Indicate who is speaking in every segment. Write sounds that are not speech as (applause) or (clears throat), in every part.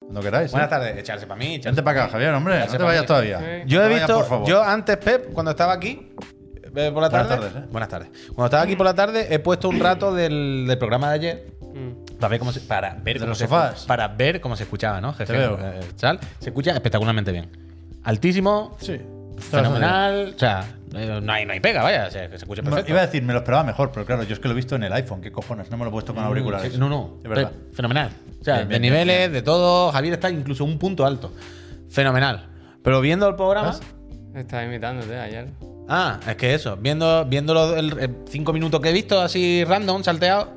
Speaker 1: Cuando queráis.
Speaker 2: Buenas
Speaker 1: ¿eh?
Speaker 2: tardes, echarse para mí. echarse
Speaker 1: Vente para acá, Javier, hombre. No
Speaker 2: Echarse
Speaker 1: te
Speaker 2: pa'
Speaker 1: vayas
Speaker 2: mí.
Speaker 1: todavía.
Speaker 3: Sí.
Speaker 2: Yo
Speaker 1: No
Speaker 2: he
Speaker 1: te vayas,
Speaker 2: visto,
Speaker 1: por favor.
Speaker 2: yo antes, Pep, cuando estaba aquí eh, por la
Speaker 1: Buenas
Speaker 2: tarde.
Speaker 1: tardes, ¿eh?
Speaker 2: Buenas tardes. Cuando estaba aquí por la tarde, he puesto un rato del, del programa de ayer.
Speaker 3: Mm.
Speaker 2: Para ver cómo se, para ver
Speaker 1: De
Speaker 2: cómo
Speaker 1: los
Speaker 2: se-
Speaker 1: sofás.
Speaker 2: para ver cómo se escuchaba, ¿no? Jeje,
Speaker 1: Te veo.
Speaker 2: eh, tal. Se escucha espectacularmente bien. Altísimo,
Speaker 1: Sí.
Speaker 2: fenomenal. O sea, eh, no hay, no hay pega, vaya. Se, se escucha
Speaker 1: Me-
Speaker 2: perfecto.
Speaker 1: Iba a decir, me lo esperaba mejor, pero claro, yo es que lo he visto en el iPhone, qué cojones, no me lo he puesto con auriculares.
Speaker 2: Mm, Eh, No, no.
Speaker 1: Es verdad.
Speaker 2: fe- Fenomenal. O sea,
Speaker 1: Bien,
Speaker 2: de
Speaker 1: bien,
Speaker 2: niveles,
Speaker 1: bien.
Speaker 2: de todo. Javier está incluso un punto alto. Fenomenal. Pero viendo el programa.
Speaker 1: ¿Ves?
Speaker 3: Estaba imitándote ayer.
Speaker 2: Ah, es que eso. Viendo, viendo los el- eh, cinco minutos que he visto así random, salteado.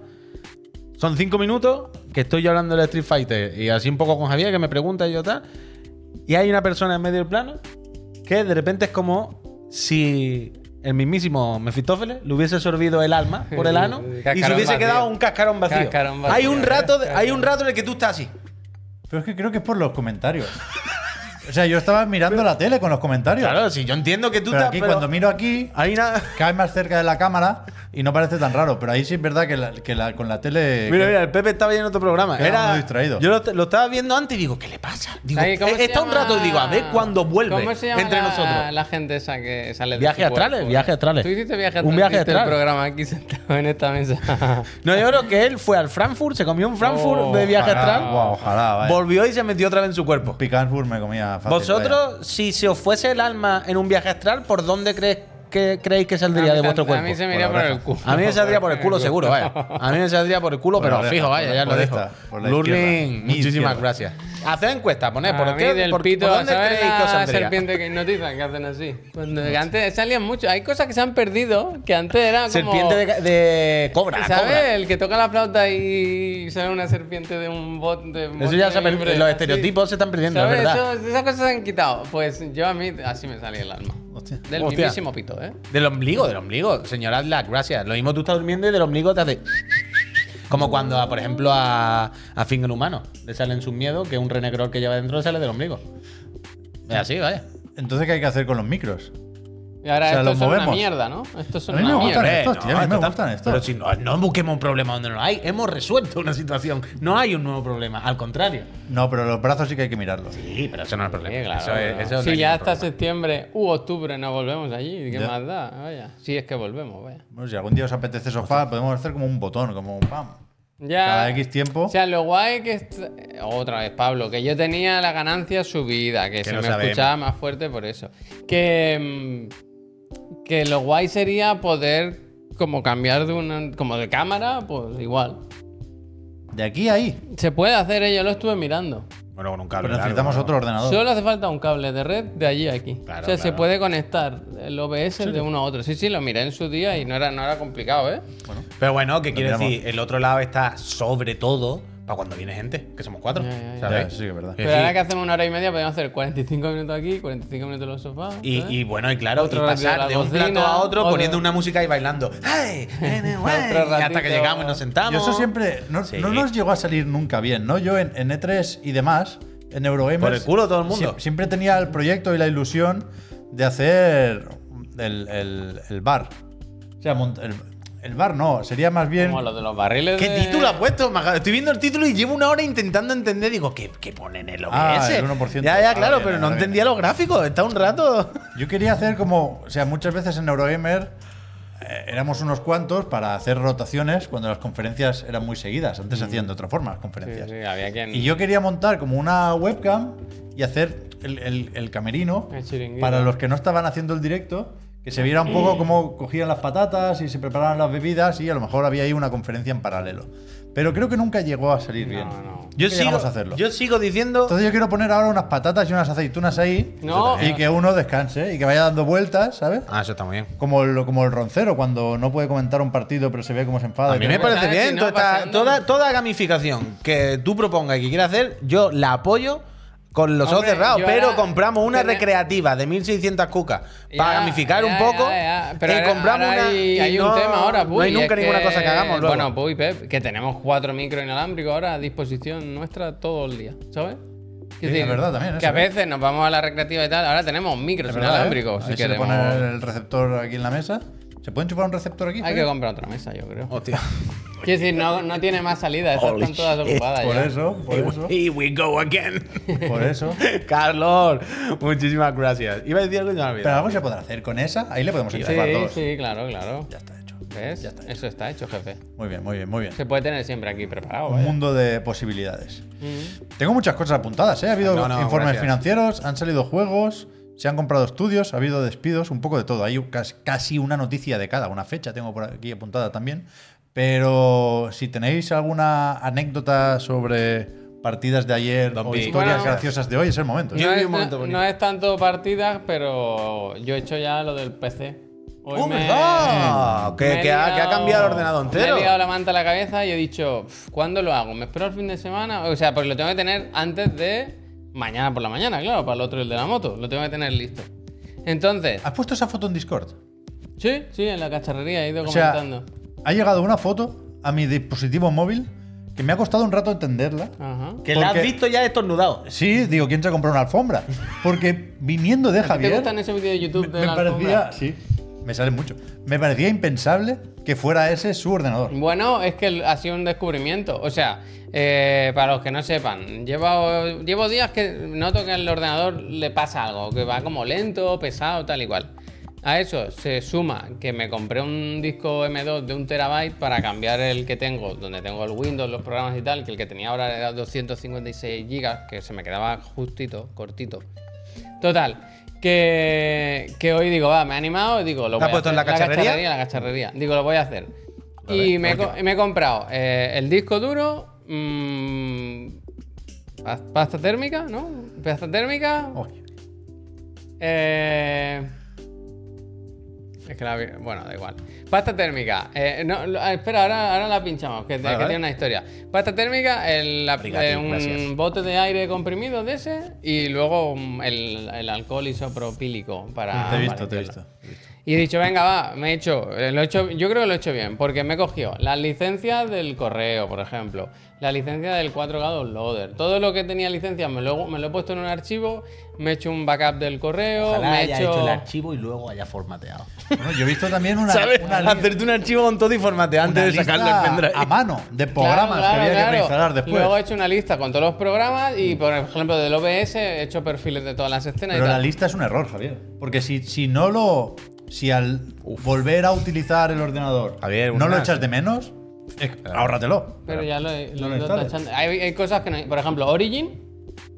Speaker 2: Son cinco minutos que estoy yo hablando del Street Fighter y así un poco con Javier que me pregunta y yo tal. Y hay una persona en medio del plano que de repente es como si el mismísimo Mefistófeles le hubiese sorbido el alma por
Speaker 3: (laughs)
Speaker 2: el ano y se
Speaker 3: Cascarón
Speaker 2: hubiese
Speaker 3: vacío.
Speaker 2: quedado un cascarón vacío.
Speaker 3: Cascarón vacío.
Speaker 2: Hay, un rato de- hay un rato en el que tú estás así.
Speaker 1: Pero es que creo que es por los comentarios. O sea, yo estaba mirando la tele con los comentarios.
Speaker 2: Claro, si yo entiendo que tú
Speaker 1: pero
Speaker 2: estás.
Speaker 1: aquí,
Speaker 2: pero
Speaker 1: cuando miro aquí,
Speaker 2: hay una-
Speaker 1: cae más cerca de la cámara y no parece tan raro, pero ahí sí es verdad que, la- que la- con la tele...
Speaker 2: Mira,
Speaker 1: que-
Speaker 2: mira, el Pepe estaba ya en otro programa.
Speaker 1: Queda
Speaker 2: Era,
Speaker 1: muy distraído.
Speaker 2: Yo lo, lo estaba viendo antes y digo, ¿qué le pasa? Digo,
Speaker 3: Ay, ¿cómo
Speaker 2: "Eh,
Speaker 3: se
Speaker 2: está un
Speaker 3: llama-
Speaker 2: rato y digo, a ver cuándo vuelve
Speaker 3: ¿Cómo se llama
Speaker 2: entre
Speaker 3: la-
Speaker 2: nosotros.
Speaker 3: La gente esa que sale de
Speaker 2: Viajes
Speaker 3: su cuerpo? eh?
Speaker 2: astrales, viajes astrales.
Speaker 3: Tú hiciste viaje
Speaker 2: Un viaje
Speaker 3: hiciste
Speaker 2: astral.
Speaker 3: el programa aquí sentado en esta mesa.
Speaker 2: No, (laughs) yo creo que él fue al Frankfurt, se comió un Frankfurt
Speaker 3: Oh,
Speaker 2: de viaje
Speaker 1: ojalá,
Speaker 2: astral,
Speaker 1: guau, ojalá, vaya.
Speaker 2: volvió y se metió otra vez en su cuerpo.
Speaker 1: Picansburg me comía fácil.
Speaker 2: Vosotros, si se os fuese el alma en un viaje astral, ¿por dónde crees que creéis que saldría
Speaker 3: A mí
Speaker 2: de
Speaker 3: tan-
Speaker 2: vuestro cuerpo?
Speaker 3: A mí se me
Speaker 1: Por
Speaker 3: iría
Speaker 1: la
Speaker 3: por
Speaker 1: oreja.
Speaker 3: el culo.
Speaker 2: A mí me saldría por el
Speaker 3: (laughs)
Speaker 2: culo seguro, vaya. A mí me saldría por el culo,
Speaker 1: Por la
Speaker 2: pero
Speaker 1: oreja,
Speaker 2: fijo,
Speaker 1: por
Speaker 2: vaya,
Speaker 1: la-
Speaker 2: ya lo
Speaker 1: por
Speaker 2: dejo.
Speaker 1: esta, por la izquierda.
Speaker 2: Lurling,
Speaker 1: Mi
Speaker 2: muchísimas
Speaker 1: izquierda.
Speaker 2: gracias. Haced encuesta, poned,
Speaker 3: A
Speaker 2: ¿eh? ¿por
Speaker 3: mí
Speaker 2: qué?
Speaker 3: del
Speaker 2: por,
Speaker 3: pito,
Speaker 2: por dónde
Speaker 3: ¿sabes
Speaker 2: creéis que os
Speaker 3: la
Speaker 2: saldría?
Speaker 3: serpiente que hipnotiza que hacen así? Cuando antes salían mucho. Hay cosas que se han perdido, que antes era como...
Speaker 2: Serpiente de, de cobra,
Speaker 3: ¿Sabes?
Speaker 2: cobra.
Speaker 3: El que toca la flauta y sale una serpiente de un bot de
Speaker 2: Eso ya se ha perdido, los estereotipos se están perdiendo, es
Speaker 3: ¿Sabes?
Speaker 2: verdad.
Speaker 3: Eso- esas cosas se han quitado. Pues yo a mí así me salía el alma.
Speaker 1: Hostia.
Speaker 3: Del
Speaker 2: Hostia.
Speaker 3: mismísimo pito, ¿eh?
Speaker 2: Del ombligo, del ombligo. Señora Black, gracias. Lo mismo tú estás durmiendo y del ombligo te hace... Como cuando, a, por ejemplo, a, a Finger Humano le salen sus miedos, que un renegrol que lleva dentro le sale del ombligo. Es así, vaya.
Speaker 1: Entonces, ¿qué hay que hacer con los micros?
Speaker 3: Y ahora
Speaker 1: O sea,
Speaker 3: esto
Speaker 1: los
Speaker 3: es una
Speaker 1: movemos.
Speaker 3: mierda, ¿no? Esto es
Speaker 1: A
Speaker 3: una
Speaker 1: mí me
Speaker 3: mierda.
Speaker 1: gustan
Speaker 2: Hombre,
Speaker 1: estos, tío, a mí me
Speaker 2: esto
Speaker 1: gustan
Speaker 2: tam-
Speaker 1: estos.
Speaker 2: Pero si no, no busquemos un problema donde no lo hay. Hemos resuelto una situación. No hay un nuevo problema, al contrario.
Speaker 1: No, pero los brazos sí que hay que mirarlos.
Speaker 2: Sí, pero eso no es el problema.
Speaker 3: Sí, claro,
Speaker 2: Eso es-
Speaker 3: claro.
Speaker 2: eso no
Speaker 3: si
Speaker 2: hay
Speaker 3: ya
Speaker 2: ningún
Speaker 3: hasta
Speaker 2: problema.
Speaker 3: septiembre u octubre no volvemos allí, ¿qué
Speaker 1: Ya.
Speaker 3: más da? Vaya, si es que volvemos, vaya.
Speaker 1: Bueno, si algún día os apetece sofá, podemos hacer como un botón, como un pam.
Speaker 3: Ya,
Speaker 1: Cada X tiempo.
Speaker 3: O sea, lo guay que est- eh, otra vez Pablo, que yo tenía la ganancia subida, que, se
Speaker 2: no
Speaker 3: me
Speaker 2: sabemos.
Speaker 3: escuchaba más fuerte por eso. Que mm, que lo guay sería poder como cambiar de una como de cámara, pues igual.
Speaker 1: De aquí a ahí.
Speaker 3: Se puede hacer, eh, yo lo estuve mirando.
Speaker 2: Bueno, con un cable.
Speaker 1: Pero necesitamos
Speaker 2: largo,
Speaker 1: otro ordenador.
Speaker 3: Solo hace falta un cable de red de allí a aquí.
Speaker 2: Claro,
Speaker 3: o sea, se
Speaker 2: claro.
Speaker 3: puede conectar el OBS de uno a otro. Sí, sí, lo miré en su día y no era, no era complicado, ¿eh?
Speaker 2: ¿no? Pero bueno, ¿qué quiere
Speaker 1: miramos.
Speaker 2: decir? El otro lado está sobre todo para cuando viene gente, que somos cuatro.
Speaker 3: Ya, ya, ya.
Speaker 1: Ya,
Speaker 2: ¿Sabes?
Speaker 1: sí, que es verdad.
Speaker 2: Es
Speaker 3: Pero ahora
Speaker 2: decir,
Speaker 3: que hacemos una hora y media, podemos hacer 45 minutos aquí, 45 minutos en los sofás.
Speaker 2: Y,
Speaker 3: ¿sabes?
Speaker 2: y bueno, y claro,
Speaker 3: ¿eh? Otro
Speaker 2: y
Speaker 3: ratito
Speaker 2: pasar
Speaker 3: la
Speaker 2: de un
Speaker 3: cocina,
Speaker 2: plato a otro
Speaker 3: otro-
Speaker 2: poniendo una música y bailando. ¡Ay!
Speaker 3: (laughs)
Speaker 2: nene, guay!
Speaker 3: Otro
Speaker 2: Y hasta que
Speaker 3: ratito.
Speaker 2: llegamos y nos
Speaker 1: Y
Speaker 2: sentamos.
Speaker 1: eso siempre no,
Speaker 2: Sí.
Speaker 1: no nos llegó a salir nunca bien, ¿no? Yo en, en E3 y demás, en Eurogamer.
Speaker 2: Por el culo todo el mundo.
Speaker 1: sie- siempre tenía el proyecto y la ilusión de hacer el, el- el bar. O sea, mont- el, el bar no, sería más bien.
Speaker 3: Como los de los barriles
Speaker 2: ¿Qué
Speaker 3: de-
Speaker 2: título ha puesto? Maga? Estoy viendo el título y llevo una hora intentando entender. Digo, ¿qué, qué ponen en el OBS?
Speaker 1: Ah, el 1%.
Speaker 2: Ya, ya,
Speaker 1: Ah,
Speaker 2: claro,
Speaker 1: bien,
Speaker 2: pero no
Speaker 1: ahora
Speaker 2: entendía los gráficos. Está un rato.
Speaker 1: Yo quería hacer como. O sea, muchas veces en Eurogamer. eh, Éramos unos cuantos para hacer rotaciones cuando las conferencias eran muy seguidas. Antes se hacían de otra forma las
Speaker 3: Sí,
Speaker 1: conferencias.
Speaker 3: sí, había quien...
Speaker 1: Y yo quería montar como una webcam y hacer el, el- el camerino
Speaker 3: El chiringuito. Eh.
Speaker 1: para los que no estaban haciendo el directo, que se viera un poco cómo cogían las patatas y se preparaban las bebidas y a lo mejor había ahí una conferencia en paralelo. Pero creo que nunca llegó a salir bien.
Speaker 3: no.
Speaker 1: Nunca
Speaker 2: Yo sigo,
Speaker 1: llegamos a hacerlo.
Speaker 2: yo sigo diciendo.
Speaker 1: Entonces yo quiero poner ahora unas patatas y unas aceitunas ahí
Speaker 3: No.
Speaker 1: y que uno descanse y que vaya dando vueltas, ¿sabes?
Speaker 2: Ah, eso está muy bien.
Speaker 1: Como el, como el roncero cuando no puede comentar un partido pero se ve cómo se enfada.
Speaker 2: A
Speaker 1: y
Speaker 2: mí
Speaker 1: tal.
Speaker 2: me parece
Speaker 3: ¿sabes? Si
Speaker 2: bien.
Speaker 3: no,
Speaker 2: toda, esta-
Speaker 3: pasando.
Speaker 2: toda, toda gamificación que tú propongas y que quieras hacer, yo la apoyo con los ojos
Speaker 3: Hombre,
Speaker 2: cerrados.
Speaker 3: yo
Speaker 2: Pero
Speaker 3: ahora
Speaker 2: compramos una
Speaker 3: tenía-
Speaker 2: recreativa de 1600 cucas
Speaker 3: Ya,
Speaker 2: para gamificar
Speaker 3: ya,
Speaker 2: un
Speaker 3: ya,
Speaker 2: poco.
Speaker 3: ya, ya. Pero
Speaker 2: y
Speaker 3: ahora-
Speaker 2: compramos
Speaker 3: ahora
Speaker 2: una.
Speaker 3: Hay,
Speaker 2: y
Speaker 3: hay un
Speaker 2: no-
Speaker 3: tema ahora,
Speaker 2: No hay
Speaker 3: Puy,
Speaker 2: nunca
Speaker 3: es
Speaker 2: ninguna
Speaker 3: que-
Speaker 2: cosa que hagamos luego.
Speaker 3: Bueno, Puy, Pep, que tenemos cuatro micro inalámbricos ahora a disposición nuestra todo el día, ¿sabes?
Speaker 1: Sí, es verdad también,
Speaker 3: Que
Speaker 1: eso,
Speaker 3: a
Speaker 1: ¿eh?
Speaker 3: veces nos vamos a la recreativa y tal. Ahora tenemos micros
Speaker 1: Es verdad, ¿eh?
Speaker 3: inalámbricos,
Speaker 1: Ahí
Speaker 3: si
Speaker 1: se le
Speaker 3: queremos.
Speaker 1: pone el receptor aquí en la mesa. ¿Se puede enchufar un receptor aquí?
Speaker 3: Hay
Speaker 1: Javier?
Speaker 3: (laughs) que comprar otra mesa, yo creo.
Speaker 2: Hostia.
Speaker 3: Quiero decir, no, no tiene más salida, esas
Speaker 2: Holy
Speaker 3: están todas
Speaker 2: shit.
Speaker 3: ocupadas
Speaker 1: Por
Speaker 3: ya.
Speaker 1: eso, por eso,
Speaker 2: Here we go again. (laughs)
Speaker 1: por eso.
Speaker 2: Carlos, muchísimas gracias. Iba a decir algo y no me he
Speaker 1: Pero
Speaker 2: olvidado.
Speaker 1: algo se podrá hacer con esa. Ahí le podemos
Speaker 3: Sí,
Speaker 1: enchufar dos.
Speaker 3: sí, claro, claro.
Speaker 1: Ya está hecho.
Speaker 3: ¿Ves?
Speaker 1: Ya está hecho.
Speaker 3: Eso está hecho, jefe.
Speaker 1: Muy bien, muy bien, muy bien.
Speaker 3: Se puede tener siempre aquí preparado, Mm.
Speaker 1: Un
Speaker 3: ¿eh?
Speaker 1: mundo de posibilidades. Tengo muchas cosas apuntadas, ¿eh? Ha habido
Speaker 2: No, no,
Speaker 1: informes
Speaker 2: gracias.
Speaker 1: financieros, han salido juegos, se han comprado estudios, ha habido despidos, un poco de todo. Hay cas- casi una noticia de cada, una fecha tengo por aquí apuntada también. Pero si tenéis alguna anécdota sobre partidas de ayer
Speaker 2: Don't
Speaker 1: o
Speaker 2: be-
Speaker 1: historias
Speaker 3: Bueno,
Speaker 1: graciosas de hoy, es el momento. ¿eh?
Speaker 3: No,
Speaker 2: vi
Speaker 3: es,
Speaker 2: un momento
Speaker 3: no-
Speaker 2: bonito.
Speaker 3: no es tanto partidas, pero yo he hecho ya lo del PC. Hoy
Speaker 2: ¡Oh,
Speaker 3: me-
Speaker 2: verdad! Que-
Speaker 3: me he
Speaker 2: que ha- que ha cambiado el ordenador entero.
Speaker 3: Me he liado la manta a la cabeza y he dicho, "Uf, ¿cuándo lo hago? ¿Me espero el fin de semana? O sea, porque lo tengo que tener antes de mañana por la mañana, claro, para el otro, el de la moto. Lo tengo que tener listo. Entonces,
Speaker 2: Ah.
Speaker 1: ¿Has puesto esa foto en Discord?
Speaker 3: sí, sí, en la cacharrería he ido
Speaker 1: O sea,
Speaker 3: comentando.
Speaker 1: ha llegado una foto a mi dispositivo móvil que me ha costado un rato entenderla.
Speaker 3: Ajá.
Speaker 2: Que la has
Speaker 1: Porque-
Speaker 2: visto ya estornudado.
Speaker 1: Sí, digo, ¿quién se ha comprado una alfombra? Porque viniendo
Speaker 3: (laughs)
Speaker 1: de
Speaker 3: ¿Te
Speaker 1: Javier.
Speaker 3: gustan esos vídeos de YouTube de
Speaker 1: me
Speaker 3: la alfombra?
Speaker 1: parecía, sí, me sale mucho. Me parecía impensable que fuera ese su ordenador.
Speaker 3: Bueno, es que ha sido un descubrimiento. O sea, eh, para los que no sepan, llevo, llevo días que noto que al ordenador le pasa algo, que va como lento, pesado, tal y cual. A eso se suma que me compré un disco M2 de un terabyte para cambiar el que tengo, donde tengo el Windows, los programas y tal, que el que tenía ahora era 256 GB, que se me quedaba justito, cortito. Total, que, que hoy digo, va, me he animado y digo,
Speaker 2: ¿La
Speaker 3: lo voy
Speaker 2: has
Speaker 3: a
Speaker 2: puesto en
Speaker 3: hacer.
Speaker 2: la cacharrería?
Speaker 3: La cacharrería. Digo, lo voy a hacer.
Speaker 2: Vale,
Speaker 3: Y me, he
Speaker 2: porque-
Speaker 3: co- me he comprado eh, el disco duro, mm, pas- pasta térmica, ¿no? Pasta térmica.
Speaker 2: Oh.
Speaker 1: Uy,
Speaker 3: eh, es que la vi- Bueno, da igual. Pasta térmica. eh, no, lo- ah, espera, ahora, ahora la pinchamos, que, te-
Speaker 2: Vale,
Speaker 3: que
Speaker 2: vale.
Speaker 3: tiene una historia. Pasta térmica, el, la-
Speaker 2: Obrigado,
Speaker 3: eh, un
Speaker 2: gracias.
Speaker 3: bote de aire comprimido de ese y luego mm, el, el alcohol isopropílico para.
Speaker 2: Ah,
Speaker 1: te he
Speaker 3: para
Speaker 1: visto, te he
Speaker 3: limpiarlo.
Speaker 1: visto.
Speaker 3: Y he dicho, venga, va, me he hecho, eh, lo he hecho, yo creo que lo he hecho bien, porque me cogió las licencias del correo, por ejemplo, la licencia del 4K Downloader, todo lo que tenía licencias me lo, me lo he puesto en un archivo, me he hecho un backup del correo, me he hecho...
Speaker 2: archivo y luego haya formateado.
Speaker 1: Bueno, yo he visto también una,
Speaker 2: ¿Sabes?
Speaker 1: una li-
Speaker 2: Hacerte un archivo con todo y formatear
Speaker 1: una
Speaker 2: antes de sacarle el
Speaker 1: lista
Speaker 2: pendrive.
Speaker 1: a mano de programas
Speaker 3: Claro,
Speaker 1: que había que
Speaker 3: claro, claro.
Speaker 1: reinstalar después. Mm.
Speaker 3: Luego he hecho una lista con todos los programas y, por ejemplo, del OBS he hecho perfiles de todas las escenas
Speaker 1: Pero
Speaker 3: y
Speaker 1: la
Speaker 3: tal.
Speaker 1: lista es un error, Javier. Porque si, si no lo. Si al volver a utilizar el ordenador
Speaker 2: Javier,
Speaker 1: no lo
Speaker 2: una-
Speaker 1: echas de menos, es-
Speaker 2: ah,
Speaker 1: ahórratelo.
Speaker 3: Pero ya lo he, lo
Speaker 1: No lo
Speaker 3: he ido
Speaker 1: instales.
Speaker 3: tachando. Hay, hay cosas que no... hay. Por ejemplo, Origin,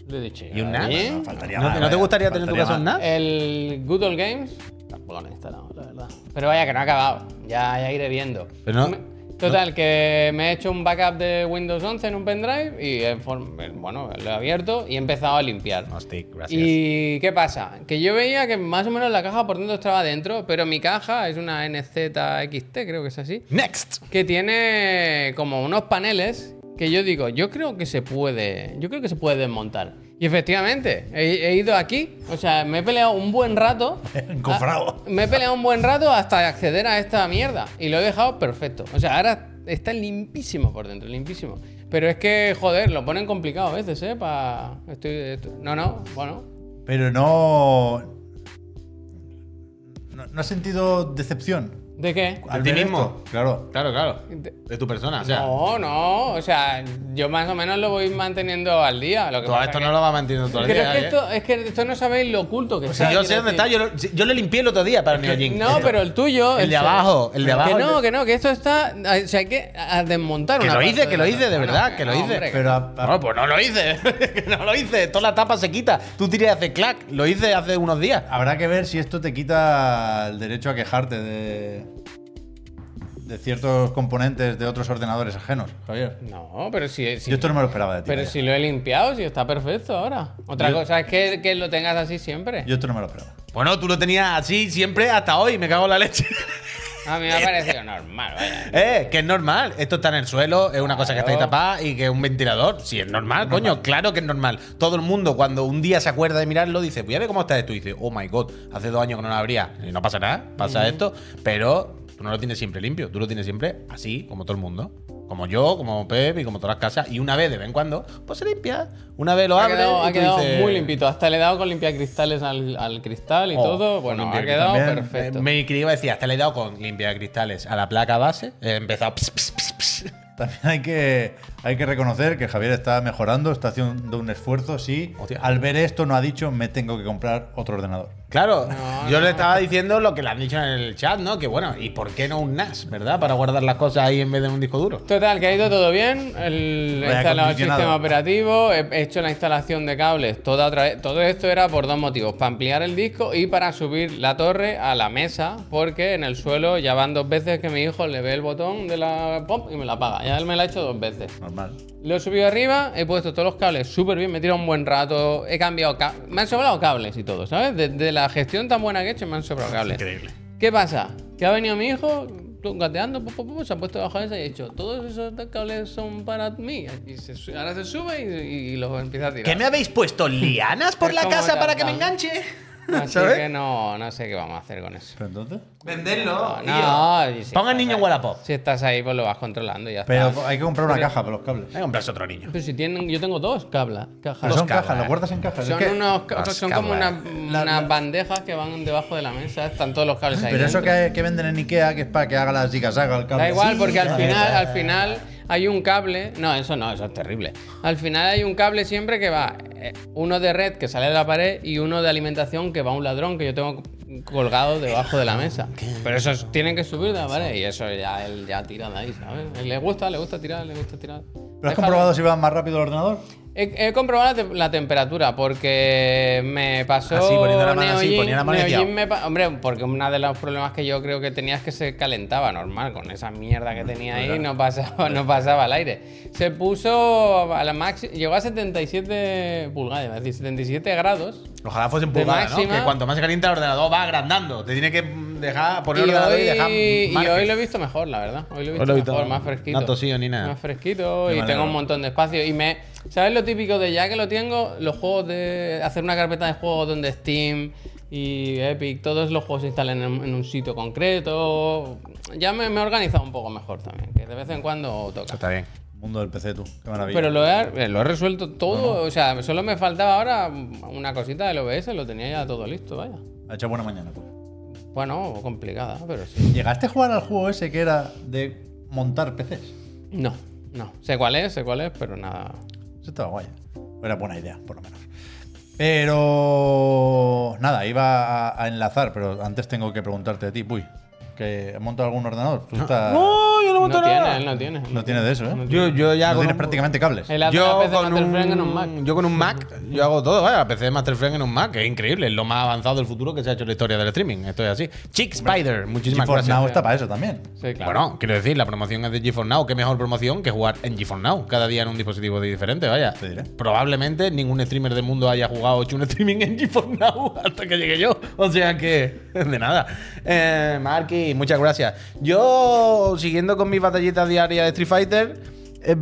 Speaker 3: lo he dicho.
Speaker 2: ¿Y un NAS?
Speaker 3: Origin.
Speaker 1: No, faltaría
Speaker 2: ¿No,
Speaker 1: más,
Speaker 2: te- no te
Speaker 1: vaya,
Speaker 2: gustaría tener en tu
Speaker 1: faltaría
Speaker 2: casa un
Speaker 1: más.
Speaker 2: NAS?
Speaker 3: El Good Old Games tampoco lo he instalado, la verdad. Pero vaya que no ha acabado. Ya, ya iré viendo.
Speaker 2: Pero no-
Speaker 3: Me- total, que me he hecho un backup de Windows 11 en un pendrive y he form- bueno, lo he abierto y he empezado a limpiar.
Speaker 2: Hostia, gracias.
Speaker 3: ¿Y qué pasa? Que yo veía que más o menos la caja por dentro estaba dentro, pero mi caja es una NZXT, creo que es así,
Speaker 2: Next.
Speaker 3: que tiene como unos paneles que yo digo, yo creo que se puede, yo creo que se puede desmontar. Y efectivamente, he, he ido aquí, o sea, me he peleado un buen rato.
Speaker 1: (laughs) Encofrado.
Speaker 3: Ah, Me he peleado un buen rato hasta acceder a esta mierda y lo he dejado perfecto. O sea, ahora está limpísimo por dentro, limpísimo. Pero es que, joder, lo ponen complicado a veces, ¿eh? Pa... Estoy, esto- No, no, bueno.
Speaker 1: Pero no. No, no has sentido decepción.
Speaker 3: ¿De qué?
Speaker 2: ¿De ti
Speaker 1: ver
Speaker 2: mismo?
Speaker 1: esto? Claro.
Speaker 2: Claro, claro.
Speaker 3: De-
Speaker 2: De tu persona. O sea,
Speaker 3: No, no, o sea, yo más o menos lo voy manteniendo al día. Lo que
Speaker 2: todo
Speaker 3: pasa
Speaker 2: esto
Speaker 3: que-
Speaker 2: no lo va manteniendo todo el
Speaker 3: Pero
Speaker 2: día.
Speaker 3: es que,
Speaker 2: ¿eh?
Speaker 3: esto, es que esto no sabéis lo oculto que
Speaker 2: O sea,
Speaker 3: está,
Speaker 2: yo
Speaker 3: quiero
Speaker 2: sé dónde
Speaker 3: decir.
Speaker 2: está. Yo, lo- yo le limpié el otro día para el Neojin.
Speaker 3: No, pero el tuyo.
Speaker 2: El de abajo, el de abajo.
Speaker 3: Que no, que no, que esto está. O sea, hay que a desmontar
Speaker 2: Que
Speaker 3: una
Speaker 2: lo
Speaker 3: parte
Speaker 2: hice, que
Speaker 3: del
Speaker 2: lo hice, de
Speaker 3: otro.
Speaker 2: verdad, que lo hice.
Speaker 3: hombre, que
Speaker 1: Pero a- a-
Speaker 2: No, pues no lo hice. (laughs) Que no lo hice. Toda la tapa se quita. Tú tiré hace clac. Lo hice hace unos días.
Speaker 1: habrá que ver si esto te quita el derecho a quejarte de. de ciertos componentes de otros ordenadores ajenos, Javier.
Speaker 3: No, pero si, si-
Speaker 1: Yo esto no me lo esperaba de ti.
Speaker 3: pero
Speaker 1: vaya.
Speaker 3: si lo he limpiado, si está perfecto ahora. Otra
Speaker 1: Yo-
Speaker 3: cosa es que, que lo tengas así siempre.
Speaker 1: Yo esto no me lo esperaba.
Speaker 2: Bueno, Pues tú lo tenías así siempre hasta hoy. Me cago en la leche.
Speaker 3: A mí me ha parecido normal, vaya.
Speaker 2: Eh, que es normal. Esto está en el suelo, es una cosa que está ahí
Speaker 3: Claro.
Speaker 2: tapada y que es un ventilador. Sí, es normal, coño, claro que es normal. Todo el mundo, cuando un día se acuerda de mirarlo, dice, voy a ver cómo está esto. Y dice, oh my god, hace dos años que no lo abría. Y no pasa nada, pasa esto. Pero tú no lo tienes siempre limpio, tú lo tienes siempre así, como todo el mundo. Como yo, como Pep y como todas las casas. Y una vez, de vez en cuando, pues se limpia. Una vez lo
Speaker 3: Ha
Speaker 2: abre.
Speaker 3: quedado,
Speaker 2: y
Speaker 3: ha
Speaker 2: tú
Speaker 3: quedado
Speaker 2: dices, eh,
Speaker 3: muy limpito. Hasta le he dado con limpiacristales al, al cristal y
Speaker 2: Oh,
Speaker 3: todo.
Speaker 2: con
Speaker 3: Bueno, ha
Speaker 2: limpiacristales.
Speaker 3: quedado
Speaker 1: También,
Speaker 3: perfecto.
Speaker 2: Eh, Mi criba decía, hasta le he dado con limpia cristales a la placa base. He empezado. pss, pss, pss, pss.
Speaker 1: También hay que, hay que reconocer que Javier está mejorando, está haciendo un esfuerzo. Sí,
Speaker 2: Hostia.
Speaker 1: al ver esto no ha dicho, me tengo que comprar otro ordenador.
Speaker 2: Claro,
Speaker 3: No,
Speaker 2: yo
Speaker 3: no.
Speaker 2: le estaba diciendo lo que le han dicho en el chat, ¿no? Que bueno, ¿y por qué no un NAS, verdad? Para guardar las cosas ahí en vez de en un disco duro.
Speaker 3: Total, que ha ido todo bien. El, he instalado el
Speaker 1: Reacondicionado.
Speaker 3: sistema operativo, he he hecho la instalación de cables. Toda otra vez- todo esto era por dos motivos: para ampliar el disco y para subir la torre a la mesa, porque en el suelo ya van dos veces que mi hijo le ve el botón de la pop y me la apaga. Ya él me la ha hecho dos veces.
Speaker 1: Normal.
Speaker 3: Lo he subido arriba, he puesto todos los cables súper bien, me he tirado un buen rato, he cambiado ca- Me han sobrado cables y todo, ¿sabes? De, de la gestión tan buena que he hecho, me han sobrado cables.
Speaker 2: Increíble.
Speaker 3: ¿Qué pasa? Que ha venido mi hijo tú, gateando, pu, pu, pu, se ha puesto debajo de esa y ha dicho, todos esos cables son para mí. Y se su- ahora se sube y, y- y los empieza a tirar.
Speaker 2: ¿Qué me habéis puesto lianas por
Speaker 3: Es
Speaker 2: la
Speaker 3: como
Speaker 2: casa para
Speaker 3: Tarzán.
Speaker 2: que me enganche? (laughs)
Speaker 3: Así
Speaker 2: ¿Sabes?
Speaker 3: que no, no sé qué vamos a hacer con eso.
Speaker 1: Pero entonces.
Speaker 2: Venderlo.
Speaker 3: No, y si
Speaker 2: Ponga
Speaker 3: estás
Speaker 2: niño
Speaker 3: ahí-
Speaker 2: en Wallapop.
Speaker 3: Si estás ahí, pues lo vas controlando y ya
Speaker 1: Pero
Speaker 3: está.
Speaker 1: hay que comprar una caja para los cables.
Speaker 2: Voy a comprarse otro niño.
Speaker 3: Pero si tienen, yo tengo dos cablas, cajas.
Speaker 1: Pero son
Speaker 2: cajas.
Speaker 1: cajas, los guardas en cajas.
Speaker 3: Son,
Speaker 1: Es que-
Speaker 3: unos, ca-
Speaker 2: los
Speaker 3: son como
Speaker 2: cables.
Speaker 3: unas unas bandejas que van debajo de la mesa, están todos los cables ahí.
Speaker 1: Pero eso
Speaker 3: dentro.
Speaker 1: que, que venden en Ikea, que es para que haga la zigazaga el cable.
Speaker 3: Da igual,
Speaker 1: Sí,
Speaker 3: porque al
Speaker 1: ya
Speaker 3: final,
Speaker 1: está.
Speaker 3: al final hay un cable. No, eso no, eso es terrible. Al final hay un cable siempre que va eh, uno de red que sale de la pared y uno de alimentación que va a un ladrón que yo tengo colgado debajo de la mesa. Pero esos tienen que subir de la pared y eso ya él ya tira de ahí, ¿sabes? Le gusta, le gusta tirar, le gusta tirar.
Speaker 1: ¿Pero has
Speaker 3: Déjalo.
Speaker 1: comprobado si va más rápido el ordenador?
Speaker 3: He, he comprobado la, te- la temperatura porque me pasó.
Speaker 2: Así, poniendo la mano así,
Speaker 3: Neogin-
Speaker 2: ponía la mano y
Speaker 3: Neogin
Speaker 2: decía,
Speaker 3: me pa- Hombre, porque uno de los problemas que yo creo que tenía es que se calentaba normal con esa mierda
Speaker 2: Mm,
Speaker 3: que tenía ahí, no pasaba, no pasaba el aire. Se puso a la máxima. Llegó a 77 pulgadas, iba a decir 77 grados.
Speaker 2: Ojalá fuese en
Speaker 3: De
Speaker 2: pulgada, ¿no?
Speaker 3: máxima.
Speaker 2: Que cuanto más se calienta el ordenador va agrandando. Te tiene que dejar
Speaker 3: Y
Speaker 2: poner el ordenador y dejar.
Speaker 3: hoy, y
Speaker 2: margen.
Speaker 3: hoy lo he visto mejor, la verdad. Hoy lo he visto
Speaker 2: Hoy lo he visto
Speaker 3: mejor, más fresquito.
Speaker 2: no ha tosido ni nada.
Speaker 3: Más fresquito
Speaker 1: Ah. Me
Speaker 3: y
Speaker 1: alegro.
Speaker 3: tengo un montón de espacio. Y me. ¿Sabes lo típico de ya que lo tengo? Los juegos de. Hacer una carpeta de juegos donde Steam y Epic, todos los juegos se instalan en, en un sitio concreto. Ya me, me he organizado un poco mejor también, que de vez en cuando
Speaker 2: Eso
Speaker 3: toca.
Speaker 2: está bien.
Speaker 1: Mundo del PC, tú. Qué maravilla.
Speaker 3: Pero lo he, eh, lo he resuelto todo, o sea, solo me faltaba ahora una cosita del OBS, lo tenía ya todo listo, vaya.
Speaker 1: Ha hecho buena mañana. pues.
Speaker 3: Bueno, complicada, pero sí.
Speaker 1: ¿Llegaste a jugar al juego ese que era de montar PCs?
Speaker 3: No, no. Sé cuál es, sé cuál es, pero nada.
Speaker 1: Eso estaba guay. ¿eh? Era buena idea, por lo menos. Pero nada, iba a, a enlazar, pero antes tengo que preguntarte a ti, Puy. ¿Que monta algún ordenador? Tú estás- no,
Speaker 2: yo
Speaker 3: No tiene, él no tiene.
Speaker 1: tiene de eso, ¿eh? No
Speaker 2: Yo, yo ya con
Speaker 1: tienes
Speaker 2: un-
Speaker 1: prácticamente cables.
Speaker 3: Él hace las
Speaker 2: yo,
Speaker 3: veces
Speaker 2: con
Speaker 3: Master
Speaker 2: un,
Speaker 3: Frank en un Mac.
Speaker 2: yo con un Mac, yo hago todo, vaya, la PC de Master Frank en un Mac, que es increíble, es lo más avanzado del futuro que se ha hecho en la historia del streaming, esto es así. Chick Spider, muchísimas
Speaker 1: GeForce
Speaker 2: gracias.
Speaker 1: Now está para eso también.
Speaker 3: Sí, claro.
Speaker 2: Bueno, quiero decir, la promoción es de GeForce Now, qué mejor promoción que jugar en GeForce Now, cada día en un dispositivo de diferente, vaya.
Speaker 1: Te diré.
Speaker 2: Probablemente ningún streamer del mundo haya jugado o hecho un streaming en GeForce Now (laughs) hasta que llegue yo, o sea que (laughs) de nada. Eh, Marky, muchas gracias. Yo, siguiendo con mis batallitas diarias de Street Fighter, he,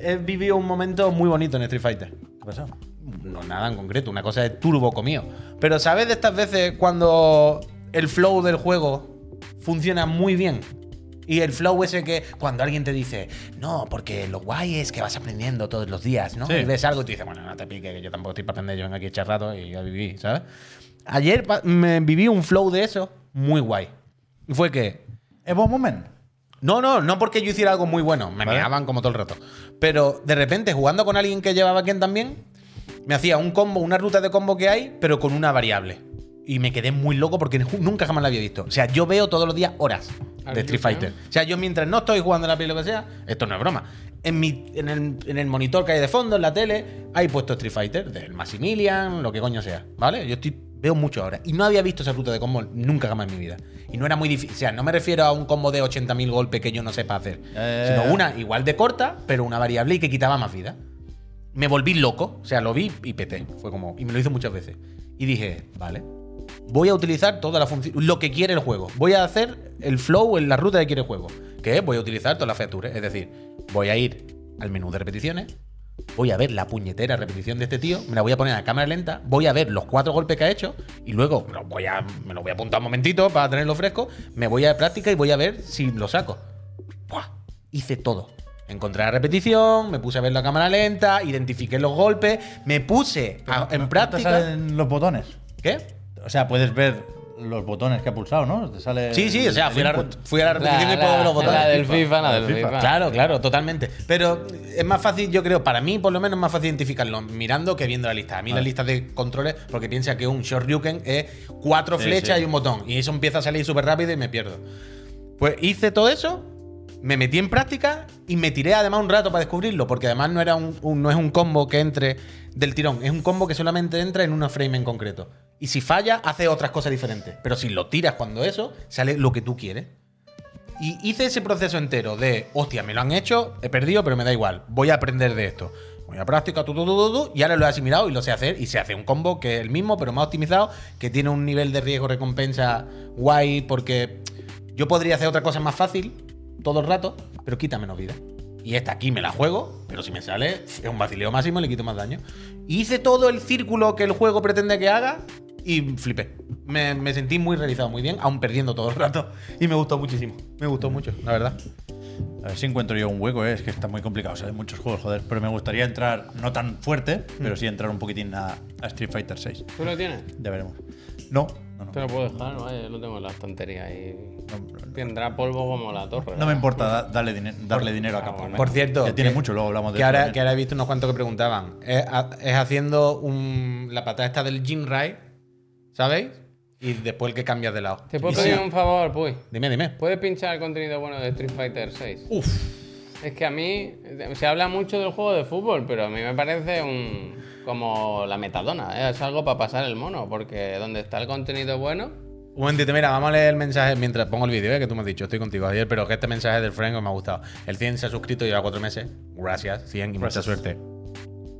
Speaker 2: he vivido un momento muy bonito en Street Fighter
Speaker 1: ¿Qué pasó?
Speaker 2: no nada en concreto, una cosa de turbo comido. Pero ¿sabes de estas veces cuando el flow del juego funciona muy bien? Y el flow ese que cuando alguien te dice, no, porque lo guay es que vas aprendiendo todos los días, ¿no?
Speaker 1: Sí.
Speaker 2: Y ves algo y te dice, bueno, no te pique, que yo tampoco estoy para aprender, yo vengo aquí a echar rato y a vivir, ¿sabes? Ayer pa- me viví un flow de eso muy guay. Y Fue que
Speaker 1: Evo Moment.
Speaker 2: no, no, no porque yo hiciera algo muy bueno. Me
Speaker 1: Vale.
Speaker 2: meaban como todo el rato. Pero de repente, jugando con alguien que llevaba Ken también, me hacía un combo, una ruta de combo que hay, pero con una variable. Y me quedé muy loco porque ju- nunca jamás la había visto. O sea, yo veo todos los días horas de
Speaker 3: Are you
Speaker 2: Street Fighter. O sea, yo mientras no estoy jugando en la peli o lo que sea, esto no es broma. En, mi, en, el, en el monitor que hay de fondo, en la tele, hay puesto Street Fighter, del Maximilian, lo que coño sea, ¿vale? Yo estoy, veo mucho ahora. Y no había visto esa ruta de combo nunca jamás en mi vida. Y no era muy difícil. O sea, no me refiero a un combo de 80.000 golpes que yo no sepa hacer.
Speaker 1: Eh.
Speaker 2: Sino una igual de corta, pero una variable y que quitaba más vida. Me volví loco. O sea, lo vi y peté. Fue como. Y me lo hizo muchas veces. Y dije, vale. Voy a utilizar toda la función. Lo que quiere el juego. Voy a hacer el flow en la ruta que quiere el juego. Que es, voy a utilizar todas las features. Es decir, voy a ir al menú de repeticiones. Voy a ver la puñetera repetición de este tío. Me la voy a poner a cámara lenta. Voy a ver los cuatro golpes que ha hecho. Y luego me lo voy a, me lo voy a apuntar un momentito para tenerlo fresco. Me voy a práctica y voy a ver si lo saco. ¡Buah! Hice todo. Encontré la repetición, me puse a ver la cámara lenta, identifiqué los golpes, me puse a-
Speaker 1: No
Speaker 2: Ah, en
Speaker 1: te
Speaker 2: práctica.
Speaker 1: salen los botones.
Speaker 2: ¿Qué?
Speaker 1: O sea, puedes ver los botones que ha pulsado, ¿no? Te sale
Speaker 2: Sí, sí, o sea,
Speaker 1: el
Speaker 2: fui a la,
Speaker 1: input.
Speaker 2: fui a la repetición y puedo ver los botones.
Speaker 3: La del FIFA, la
Speaker 1: La
Speaker 3: del
Speaker 1: del
Speaker 3: FIFA.
Speaker 1: FIFA.
Speaker 2: Claro, claro, totalmente. Pero es más fácil, yo creo, para mí por lo menos es más fácil identificarlo mirando que viendo la lista. A mí la lista de controles, porque piensa que un Shoryuken es cuatro
Speaker 1: Sí,
Speaker 2: flechas
Speaker 1: sí.
Speaker 2: y un botón. Y eso empieza a salir súper rápido y me pierdo. Pues hice todo eso, me metí en práctica y me tiré además un rato para descubrirlo, porque además no, era un, un- no es un combo que entre del tirón, es un combo que solamente entra en una frame en concreto. Y si falla, hace otras cosas diferentes. Pero si lo tiras cuando eso, sale lo que tú quieres. Y hice ese proceso entero de, hostia, me lo han hecho, he perdido, pero me da igual, voy a aprender de esto. Voy a práctica, tu, tu, tu, tu, tu, y ahora lo he asimilado y lo sé hacer, y se hace un combo que es el mismo, pero más optimizado, que tiene un nivel de riesgo-recompensa guay, porque yo podría hacer otra cosa más fácil todo el rato, pero quita menos vida. Y esta aquí me la juego, pero si me sale, es un vacileo máximo y le quito más daño. Y hice todo el círculo que el juego pretende que haga y flipé. Me, me sentí muy realizado, muy bien, aún perdiendo todo el rato. Y me gustó muchísimo. Me gustó mucho, la verdad.
Speaker 1: A ver si encuentro yo un hueco, eh, es que está muy complicado, o sea, hay muchos juegos, joder. Pero me gustaría entrar, no tan fuerte,
Speaker 2: Mm.
Speaker 1: pero sí entrar un poquitín a, a Street Fighter 6.
Speaker 3: ¿Tú lo tienes?
Speaker 1: Ya veremos. No, no, no.
Speaker 3: Te lo puedo dejar, vaya, yo lo tengo en la estantería ahí.
Speaker 1: No,
Speaker 3: Tendrá polvo como la torre.
Speaker 1: No me importa da- darle, dine- darle dinero a Capcom.
Speaker 2: Por
Speaker 1: venga.
Speaker 2: cierto,
Speaker 1: Ya tiene
Speaker 2: que-
Speaker 1: mucho, luego hablamos de
Speaker 2: Que
Speaker 1: eso
Speaker 2: ahora,
Speaker 1: también.
Speaker 2: que ahora he visto unos cuantos que preguntaban. Es, ha- es haciendo un- la patada esta del Jim Rai, ¿sabéis? Y después el que cambias de lado.
Speaker 3: ¿Te puedo
Speaker 2: Y
Speaker 3: pedir
Speaker 2: sí.
Speaker 3: un favor, Puy?
Speaker 2: Dime, dime.
Speaker 3: ¿Puedes pinchar el contenido bueno de Street Fighter 6?
Speaker 2: Uf.
Speaker 3: Es que a mí eh, se habla mucho del juego de fútbol, pero a mí me parece un como la metadona, ¿eh? es algo para pasar el mono, porque donde está el contenido bueno,
Speaker 2: Un momentito, mira, vamos a leer el mensaje mientras pongo el vídeo, eh, que tú me has dicho, estoy contigo ayer, pero que este mensaje del Frank me ha gustado. El 100 se ha suscrito, lleva cuatro meses. Gracias, 100 y mucha
Speaker 1: Gracias.
Speaker 2: suerte.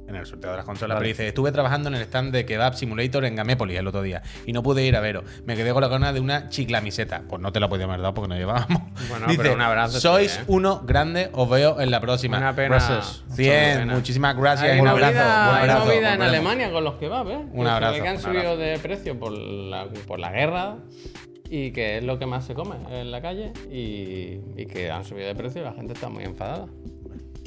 Speaker 2: En el sorteo de las consolas, pero dice, estuve trabajando en el stand de Kebab Simulator en Gamépolis el otro día y no pude ir a veros. Me quedé con la gana de una chiclamiseta. Pues no te la podía haber dado porque no llevábamos.
Speaker 3: (laughs) Bueno, pero un abrazo,
Speaker 2: Sois
Speaker 3: sí, eh".
Speaker 2: uno grande, os veo en la próxima.
Speaker 3: una pena.
Speaker 1: Gracias.
Speaker 3: una
Speaker 2: 100,
Speaker 3: pena.
Speaker 2: muchísimas gracias.
Speaker 3: Hay
Speaker 2: y un
Speaker 3: movida-
Speaker 2: abrazo. un
Speaker 3: hay
Speaker 2: abrazo.
Speaker 3: movida en
Speaker 2: Volveremos.
Speaker 3: Alemania con los kebabs, ¿eh? Que se ve
Speaker 2: abrazo,
Speaker 3: Que han
Speaker 2: un
Speaker 3: subido
Speaker 2: abrazo.
Speaker 3: de precio por la, por la guerra y que es lo que más se come en la calle y, y que han subido de precio y la gente está muy enfadada.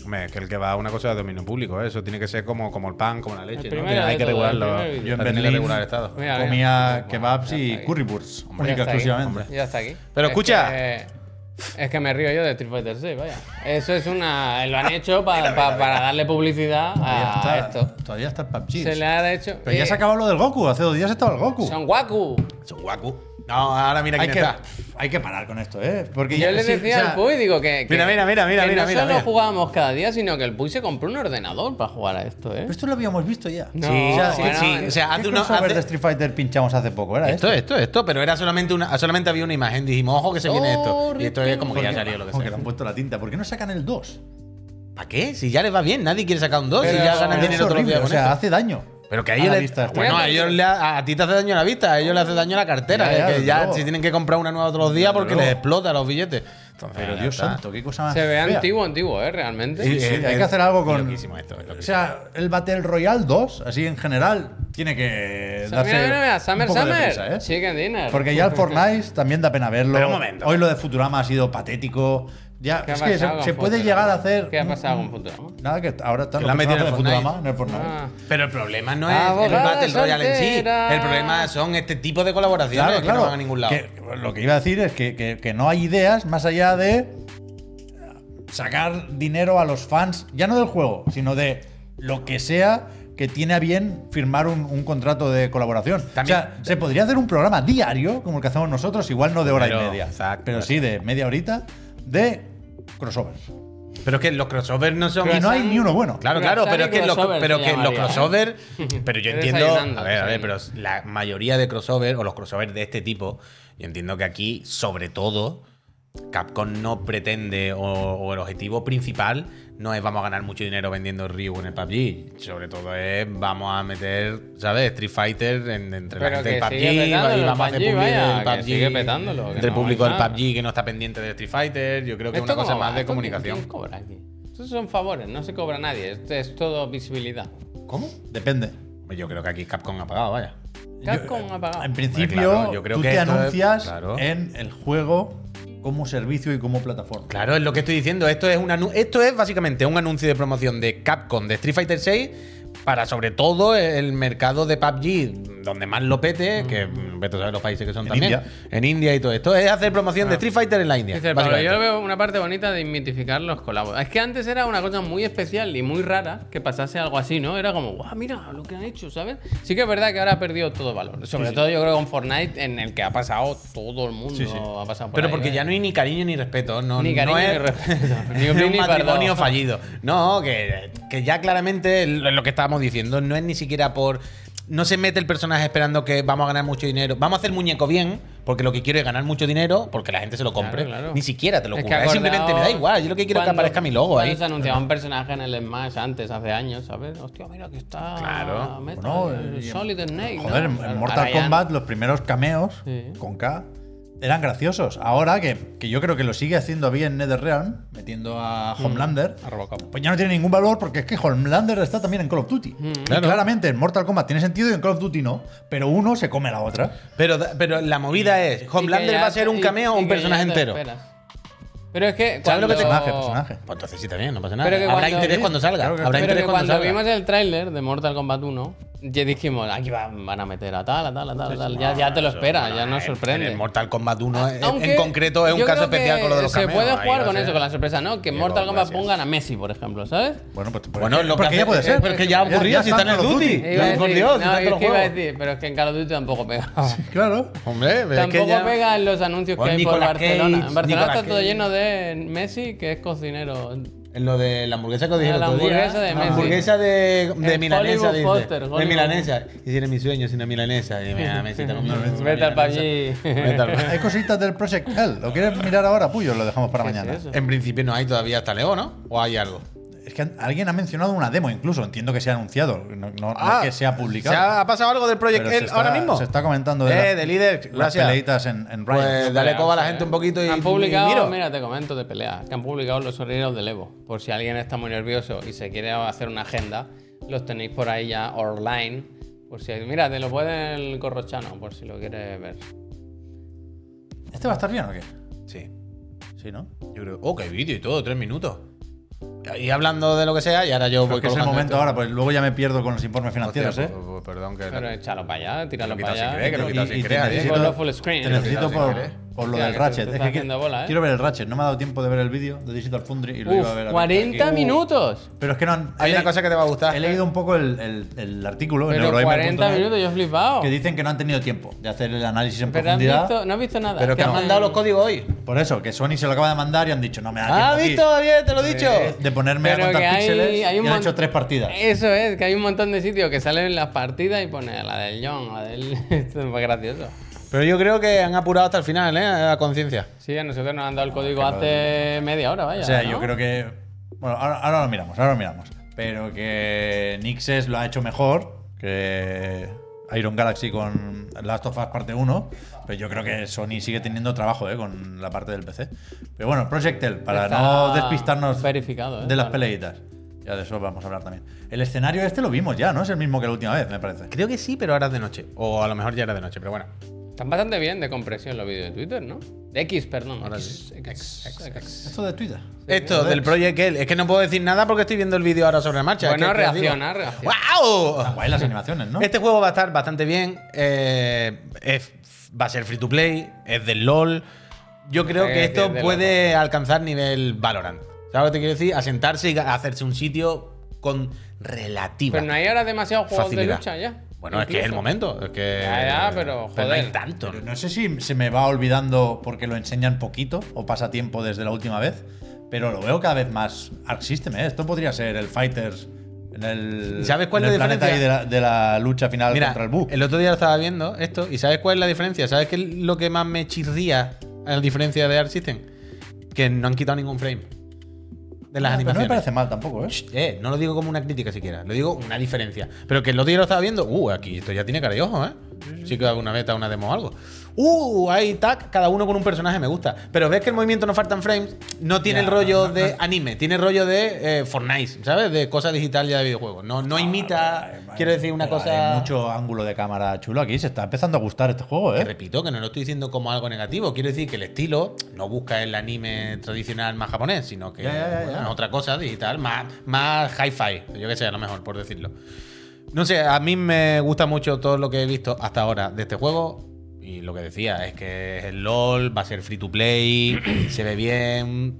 Speaker 2: Hombre, es que el que va a una cosa de dominio público, ¿eh? eso tiene que ser como, como el pan, como la leche. ¿no?
Speaker 3: primero
Speaker 2: Tiene-
Speaker 3: de
Speaker 2: Hay que
Speaker 3: todo, el
Speaker 2: regularlo.
Speaker 3: primero y-
Speaker 1: Yo en
Speaker 2: la tiene que
Speaker 1: Berlín-
Speaker 2: regular el Estado.
Speaker 3: Mira, mira.
Speaker 1: Comía
Speaker 3: Bueno,
Speaker 1: kebabs
Speaker 3: ya está
Speaker 1: y
Speaker 3: ahí.
Speaker 1: currywurst,
Speaker 3: Ya
Speaker 1: única
Speaker 3: está ahí.
Speaker 1: exclusivamente.
Speaker 3: Ya está aquí.
Speaker 2: Pero
Speaker 3: Es
Speaker 2: escucha.
Speaker 3: que- es que me río yo de Street Fighter 6, vaya. Eso es una. Lo
Speaker 2: (laughs)
Speaker 3: han hecho pa- pa- para darle publicidad
Speaker 1: Todavía
Speaker 3: a
Speaker 1: está,
Speaker 3: Ah, esto.
Speaker 1: todavía está el PUBG.
Speaker 3: Se le ha hecho.
Speaker 1: Pero ya se ha acabado lo del Goku, hace dos días estaba el Goku.
Speaker 3: Eh, Son Waku.
Speaker 2: Son guacu. No, ahora mira
Speaker 1: Hay
Speaker 2: quién
Speaker 1: que,
Speaker 2: está.
Speaker 1: hay que parar con esto, ¿eh? Porque
Speaker 3: Yo
Speaker 1: ya-
Speaker 3: le
Speaker 1: sí,
Speaker 3: decía
Speaker 1: o sea,
Speaker 3: al Puy, digo que. que-
Speaker 2: Mira, mira, mira, mira,
Speaker 3: que
Speaker 2: mira,
Speaker 3: No
Speaker 2: mira,
Speaker 3: solo
Speaker 2: mira.
Speaker 3: jugábamos cada día, sino que el Puy se compró un ordenador para jugar a esto, ¿eh?
Speaker 1: Esto lo habíamos visto ya.
Speaker 3: No,
Speaker 2: sí,
Speaker 1: o sea,
Speaker 2: sí,
Speaker 3: bueno,
Speaker 2: sí. O sea,
Speaker 1: ¿Qué
Speaker 2: hace unos.
Speaker 1: crossover
Speaker 2: hace-
Speaker 1: de Street Fighter pinchamos hace poco? ¿Era
Speaker 2: Esto, esto, esto, pero era solamente una, solamente había una imagen. Dijimos, ojo que se viene
Speaker 1: Oh,
Speaker 2: esto. Y esto es como que ya salió lo que
Speaker 1: Porque le
Speaker 2: sea.
Speaker 1: han puesto la tinta. ¿Por qué no sacan el 2?
Speaker 2: ¿Para qué? Si ya les va bien, nadie quiere sacar un 2 si
Speaker 3: Pero-
Speaker 2: ya ganan
Speaker 1: Es
Speaker 3: Pero
Speaker 2: dinero todos los
Speaker 1: horrible,
Speaker 2: días
Speaker 1: o
Speaker 2: con
Speaker 1: sea,
Speaker 2: esto.
Speaker 1: hace daño.
Speaker 2: Pero que a
Speaker 1: a
Speaker 2: ellos
Speaker 1: la
Speaker 2: le-
Speaker 1: vista está
Speaker 2: Bueno, a
Speaker 3: bien.
Speaker 2: ellos le- a, a ti te hace daño la vista, a ellos le hace daño la cartera.
Speaker 1: Ya,
Speaker 2: que-
Speaker 1: ya,
Speaker 2: que
Speaker 1: desde
Speaker 2: ya
Speaker 1: luego.
Speaker 2: se tienen que comprar una nueva todos los días
Speaker 1: Desde
Speaker 2: porque
Speaker 1: luego.
Speaker 2: les explota los billetes. Entonces,
Speaker 1: Pero
Speaker 2: ya
Speaker 1: Dios
Speaker 2: está.
Speaker 1: santo, qué cosa más.
Speaker 3: Se ve
Speaker 1: fea.
Speaker 3: antiguo, antiguo, ¿eh? Realmente.
Speaker 1: Sí, sí,
Speaker 2: Eh,
Speaker 1: hay
Speaker 2: eh,
Speaker 1: que hacer algo
Speaker 2: es
Speaker 1: con.
Speaker 2: loquísimo esto, es
Speaker 1: O
Speaker 2: loquísimo.
Speaker 1: sea, el Battle Royale 2, así en general, tiene que.
Speaker 3: Mira,
Speaker 1: darse
Speaker 3: mira, mira,
Speaker 1: un
Speaker 3: Summer,
Speaker 1: poco de
Speaker 3: Summer.
Speaker 1: prisa, ¿eh?
Speaker 3: Chicken Dinner.
Speaker 1: Porque ya el Fortnite también da pena verlo.
Speaker 2: Pero un momento.
Speaker 1: Hoy lo de Futurama ha sido patético. Ya,
Speaker 3: ¿Qué ha
Speaker 1: es que se,
Speaker 3: pasado con
Speaker 1: se puede
Speaker 3: Futurama?
Speaker 1: llegar a hacer.
Speaker 3: ¿Qué ha
Speaker 1: un-
Speaker 3: pasado con Futurama?
Speaker 1: Nada, que ahora está
Speaker 2: Que lo han metido en el Fortnite.
Speaker 1: Futurama, en el Fortnite.
Speaker 3: Ah.
Speaker 2: Pero el problema no
Speaker 1: Ah,
Speaker 2: es el
Speaker 3: Abogada
Speaker 2: Battle Royale en sí.
Speaker 3: soltera.
Speaker 2: El problema son este tipo de colaboraciones
Speaker 1: Claro,
Speaker 2: que
Speaker 1: claro.
Speaker 2: no van a ningún lado.
Speaker 1: Que- lo que iba a decir es que, que- que no hay ideas más allá de sacar dinero a los fans, ya no del juego, sino de lo que sea que tiene a bien firmar un, un contrato de colaboración.
Speaker 2: También-
Speaker 1: o sea, se podría hacer un programa diario, como el que hacemos nosotros, igual no de hora
Speaker 2: Pero-
Speaker 1: y media,
Speaker 2: exacto,
Speaker 1: pero sí de media horita, de crossovers.
Speaker 2: Pero es que los crossovers no son.
Speaker 1: Y no hay
Speaker 3: Croissant-
Speaker 1: ni uno bueno.
Speaker 2: Claro, claro,
Speaker 3: Croissant
Speaker 2: pero es
Speaker 3: y
Speaker 2: que los,
Speaker 3: crossover
Speaker 2: pero
Speaker 3: se
Speaker 2: que los
Speaker 3: llamaría.
Speaker 2: crossovers. Pero yo
Speaker 3: Estoy
Speaker 2: entiendo.
Speaker 3: desayunando,
Speaker 2: A ver, a ver, pero
Speaker 3: desayunando.
Speaker 2: la mayoría de crossovers o los crossovers de este tipo, yo entiendo que aquí, sobre todo, Capcom no pretende o, o el objetivo principal no es vamos a ganar mucho dinero vendiendo Ryu en el PUBG. Sobre todo es vamos a meter, ¿sabes? Street Fighter en- entre la
Speaker 3: Pero
Speaker 2: gente del
Speaker 3: que
Speaker 2: PUBG
Speaker 3: sigue
Speaker 2: y
Speaker 3: petándolo el
Speaker 2: vamos a hacer
Speaker 3: PUBG,
Speaker 2: público
Speaker 3: vaya,
Speaker 2: del
Speaker 3: que
Speaker 2: PUBG.
Speaker 3: sigue petándolo, que
Speaker 2: entre el
Speaker 3: no
Speaker 2: público del
Speaker 3: avanza.
Speaker 2: PUBG que no está pendiente de Street Fighter. Yo creo que es
Speaker 3: ¿Esto
Speaker 2: una cosa
Speaker 3: cómo va?
Speaker 2: más de
Speaker 3: ¿Esto quién- quién
Speaker 2: comunicación.
Speaker 3: cobra aquí? Estos son favores, no se cobra nadie. Esto es todo visibilidad.
Speaker 2: ¿Cómo?
Speaker 1: Depende.
Speaker 2: Yo creo que aquí Capcom ha pagado, vaya.
Speaker 3: Capcom ha pagado.
Speaker 1: En principio,
Speaker 2: Ah, claro, yo creo
Speaker 1: tú
Speaker 2: que
Speaker 1: te
Speaker 2: esto es-
Speaker 1: anuncias
Speaker 2: claro.
Speaker 1: en el juego como servicio y como plataforma.
Speaker 2: Claro, es lo que estoy diciendo. Esto es, un anu- esto es básicamente un anuncio de promoción de Capcom de Street Fighter 6 para sobre todo el mercado de PUBG, donde más lo pete, que mm, vete a saber los países que son
Speaker 1: En
Speaker 2: también.
Speaker 1: India.
Speaker 2: En India y todo esto. Es hacer promoción de Street Fighter en la India.
Speaker 3: Dice, Pablo,
Speaker 2: básicamente.
Speaker 3: yo veo una parte bonita de mitificar los colabos. Es que antes era una cosa muy especial y muy rara que pasase algo así, ¿no? Era como, guau, mira lo que han hecho, ¿sabes? Sí que es verdad que ahora ha perdido todo valor. Sobre todo yo creo con Fortnite, en el que ha pasado todo el mundo.
Speaker 1: Sí, sí.
Speaker 3: Ha pasado por
Speaker 2: Pero
Speaker 3: ahí,
Speaker 2: porque
Speaker 3: ¿eh?
Speaker 2: ya no hay ni cariño ni respeto. No,
Speaker 3: Ni
Speaker 2: no
Speaker 3: cariño
Speaker 2: es-
Speaker 3: ni
Speaker 2: (laughs)
Speaker 3: respeto. Ni
Speaker 2: es
Speaker 3: un
Speaker 2: un
Speaker 3: ni
Speaker 2: matrimonio
Speaker 3: perdón.
Speaker 2: fallido. No, que, que ya claramente lo lo que estábamos diciendo no es ni siquiera por. No se mete el personaje esperando que vamos a ganar mucho dinero. Vamos a hacer muñeco bien, porque lo que quiero es ganar mucho dinero, porque la gente se lo compre.
Speaker 3: Claro, claro.
Speaker 2: Ni siquiera te lo
Speaker 3: Es que
Speaker 2: ocurre. Es simplemente me da
Speaker 3: acordaos
Speaker 2: igual. Yo lo que quiero es que
Speaker 3: cuando-
Speaker 2: aparezca mi logo ahí.
Speaker 3: cuando se anunciaba un personaje en el Smash antes, hace años, ¿sabes? Hostia, mira que está.
Speaker 2: Claro.
Speaker 3: Metal,
Speaker 1: Bueno,
Speaker 3: eh,
Speaker 1: eh,
Speaker 3: Solid Snake. ¿no?
Speaker 1: Joder, en-
Speaker 3: Claro,
Speaker 1: en Mortal
Speaker 3: ahora ya no.
Speaker 1: Kombat los primeros cameos
Speaker 3: Sí.
Speaker 1: con K eran graciosos. Ahora que, que yo creo que lo sigue haciendo bien NetherRealm, metiendo a Homelander,
Speaker 2: A Robocop.
Speaker 1: pues ya no tiene ningún valor porque es que Homelander está también en Call of Duty. Y
Speaker 2: Claro.
Speaker 1: Claramente en Mortal Kombat tiene sentido y en Call of Duty no, pero uno se come a la otra.
Speaker 2: Pero, pero la movida es:
Speaker 3: Y que
Speaker 2: Homelander
Speaker 3: ya
Speaker 2: va a ser
Speaker 3: te-
Speaker 2: un
Speaker 3: y-
Speaker 2: cameo o
Speaker 3: y
Speaker 2: un
Speaker 3: que ya
Speaker 2: personaje
Speaker 3: te
Speaker 2: entero.
Speaker 3: esperas. Pero es que.
Speaker 2: ¿Sabes lo que te-
Speaker 1: Personaje, personaje.
Speaker 2: Pues entonces sí, también, no pasa nada.
Speaker 3: Pero que
Speaker 2: Habrá
Speaker 3: cuando-
Speaker 2: interés cuando salga.
Speaker 1: Claro que-
Speaker 2: Habrá
Speaker 3: Pero
Speaker 2: interés
Speaker 3: que
Speaker 2: cuando
Speaker 3: cuando
Speaker 2: salga.
Speaker 3: vimos el tráiler de Mortal Kombat 1, ya dijimos, aquí va- van a meter a tal, a tal, a tal, a tal. Ya, ya te lo esperas, ya no sorprende.
Speaker 2: El Mortal Kombat 1 es-
Speaker 3: Aunque
Speaker 2: en concreto es un
Speaker 3: yo
Speaker 2: caso
Speaker 3: creo que
Speaker 2: especial con lo de los
Speaker 3: Se
Speaker 2: cameos.
Speaker 3: puede
Speaker 2: Ahí va
Speaker 3: jugar
Speaker 2: a
Speaker 3: con
Speaker 2: ser.
Speaker 3: eso, con la sorpresa, ¿no? Que en
Speaker 2: Diego,
Speaker 3: Mortal Kombat
Speaker 2: gracias.
Speaker 3: pongan a Messi, por ejemplo, ¿sabes?
Speaker 1: Bueno, pues
Speaker 2: Bueno, lo que
Speaker 1: porque
Speaker 2: hace-
Speaker 1: ya puede ser.
Speaker 2: Pero es que ya ha
Speaker 1: Ya
Speaker 2: ocurrido,
Speaker 1: está
Speaker 2: si está
Speaker 1: en
Speaker 2: en el
Speaker 1: Call of
Speaker 2: Duty.
Speaker 1: Duty.
Speaker 3: Iba a
Speaker 2: Ya, Por
Speaker 3: decir-
Speaker 2: Dios, si
Speaker 3: no,
Speaker 2: está en
Speaker 3: es
Speaker 2: los
Speaker 3: que iba a
Speaker 2: juegos.
Speaker 3: decir, pero es que en Call of Duty tampoco pega.
Speaker 1: Claro.
Speaker 2: Hombre, pero es que
Speaker 3: Tampoco
Speaker 2: ya-
Speaker 3: pega en los anuncios
Speaker 2: Pues
Speaker 3: que hay por
Speaker 2: Nicolas
Speaker 3: Barcelona.
Speaker 2: Cage,
Speaker 3: en Barcelona
Speaker 2: Nicolas
Speaker 3: está todo
Speaker 2: Cage.
Speaker 3: lleno de Messi, que es cocinero.
Speaker 2: En lo de la hamburguesa que os dije
Speaker 3: Ah,
Speaker 2: el
Speaker 3: la
Speaker 2: otro día.
Speaker 3: hamburguesa de
Speaker 2: La
Speaker 3: Messi.
Speaker 2: hamburguesa de, de
Speaker 3: El
Speaker 2: milanesa,
Speaker 3: Hollywood
Speaker 2: dice.
Speaker 3: Foster,
Speaker 2: de
Speaker 3: Hollywood.
Speaker 2: milanesa. Y si era mi sueño, si una milanesa. Y mira, Messi está comiendo una
Speaker 3: Vete al
Speaker 2: milanesa. (laughs)
Speaker 3: PUBG.
Speaker 2: Vete al
Speaker 1: Hay cositas del Project Hell. ¿Lo quieres mirar ahora, Puyo? Lo dejamos para
Speaker 3: ¿Qué es
Speaker 1: mañana.
Speaker 3: eso?
Speaker 2: En principio no hay todavía hasta Leo, ¿no? ¿O hay algo?
Speaker 1: Es que han- alguien ha mencionado una demo incluso. Entiendo que se ha anunciado, no, no- no
Speaker 2: Ah,
Speaker 1: que se ha publicado.
Speaker 2: ¿se ha, ha pasado algo del Project
Speaker 1: Pero
Speaker 2: L
Speaker 1: se está-
Speaker 2: ahora mismo?
Speaker 1: Se está comentando
Speaker 2: Eh,
Speaker 1: de, las-
Speaker 2: de líder,
Speaker 1: las
Speaker 2: gracias.
Speaker 1: peleitas en, en Riot.
Speaker 2: Pues dale
Speaker 3: Espera,
Speaker 2: coba a
Speaker 3: o
Speaker 2: la
Speaker 3: sea,
Speaker 2: gente un poquito y.
Speaker 3: Han publicado,
Speaker 2: y miro.
Speaker 3: mira, te comento de pelea, que han publicado los horarios del Evo. Por si alguien está muy nervioso y se quiere hacer una agenda, los tenéis por ahí ya online. Por si, mira, te lo puede el corrochano, por si lo quieres ver.
Speaker 1: ¿Este va a estar bien o qué?
Speaker 2: Sí.
Speaker 1: Sí, ¿no?
Speaker 2: Yo creo, oh, qué vídeo y todo, tres minutos. Y hablando de lo que sea, y ahora yo voy
Speaker 1: Porque es el
Speaker 2: colocando
Speaker 1: momento
Speaker 2: esto.
Speaker 1: ahora, pues luego ya me pierdo con los informes
Speaker 2: Hostia,
Speaker 1: financieros, ¿eh?
Speaker 2: pues, pues, Perdón, que.
Speaker 3: Pero échalo para allá, tíralo
Speaker 2: Lo quitado
Speaker 3: para
Speaker 2: sin
Speaker 3: allá.
Speaker 2: querer, que lo he quitado
Speaker 1: Y- y
Speaker 2: sin
Speaker 1: te
Speaker 2: querer. adiós.
Speaker 1: necesito-
Speaker 3: Ponlo ¿eh? full screen,
Speaker 1: Te
Speaker 3: lo he
Speaker 1: necesito
Speaker 2: quitado sin
Speaker 1: por,
Speaker 2: querer.
Speaker 1: por lo
Speaker 3: Hostia,
Speaker 1: del
Speaker 3: que te- te
Speaker 1: Ratchet. Es
Speaker 3: está
Speaker 1: que
Speaker 3: haciendo
Speaker 1: qui-
Speaker 3: bola, ¿eh?
Speaker 1: Quiero ver el Ratchet. No me ha dado tiempo de ver el vídeo de Digital Foundry y lo iba a ver.
Speaker 3: Uf,
Speaker 1: ahora.
Speaker 3: 40 minutos.
Speaker 1: Pero es que no han-
Speaker 2: Hay
Speaker 1: he
Speaker 2: una
Speaker 1: le-
Speaker 2: cosa que te va a gustar.
Speaker 1: He leído un poco el, el- el artículo en
Speaker 3: Pero
Speaker 1: Eurogamer.net
Speaker 3: 40 minutos, yo he flipado.
Speaker 1: que dicen que no han tenido tiempo de hacer el análisis en
Speaker 3: Pero has
Speaker 1: profundidad.
Speaker 3: visto- no has visto nada.
Speaker 2: Pero
Speaker 3: Es
Speaker 2: que han
Speaker 3: no-
Speaker 2: mandado los códigos hoy.
Speaker 1: Por eso, que Sony se lo acaba de mandar y han dicho, no me da tiempo.
Speaker 2: Ah,
Speaker 1: aquí
Speaker 2: visto, bien, te lo he dicho.
Speaker 1: De ponerme
Speaker 3: Pero
Speaker 1: a
Speaker 3: que
Speaker 1: contar
Speaker 3: hay-
Speaker 1: píxeles
Speaker 3: hay un
Speaker 1: y han
Speaker 3: mon- Eh,
Speaker 1: hecho tres partidas.
Speaker 3: Eso es, que hay un montón de sitios que salen las partidas y pone la del John, la del. (laughs) Esto es muy gracioso.
Speaker 2: Pero yo creo que han apurado hasta el final, ¿eh? A conciencia.
Speaker 3: Sí, a nosotros nos han
Speaker 2: Ah,
Speaker 3: dado el código hace media hora, vaya.
Speaker 1: O sea,
Speaker 3: ¿no?
Speaker 1: yo creo que. Bueno, ahora, ahora lo miramos, ahora lo miramos. Pero que Nixes lo ha hecho mejor que Iron Galaxy con Last of Us parte 1. Pero yo creo que Sony sigue teniendo trabajo ¿eh? con la parte del PC. Pero bueno, Project L, para
Speaker 3: Está
Speaker 1: no despistarnos
Speaker 3: verificado, ¿eh?
Speaker 1: de las
Speaker 3: Claro.
Speaker 1: peleitas. Ya de eso vamos a hablar también. El escenario este lo vimos ya, ¿no? Es el mismo que la última vez, me parece.
Speaker 2: Creo que sí, pero ahora es de noche. O a lo mejor ya era de noche, pero bueno.
Speaker 3: Están bastante bien de compresión los vídeos de Twitter, ¿no? De X, perdón. X, X, X, X.
Speaker 1: Esto de Twitter.
Speaker 2: Esto del Project L. Es que no puedo decir nada porque estoy viendo el vídeo ahora sobre la marcha.
Speaker 3: Bueno,
Speaker 2: Es que-
Speaker 3: reacciona, reacciona.
Speaker 2: ¡Wow!
Speaker 1: Guay las animaciones, ¿no?
Speaker 2: Este juego va a estar bastante bien. eh, es- va a ser free to play. Es del LOL. Yo creo
Speaker 3: Sí,
Speaker 2: que
Speaker 3: sí,
Speaker 2: esto
Speaker 3: es del
Speaker 2: puede alcanzar nivel Valorant. ¿Sabes lo que te quiero decir? Asentarse y ga- hacerse un sitio con relativa
Speaker 3: Pero no hay ahora demasiados juegos de
Speaker 2: facilidad.
Speaker 3: lucha ya.
Speaker 2: Bueno, es que es el
Speaker 3: Incluso.
Speaker 2: momento. Es que,
Speaker 3: Ya, ya, pero,
Speaker 2: no hay
Speaker 3: joder.
Speaker 2: tanto.
Speaker 1: Pero no sé si se me va olvidando porque lo enseñan poquito o pasa tiempo desde la última vez, pero lo veo cada vez más Arc System. ¿eh? Esto podría ser el Fighters en el,
Speaker 2: ¿Sabes cuál
Speaker 1: en
Speaker 2: es
Speaker 1: el
Speaker 2: la
Speaker 1: planeta ahí de
Speaker 2: diferencia?
Speaker 1: la, de la lucha final
Speaker 2: Mira,
Speaker 1: contra el Buu.
Speaker 2: el otro día lo estaba viendo esto y ¿sabes cuál es la diferencia? ¿Sabes qué es lo que más me chirría a la diferencia de Art System? Que no han quitado ningún frame de las
Speaker 1: Ah, pero no me
Speaker 2: animaciones.
Speaker 1: parece mal tampoco, ¿eh?
Speaker 2: Eh, no lo digo como una crítica siquiera, lo digo una
Speaker 1: Mm.
Speaker 2: diferencia. Pero que el otro día lo estaba viendo, uh, aquí esto ya tiene cara y ojo, ¿eh? Sí que alguna vez está una demo o algo. ¡Uh! Hay tag, cada uno con un personaje me gusta. Pero ves que el movimiento no faltan frames, no tiene
Speaker 1: Ya,
Speaker 2: el rollo
Speaker 1: no, no,
Speaker 2: de anime, tiene el rollo de eh, Fortnite, ¿sabes? De cosas digital ya de videojuegos. No,
Speaker 1: Ah,
Speaker 2: no imita,
Speaker 1: Ay,
Speaker 2: quiero decir, una
Speaker 1: pero
Speaker 2: cosa.
Speaker 1: Hay mucho ángulo de cámara chulo aquí. Se está empezando a gustar este juego,
Speaker 2: Que
Speaker 1: ¿eh?
Speaker 2: repito, que no lo estoy diciendo como algo negativo. Quiero decir que el estilo no busca el anime tradicional más japonés, sino que
Speaker 1: Ya, ya, ya,
Speaker 2: bueno,
Speaker 1: ya.
Speaker 2: es otra cosa digital, más, más hi-fi, yo que sé, a lo mejor, por decirlo. No sé, a mí me gusta mucho todo lo que he visto hasta ahora de este juego. Y lo que decía es que es el LOL, va a ser free to play, se ve bien.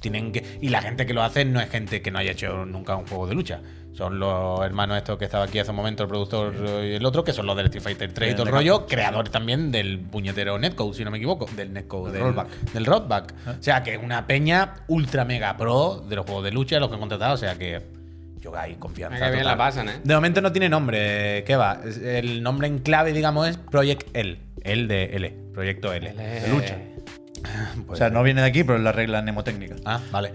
Speaker 2: Tienen que, y la gente que lo hace no es gente que no haya hecho nunca un juego de lucha. Son los hermanos estos que estaba aquí hace un momento, el productor eh, y el otro, que son los del Street Fighter 3 y
Speaker 1: Vienen
Speaker 2: todo el
Speaker 1: de
Speaker 2: rollo, creador también del puñetero Netcode, si no me equivoco, del
Speaker 1: Del
Speaker 2: Netcode, del
Speaker 1: rollback.
Speaker 2: Del rollback. Ah. O sea, que es una peña ultra mega pro de los juegos de lucha, los que han contratado, o sea que yo hay confianza.
Speaker 3: Mira que bien
Speaker 2: total.
Speaker 3: la pasan, ¿eh?
Speaker 2: De momento no tiene nombre, ¿qué va? Es- El nombre en clave, digamos, es Project L. L de L, Proyecto L. (laughs)
Speaker 3: Eh,
Speaker 1: lucha.
Speaker 2: Pues-
Speaker 1: O sea, no viene de aquí, pero es la regla mnemotécnica.
Speaker 2: Ah, vale.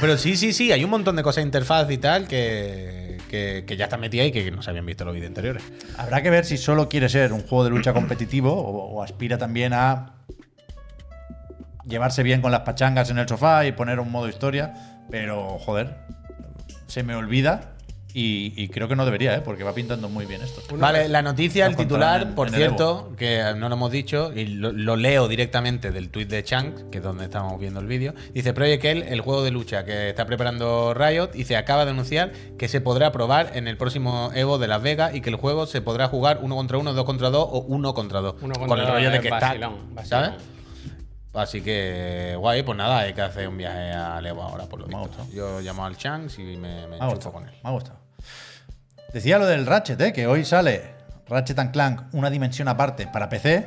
Speaker 2: Pero sí, sí, sí, hay un montón de cosas de interfaz y tal que, que, que ya están metidas y que no se habían visto en los vídeos anteriores.
Speaker 1: Habrá que ver si solo quiere ser un juego de lucha competitivo o, o aspira también a llevarse bien con las pachangas en el sofá y poner un modo historia. Pero, joder, se me olvida y, y creo que no debería, ¿eh? porque va pintando muy bien esto.
Speaker 2: Vale, la noticia,
Speaker 1: Nos
Speaker 2: el titular,
Speaker 1: contarán en-
Speaker 2: por
Speaker 1: en el
Speaker 2: cierto, que no lo hemos dicho, y lo, lo leo directamente del tweet de Chang, que es donde estamos viendo el vídeo. Dice Project L, el juego de lucha que está preparando Riot, y se acaba de anunciar que se podrá probar en el próximo Evo de Las Vegas y que el juego se podrá jugar uno contra uno, dos contra dos o uno contra dos.
Speaker 3: Uno contra
Speaker 2: con el
Speaker 3: dos,
Speaker 2: rollo de
Speaker 3: eh,
Speaker 2: que está.
Speaker 3: vacilón, vacilón.
Speaker 2: ¿Sabes? Así que guay, pues nada, hay que hacer un viaje a Evo ahora, por lo
Speaker 1: Me ha
Speaker 2: visto.
Speaker 1: gustado.
Speaker 2: Yo llamo al Chang y me, me
Speaker 1: Me ha
Speaker 2: enchufo
Speaker 1: gustado,
Speaker 2: con él.
Speaker 1: me ha gustado. Decía lo del Ratchet, ¿eh? que hoy sale Ratchet and Clank una dimensión aparte para PC.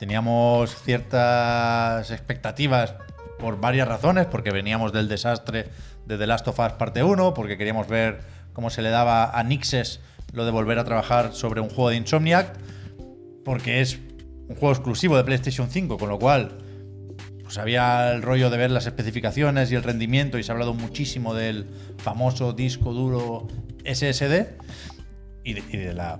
Speaker 1: Teníamos ciertas expectativas por varias razones, porque veníamos del desastre de The Last of Us parte 1, porque queríamos ver cómo se le daba a Nixes lo de volver a trabajar sobre un juego de Insomniac, porque es un juego exclusivo de PlayStation 5, con lo cual pues había el rollo de ver las especificaciones y el rendimiento y se ha hablado muchísimo del famoso disco duro SSD y de, y de la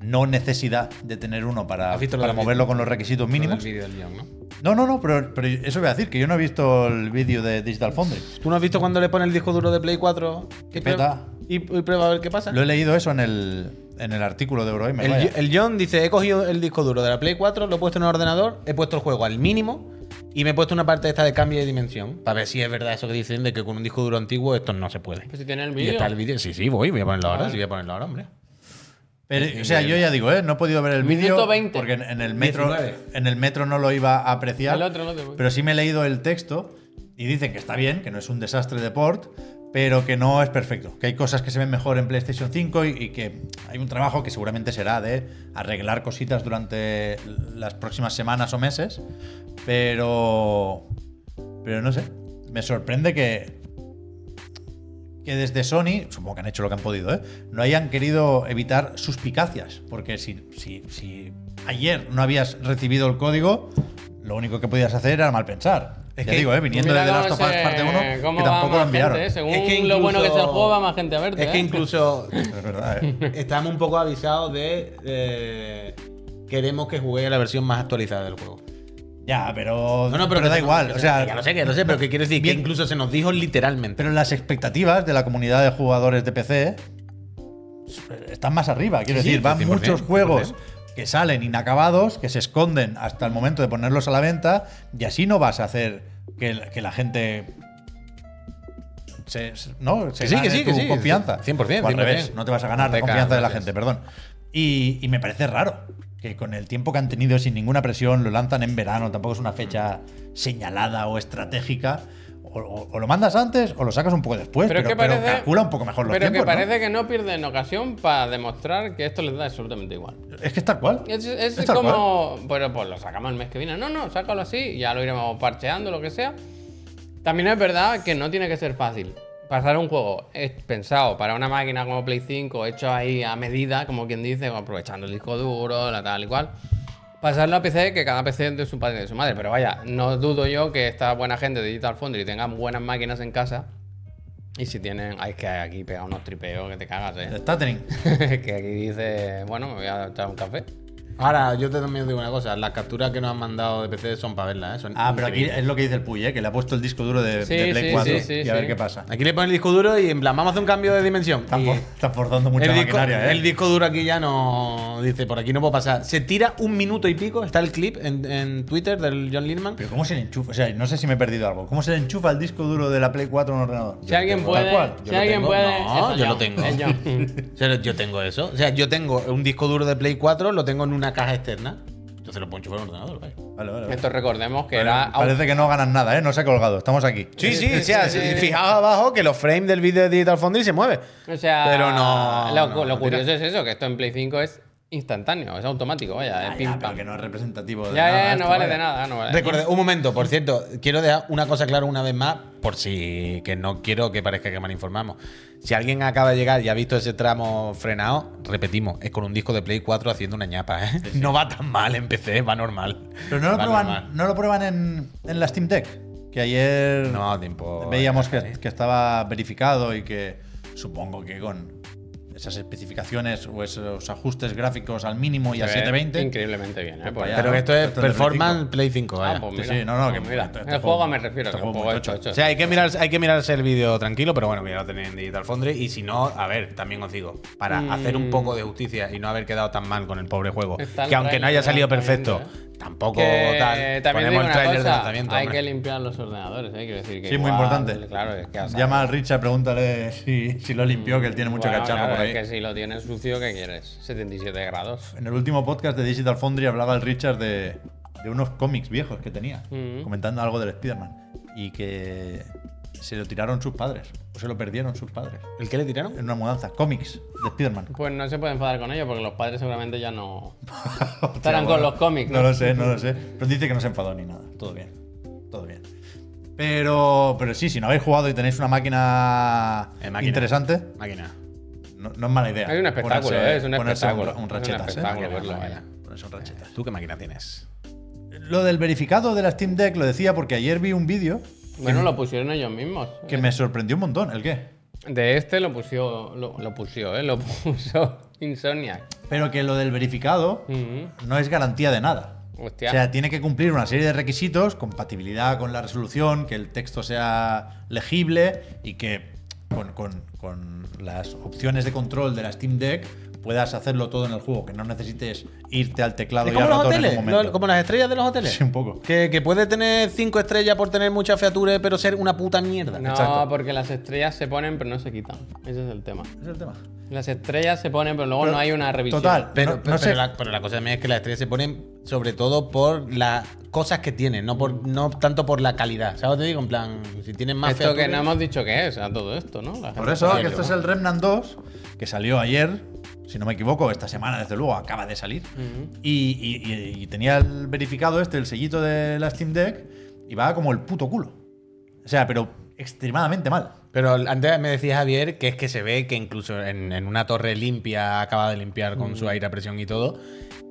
Speaker 1: no necesidad de tener uno para,
Speaker 2: ¿Has visto lo
Speaker 1: para
Speaker 2: del-
Speaker 1: moverlo con los requisitos
Speaker 3: Lo
Speaker 1: mínimos.
Speaker 3: del vídeo del guión, ¿no?
Speaker 1: No, no, no, pero, pero eso voy a decir, que yo no he visto el vídeo de Digital Foundry.
Speaker 2: ¿Tú no has visto cuando le pone el disco duro de Play 4
Speaker 1: Que
Speaker 2: y,
Speaker 1: peta.
Speaker 2: y, y prueba a ver qué pasa?
Speaker 1: Lo he leído eso en el, en el artículo de Eurogamer.
Speaker 2: el,
Speaker 1: vaya.
Speaker 2: el John dice, he cogido el disco duro de la Play 4, lo he puesto en el ordenador, he puesto el juego al mínimo y me he puesto una parte esta de cambio de dimensión para ver si es verdad eso que dicen de que con un disco duro antiguo esto no se puede.
Speaker 3: Pues si tiene el
Speaker 2: Y
Speaker 3: vídeo.
Speaker 2: está el vídeo. Sí, sí, voy, voy a ponerlo ahora,
Speaker 3: Vale.
Speaker 2: sí voy a ponerlo ahora, hombre.
Speaker 1: Pero, o sea, yo ya digo, ¿eh? no he podido ver el vídeo
Speaker 3: Minuto 20.
Speaker 1: porque en, en el metro
Speaker 2: 19.
Speaker 1: en el metro no lo iba a apreciar.
Speaker 3: El otro no te voy.
Speaker 1: pero sí me he leído el texto y dicen que está bien, que no es un desastre de port, pero que no es perfecto, que hay cosas que se ven mejor en PlayStation 5 y, y que hay un trabajo que seguramente será de arreglar cositas durante las próximas semanas o meses, pero pero no sé, me sorprende que que desde Sony, supongo que han hecho lo que han podido, ¿eh? no hayan querido evitar suspicacias, porque si, si, si ayer no habías recibido el código, lo único que podías hacer era mal pensar. Es
Speaker 2: que-
Speaker 1: que digo, ¿eh? viniendo de
Speaker 3: Mira
Speaker 1: The Last
Speaker 3: cómo
Speaker 1: of Us
Speaker 3: se-
Speaker 1: parte 1,
Speaker 3: cómo
Speaker 1: que
Speaker 3: va
Speaker 1: tampoco lo
Speaker 3: más
Speaker 1: enviaron.
Speaker 3: gente, ¿eh? Según
Speaker 2: Es que
Speaker 3: lo bueno que es el
Speaker 2: incluso-
Speaker 3: juego, va más gente a verte.
Speaker 2: Es que
Speaker 3: ¿eh?
Speaker 2: incluso
Speaker 1: Es verdad, ¿eh?
Speaker 2: estamos un poco avisados de... eh, queremos que juguéis a la versión más actualizada del juego.
Speaker 1: Ya, pero.
Speaker 2: No, no, pero,
Speaker 1: pero
Speaker 2: que
Speaker 1: da
Speaker 2: se-
Speaker 1: igual.
Speaker 2: que
Speaker 1: O
Speaker 2: se-
Speaker 1: sea,
Speaker 2: ya lo sé, que lo sé, pero que quiero decir
Speaker 1: Bien.
Speaker 2: que incluso se nos dijo literalmente.
Speaker 1: Pero las expectativas de la comunidad de jugadores de PC están más arriba. Quiero
Speaker 2: Sí, sí,
Speaker 1: decir, van
Speaker 2: 100%,
Speaker 1: muchos
Speaker 2: 100%.
Speaker 1: juegos que salen inacabados, que se esconden hasta el momento de ponerlos a la venta, y así no vas a hacer que, la- que la gente se, se- ¿no? se
Speaker 2: Que sí, que
Speaker 1: gane
Speaker 2: sí, que
Speaker 1: tu
Speaker 2: sí,
Speaker 1: confianza.
Speaker 2: 100%,
Speaker 1: O al
Speaker 2: 100%.
Speaker 1: revés, no te vas a ganar la
Speaker 2: Teca,
Speaker 1: confianza de la
Speaker 2: gracias.
Speaker 1: gente, perdón. Y, y me parece raro que con el tiempo que han tenido sin ninguna presión, lo lanzan en verano, tampoco es una fecha señalada o estratégica. O, o- o lo mandas antes o lo sacas un poco después,
Speaker 3: Pero
Speaker 1: pero,
Speaker 3: es que
Speaker 1: pero
Speaker 3: parece-
Speaker 1: calcula un poco mejor los
Speaker 3: Pero
Speaker 1: tiempos,
Speaker 3: que
Speaker 1: ¿no?
Speaker 3: parece que no pierden ocasión para demostrar que esto les da absolutamente igual.
Speaker 1: Es que es tal cual.
Speaker 3: Es, es
Speaker 1: Es tal
Speaker 3: como. Pero pues lo sacamos el mes que viene. No, no, sácalo así, ya lo iremos parcheando, lo que sea. También es verdad que no tiene que ser fácil. Pasar un juego es pensado para una máquina como Play 5, hecho ahí a medida, como quien dice, aprovechando el disco duro, la tal y cual. Pasarlo a PC, que cada PC es de su padre y de su madre. Pero vaya, no dudo yo que esta buena gente de Digital Foundry tengan buenas máquinas en casa. Y si tienen. Ay, es que aquí pega unos tripeos que te cagas, eh. (laughs)
Speaker 1: El Stuttering.
Speaker 3: que aquí dice, bueno, me voy a echar un café.
Speaker 2: Ahora, yo te también digo una cosa. Las capturas que nos han mandado de PC son para verlas, ¿eh? Son
Speaker 1: Ah, pero aquí
Speaker 2: increíbles.
Speaker 1: es lo que dice el Puy, ¿eh? que le ha puesto el disco duro de,
Speaker 3: Sí,
Speaker 1: de Play
Speaker 3: sí,
Speaker 1: 4
Speaker 3: sí, sí,
Speaker 1: y a
Speaker 3: sí.
Speaker 1: ver qué pasa.
Speaker 2: Aquí le ponen el disco duro y en plan, vamos a hacer un cambio de dimensión.
Speaker 1: Están,
Speaker 2: Y
Speaker 1: for- están forzando mucha
Speaker 2: el, disco,
Speaker 1: maquinaria, ¿eh?
Speaker 2: el disco duro aquí ya no. Dice, por aquí no puedo pasar. Se tira un minuto y pico. Está el clip en, en Twitter del John Lindman.
Speaker 1: Pero ¿cómo se le enchufa? O sea, no sé si me he perdido algo. ¿Cómo se le enchufa el disco duro de la Play 4 a un ordenador?
Speaker 3: Si alguien
Speaker 1: Tal
Speaker 3: puede.
Speaker 1: cual.
Speaker 3: Si
Speaker 2: lo
Speaker 3: alguien
Speaker 2: tengo.
Speaker 3: puede.
Speaker 2: No,
Speaker 3: eso,
Speaker 2: yo lo
Speaker 3: John,
Speaker 2: tengo.
Speaker 3: es John.
Speaker 2: (laughs) O sea, yo tengo eso. O sea, yo tengo un disco duro de Play 4, lo tengo en una caja externa. Entonces lo puedo enchufar en un ordenador, vaya.
Speaker 1: Vale, vale, vale.
Speaker 3: Esto recordemos que
Speaker 1: Vale,
Speaker 3: era.
Speaker 1: Parece que no ganan nada, ¿eh? No se ha colgado. Estamos aquí.
Speaker 2: Sí, sí,
Speaker 3: sí,
Speaker 2: o sea,
Speaker 3: sí,
Speaker 2: si-
Speaker 3: sí.
Speaker 2: fijaos abajo que los frames del vídeo de Digital Foundry se mueven.
Speaker 3: O sea,
Speaker 2: Pero no,
Speaker 3: Lo,
Speaker 2: no,
Speaker 3: lo
Speaker 2: no
Speaker 3: curioso es eso, que esto en Play 5 es instantáneo, es automático, vaya, es
Speaker 1: Ah, ya,
Speaker 3: pim
Speaker 1: pero
Speaker 3: pam.
Speaker 1: que no es representativo de
Speaker 3: ya,
Speaker 1: nada
Speaker 3: ya, ya,
Speaker 1: esto,
Speaker 3: no vale
Speaker 1: vaya.
Speaker 3: de nada, no vale.
Speaker 2: Recordé, un momento, por cierto, quiero dejar una cosa clara una vez más, por si que no quiero que parezca que mal informamos. Si alguien acaba de llegar y ha visto ese tramo frenado, repetimos, es con un disco de Play 4 haciendo una ñapa, ¿eh? No va tan mal en PC, va normal.
Speaker 1: Pero no lo
Speaker 2: Va
Speaker 1: prueban,
Speaker 2: normal.
Speaker 1: no lo prueban en, en la Steam Deck. Que ayer
Speaker 2: No, da tiempo.
Speaker 1: veíamos que, que estaba verificado y que supongo que con esas especificaciones o esos ajustes gráficos al mínimo y a
Speaker 3: Se ve
Speaker 1: 720.
Speaker 3: Increíblemente bien, eh. Pues,
Speaker 1: vaya,
Speaker 2: Pero que esto es
Speaker 1: Esto es de
Speaker 2: performance Play 5,
Speaker 3: Ah,
Speaker 2: vaya.
Speaker 3: pues
Speaker 1: Sí,
Speaker 3: mira,
Speaker 1: sí, no, no,
Speaker 3: pues
Speaker 1: que-
Speaker 3: mira.
Speaker 1: este- este
Speaker 3: el
Speaker 1: juego-
Speaker 3: juego me refiero,
Speaker 1: este
Speaker 3: que es un
Speaker 1: juego
Speaker 3: poco
Speaker 1: muy
Speaker 3: hecho,
Speaker 1: tocho.
Speaker 2: O
Speaker 3: hecho.
Speaker 2: sea, hay que, mirar, hay que mirarse el vídeo tranquilo, pero bueno, que ya lo tenéis en Digital Foundry. Y si no, a ver, también os digo, para
Speaker 3: Mm.
Speaker 2: hacer un poco de justicia y no haber quedado tan mal con el pobre juego,
Speaker 3: Está el
Speaker 2: que aunque no haya
Speaker 3: trailer
Speaker 2: salido
Speaker 3: lanzamiento,
Speaker 2: perfecto, tampoco
Speaker 3: Que
Speaker 2: tal,
Speaker 3: también digo
Speaker 2: ponemos el
Speaker 3: una
Speaker 2: trailer de
Speaker 3: cosa,
Speaker 2: lanzamiento.
Speaker 3: hay
Speaker 2: hombre.
Speaker 3: que limpiar los ordenadores, eh, quiero decir que
Speaker 1: Sí, muy
Speaker 3: igual,
Speaker 1: importante.
Speaker 3: Claro, es que o sea,
Speaker 1: Llama al Richard, pregúntale si, si lo limpió, que él tiene mucho
Speaker 3: bueno,
Speaker 1: cacharro
Speaker 3: claro,
Speaker 1: por ahí.
Speaker 3: Es que si lo tienes sucio, ¿qué quieres? 77 grados.
Speaker 1: En el último podcast de Digital Foundry hablaba el Richard de, de unos cómics viejos que tenía,
Speaker 3: Mm.
Speaker 1: comentando algo del Spider-Man. Y que se lo tiraron sus padres, o se lo perdieron sus padres.
Speaker 2: ¿El qué le tiraron?
Speaker 1: En una mudanza, cómics de Spider-Man.
Speaker 3: Pues no se puede enfadar con ellos porque los padres seguramente ya no
Speaker 1: Hostia,
Speaker 3: (laughs) estarán con los cómics,
Speaker 1: ¿no?
Speaker 3: ¿no?
Speaker 1: lo sé, no lo sé. Pero dice que no se enfadó ni nada. Todo bien. Todo bien. Pero, pero sí, si no habéis jugado y tenéis una máquina,
Speaker 2: Eh, máquina.
Speaker 1: interesante,
Speaker 2: Máquina.
Speaker 1: no, no es mala idea.
Speaker 3: Hay un espectáculo,
Speaker 1: Ponerse-
Speaker 3: eh, es un
Speaker 1: ponerse
Speaker 3: espectáculo,
Speaker 1: Un,
Speaker 3: es un
Speaker 1: rachetas, eh.
Speaker 3: espectáculo
Speaker 1: Máquina,
Speaker 3: verlo,
Speaker 1: máquina.
Speaker 3: vaya.
Speaker 1: Ponerse un rachetas.
Speaker 2: ¿Tú qué máquina tienes?
Speaker 1: Lo del verificado de la Steam Deck lo decía porque ayer vi un vídeo
Speaker 3: Bueno, lo pusieron ellos mismos.
Speaker 1: que me sorprendió un montón. ¿El qué?
Speaker 3: De este lo pusió, lo, lo pusió, ¿eh? Lo (laughs) puso Insomniac.
Speaker 1: Pero que lo del verificado
Speaker 3: Ujú.
Speaker 1: no es garantía de nada.
Speaker 3: Hostia.
Speaker 1: O sea, tiene que cumplir una serie de requisitos, compatibilidad con la resolución, que el texto sea legible y que con, con- con las opciones de control de la Steam Deck puedas hacerlo todo en el juego, que no necesites irte al teclado
Speaker 2: Es
Speaker 1: y
Speaker 2: como
Speaker 1: al
Speaker 2: los
Speaker 1: ratón en
Speaker 2: hoteles,
Speaker 1: un momento.
Speaker 2: lo- como las estrellas de los hoteles.
Speaker 1: Sí, un poco.
Speaker 2: Que, que puede tener cinco estrellas por tener muchas features, pero ser una puta mierda.
Speaker 3: No,
Speaker 1: Exacto.
Speaker 3: porque las estrellas se ponen pero no se quitan. Ese es el tema.
Speaker 1: Ese es el tema.
Speaker 3: Las estrellas se ponen pero luego
Speaker 1: Pero,
Speaker 3: no hay una revisión.
Speaker 1: total.
Speaker 2: Pero,
Speaker 1: No-
Speaker 2: pero-
Speaker 1: no sé.
Speaker 2: pero la, pero la cosa también es que las estrellas se ponen sobre todo por las cosas que tienen, no por no tanto por la calidad. ¿Sabes? lo que Te digo, en plan, si tienen más
Speaker 3: Esto que
Speaker 2: features-
Speaker 3: no hemos dicho que es, a todo esto, ¿no? La
Speaker 1: Por
Speaker 3: gente-
Speaker 1: eso,
Speaker 2: Sí,
Speaker 1: que esto es el Remnant 2, que salió ayer, si no me equivoco, esta semana, desde luego, acaba de salir. y, y- y- y tenía el verificado este, el sellito de la Steam Deck, y va como el puto culo. O sea, pero extremadamente mal.
Speaker 2: Pero antes me decía Javier que es que se ve que incluso en, en una torre limpia, acaba de limpiar con
Speaker 3: Mm.
Speaker 2: su aire a presión y todo,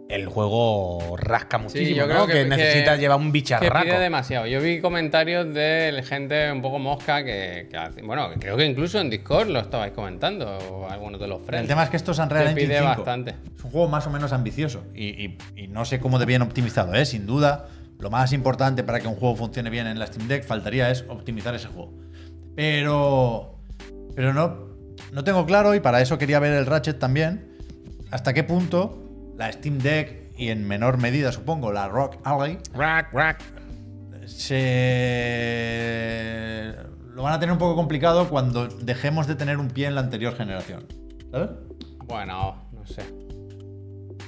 Speaker 2: el juego rasca muchísimo,
Speaker 3: yo
Speaker 2: ¿no?
Speaker 3: creo
Speaker 2: que,
Speaker 3: que-
Speaker 2: necesita
Speaker 3: que-
Speaker 2: llevar un
Speaker 3: Que
Speaker 2: bicharraco.
Speaker 3: pide demasiado. Yo vi comentarios de gente un poco mosca que, que hace- bueno, creo que incluso en Discord lo estabais comentando o algunos de los friends.
Speaker 1: El tema es que esto es Unreal
Speaker 3: Te
Speaker 1: Engine
Speaker 3: pide
Speaker 1: 5.
Speaker 3: bastante.
Speaker 1: Es un juego más o menos ambicioso y, y- y no sé cómo de bien optimizado, ¿eh? sin duda. Lo más importante para que un juego funcione bien en la Steam Deck faltaría es optimizar ese juego. Pero, pero no, no tengo claro y para eso quería ver el Ratchet también. Hasta qué punto la Steam Deck y en menor medida supongo la Rock Alley
Speaker 2: Rack, rack.
Speaker 1: se lo van a tener un poco complicado cuando dejemos de tener un pie en la anterior generación. ¿Sabes?
Speaker 3: Bueno, no sé.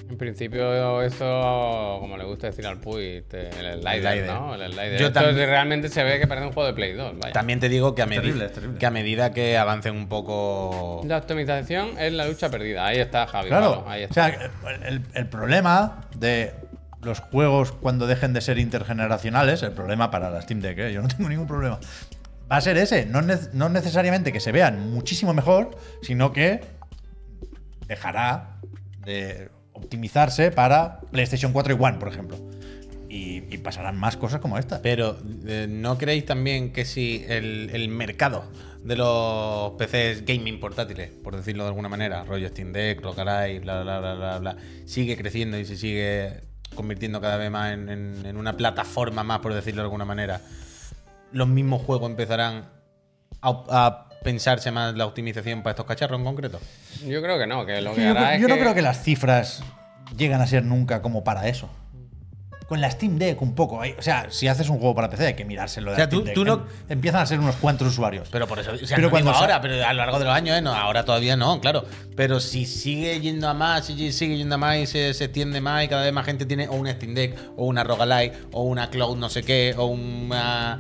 Speaker 3: En principio, eso, como le gusta decir al Puy, te- el slider,
Speaker 2: slider.
Speaker 3: ¿no? El slider.
Speaker 2: Yo
Speaker 3: Esto
Speaker 2: también-
Speaker 3: realmente se ve que parece un juego de Play 2. Vaya.
Speaker 2: También te digo que a, medi-
Speaker 1: terrible, es terrible.
Speaker 2: que a medida que avancen un poco.
Speaker 3: La optimización es la lucha perdida. Ahí está, Javi.
Speaker 1: Claro,
Speaker 3: Pablo, ahí
Speaker 1: o
Speaker 3: está.
Speaker 1: sea, el, el problema de los juegos cuando dejen de ser intergeneracionales, el problema para la Steam Deck, ¿eh? yo no (laughs) tengo ningún problema, va a ser ese. No, ne- no necesariamente que se vean muchísimo mejor, sino que dejará de optimizarse para PlayStation 4 y One, por ejemplo. Y, y pasarán más cosas como esta.
Speaker 2: Pero, eh, ¿no creéis también que si el, el mercado de los PCs gaming portátiles, por decirlo de alguna manera, rollo Steam Deck, Rockaray, bla, bla, bla, bla, bla, sigue creciendo y se sigue convirtiendo cada vez más en, en- en una plataforma más, por decirlo de alguna manera. Los mismos juegos empezarán a, a pensarse más la optimización para estos cacharros en concreto.
Speaker 3: Yo creo que no, que lo
Speaker 1: Sí,
Speaker 3: que
Speaker 1: Yo,
Speaker 3: hará
Speaker 1: cre-
Speaker 3: es
Speaker 1: yo no creo que las cifras llegan a ser nunca como para eso. Con la Steam Deck un poco. hay- O sea, si haces un juego para PC hay que mirárselo de
Speaker 2: O sea,
Speaker 1: la Steam
Speaker 2: tú-
Speaker 1: Deck.
Speaker 2: tú no-
Speaker 1: Em- Empiezan a ser unos cuantos usuarios.
Speaker 2: Pero por eso, o sea,
Speaker 1: Pero
Speaker 2: no
Speaker 1: cuando
Speaker 2: digo
Speaker 1: sa-
Speaker 2: ahora, pero a lo largo de los años, ¿eh? No, ahora todavía no, claro. Pero si sigue yendo a más, si sigue yendo a más y se, se extiende más y cada vez más gente tiene o una Steam Deck, o una Rogalite, o una Cloud no sé qué, o una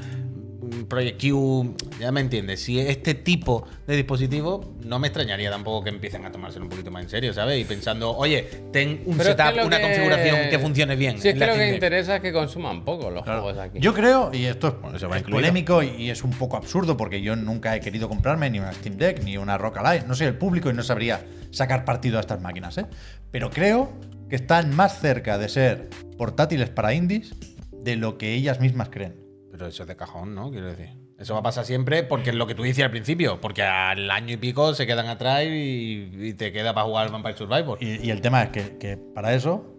Speaker 2: un Project Q, ya me entiendes. Si este tipo de dispositivos, no me extrañaría tampoco que empiecen a tomárselo un poquito más en serio, ¿sabes? Y pensando, oye, ten un
Speaker 3: Pero es que
Speaker 2: setup,
Speaker 3: lo
Speaker 2: una
Speaker 3: que-
Speaker 2: configuración que funcione bien.
Speaker 3: Sí,
Speaker 2: en
Speaker 3: es que
Speaker 2: la
Speaker 3: lo
Speaker 2: Steam
Speaker 3: que
Speaker 2: Deck.
Speaker 3: interesa es que consuman poco los
Speaker 1: Claro.
Speaker 3: juegos aquí.
Speaker 1: Yo creo, y esto es,
Speaker 2: Bueno, eso va
Speaker 1: es
Speaker 2: incluido.
Speaker 1: polémico y, y es un poco absurdo porque yo nunca he querido comprarme ni una Steam Deck ni una Rock Alive. No soy el público y no sabría sacar partido a estas máquinas, ¿eh? Pero creo que están más cerca de ser portátiles para indies de lo que ellas mismas creen.
Speaker 2: Pero eso es de cajón, ¿no? Quiero decir. Eso va a pasar siempre porque es lo que tú dices al principio. Porque al año y pico se quedan atrás y, y te queda para jugar al Vampire Survivor.
Speaker 1: Y, y el tema es que, que para eso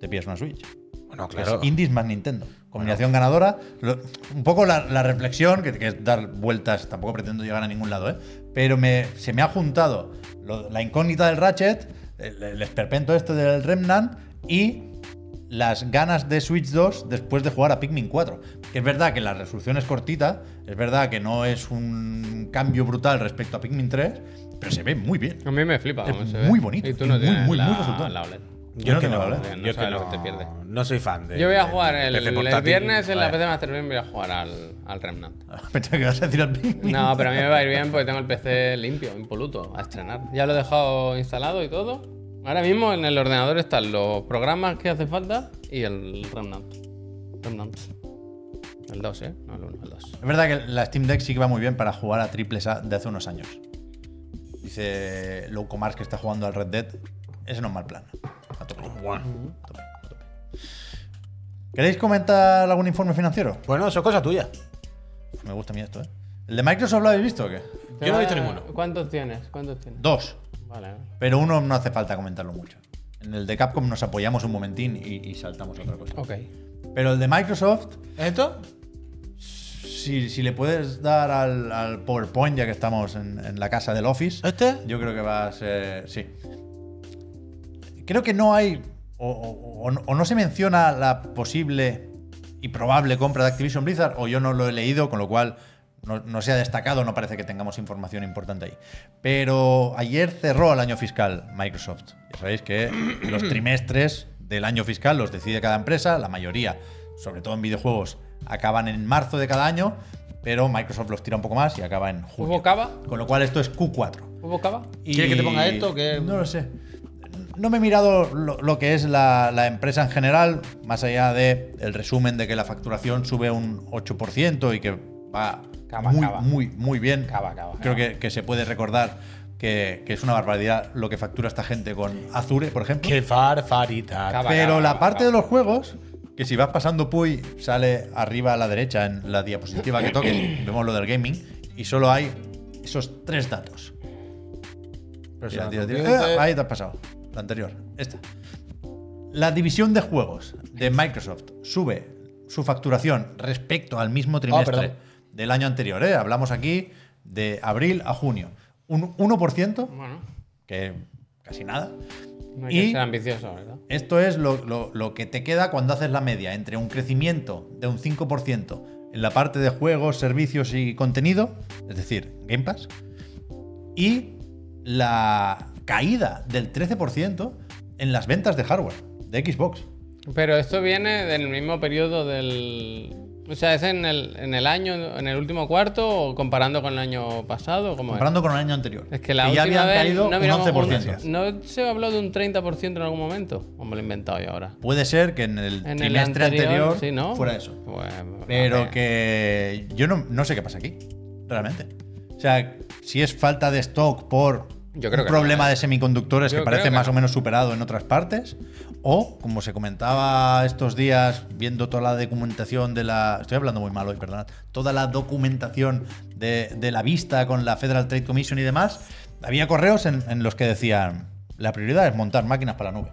Speaker 1: te pides una Switch.
Speaker 2: bueno,
Speaker 1: Es indies más Nintendo. Combinación ganadora. Lo- un poco la, la reflexión, que, que es dar vueltas, tampoco pretendo llegar a ningún lado, ¿eh? Pero me, se me ha juntado lo- la incógnita del Ratchet, el, el esperpento este del Remnant y las ganas de Switch 2 después de jugar a Pikmin 4. Que es verdad que la resolución es cortita, es verdad que no es un cambio brutal respecto a Pikmin 3, pero se ve muy bien. (laughs)
Speaker 3: A mí me flipa cómo
Speaker 1: Es
Speaker 3: se
Speaker 1: muy
Speaker 3: ve.
Speaker 1: bonito,
Speaker 3: Y tú
Speaker 1: es
Speaker 3: no
Speaker 1: muy,
Speaker 3: tienes
Speaker 1: muy,
Speaker 3: la,
Speaker 1: muy resultón.
Speaker 3: la OLED.
Speaker 1: Yo no tengo la
Speaker 3: OLED.
Speaker 2: yo es
Speaker 3: sabes lo que te pierdes.
Speaker 2: no soy fan de.
Speaker 3: Yo voy a
Speaker 2: de-
Speaker 3: jugar
Speaker 2: de
Speaker 3: el,
Speaker 2: PC
Speaker 3: el
Speaker 2: portátil.
Speaker 3: viernes en la
Speaker 2: Vale.
Speaker 3: PC Master Race voy a jugar al, al Remnant.
Speaker 1: Pensaba que ibas a decir al Pikmin.
Speaker 3: No, pero a mí me va a ir bien porque tengo el PC limpio, impoluto, a estrenar. Ya lo he dejado instalado y todo. Ahora mismo en el ordenador están los programas que hace falta y el Remnant. Remnant. El 2, ¿eh? No el 1, el 2.
Speaker 1: Es verdad que la Steam Deck sí que va muy bien para jugar a triples A de hace unos años. Dice Locomars que está jugando al Red Dead. Ese no es mal plan. A tope,
Speaker 2: Bueno.
Speaker 1: a tope, a tope. ¿Queréis comentar algún informe financiero?
Speaker 2: Bueno, eso es cosa tuya.
Speaker 1: Me gusta a mí esto, ¿eh? ¿El de Microsoft lo habéis visto o qué?
Speaker 2: Yo no he visto ninguno.
Speaker 3: ¿Cuántos tienes? ¿Cuántos tienes?
Speaker 1: Dos.
Speaker 3: Vale.
Speaker 1: Pero uno no hace falta comentarlo mucho. En el de Capcom nos apoyamos un momentín y, y saltamos a otra cosa.
Speaker 3: Ok.
Speaker 1: Pero el de Microsoft,
Speaker 2: ¿Es esto?
Speaker 1: si, si le puedes dar al, al PowerPoint, ya que estamos en, en la casa del Office.
Speaker 2: ¿Este?
Speaker 1: Yo creo que va a ser. Sí. Creo que no hay. O, o- o no- o no se menciona la posible y probable compra de Activision Blizzard, o yo no lo he leído, con lo cual no, no se ha destacado, no parece que tengamos información importante ahí. Pero ayer cerró el año fiscal Microsoft. Ya sabéis que los trimestres del año fiscal los decide cada empresa, la mayoría, sobre todo en videojuegos, acaban en marzo de cada año, pero Microsoft los tira un poco más y acaba en julio.
Speaker 3: ¿Hubo cava?
Speaker 1: Con lo cual esto es Q4.
Speaker 3: ¿Hubo cava?
Speaker 1: Y-
Speaker 2: ¿Quieres que te ponga esto o qué?
Speaker 1: No lo sé. No me he mirado lo, lo que es la, la empresa en general, más allá de el resumen de que la facturación sube un 8% y que va
Speaker 3: Cava,
Speaker 1: muy,
Speaker 3: cava.
Speaker 1: muy, muy bien.
Speaker 3: Cava, cava,
Speaker 1: Creo
Speaker 3: cava.
Speaker 1: Que, que se puede recordar que, que es una barbaridad lo que factura esta gente con Azure, por ejemplo.
Speaker 2: Qué farfarita.
Speaker 3: Cava.
Speaker 1: Pero la
Speaker 3: cava,
Speaker 1: parte
Speaker 3: cava.
Speaker 1: de los juegos, que si vas pasando Puy, sale arriba a la derecha en la diapositiva que toques, vemos lo del gaming, y solo hay esos tres datos. Tira, tira, tira. Eh, ahí te has pasado. La anterior. Esta. La división de juegos de Microsoft sube su facturación respecto al mismo trimestre
Speaker 2: perdón.
Speaker 1: del año anterior. ¿eh? Hablamos aquí de abril a junio. Un 1%,
Speaker 3: Bueno,
Speaker 1: que casi nada.
Speaker 3: no hay
Speaker 1: Y-
Speaker 3: que ser ambicioso, ¿verdad?
Speaker 1: Esto es lo, lo- lo que te queda cuando haces la media entre un crecimiento de un 5% en la parte de juegos, servicios y contenido, es decir, Game Pass, y la caída del 13% en las ventas de hardware de Xbox.
Speaker 3: Pero esto viene del mismo periodo del. O sea, ¿es en el, en el año, en el último cuarto o comparando con el año pasado? ¿Cómo es?
Speaker 1: Comparando con el año anterior.
Speaker 3: Es que la
Speaker 1: ya
Speaker 3: última
Speaker 1: habían
Speaker 3: vez
Speaker 1: caído
Speaker 3: no
Speaker 1: un
Speaker 3: miramos
Speaker 1: 11%.
Speaker 3: un- ¿No se habló de un 30% en algún momento? ¿O me lo he inventado yo ahora?
Speaker 1: Puede ser que en el
Speaker 3: En el
Speaker 1: trimestre
Speaker 3: anterior,
Speaker 1: anterior,
Speaker 3: sí, ¿no?
Speaker 1: fuera eso.
Speaker 3: Pues,
Speaker 1: Pero
Speaker 3: vale.
Speaker 1: que yo no, no sé qué pasa aquí, realmente. O sea, si es falta de stock por un
Speaker 3: Yo creo que no, ¿eh?
Speaker 1: problema de semiconductores
Speaker 3: Yo
Speaker 1: que
Speaker 3: creo
Speaker 1: parece
Speaker 3: que
Speaker 1: más
Speaker 3: no.
Speaker 1: o menos superado en otras partes, o como se comentaba estos días viendo toda la documentación de la, estoy hablando muy mal hoy, perdonad, toda la documentación de, de la vista con la Federal Trade Commission y demás, había correos en, en los que decían la prioridad es montar máquinas para la nube.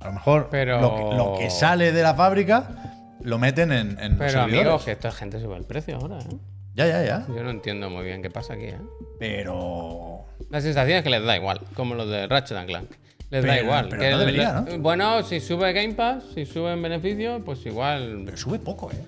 Speaker 1: A lo mejor
Speaker 3: Pero-
Speaker 1: lo, que, lo que sale de la fábrica lo meten en, en los
Speaker 3: Pero
Speaker 1: servidores.
Speaker 3: amigos, que esta gente sube el precio ahora, ¿eh?
Speaker 1: Ya, ya, ya.
Speaker 3: Yo no entiendo muy bien qué pasa aquí, ¿eh?
Speaker 1: Pero
Speaker 3: La sensación es que les da igual, como los de Ratchet and Clank. Les da
Speaker 1: Pero-
Speaker 3: igual.
Speaker 1: pero
Speaker 3: que
Speaker 1: no debería,
Speaker 3: le- Bueno, si sube Game Pass, si sube en beneficio, pues igual.
Speaker 1: Pero sube poco, ¿eh?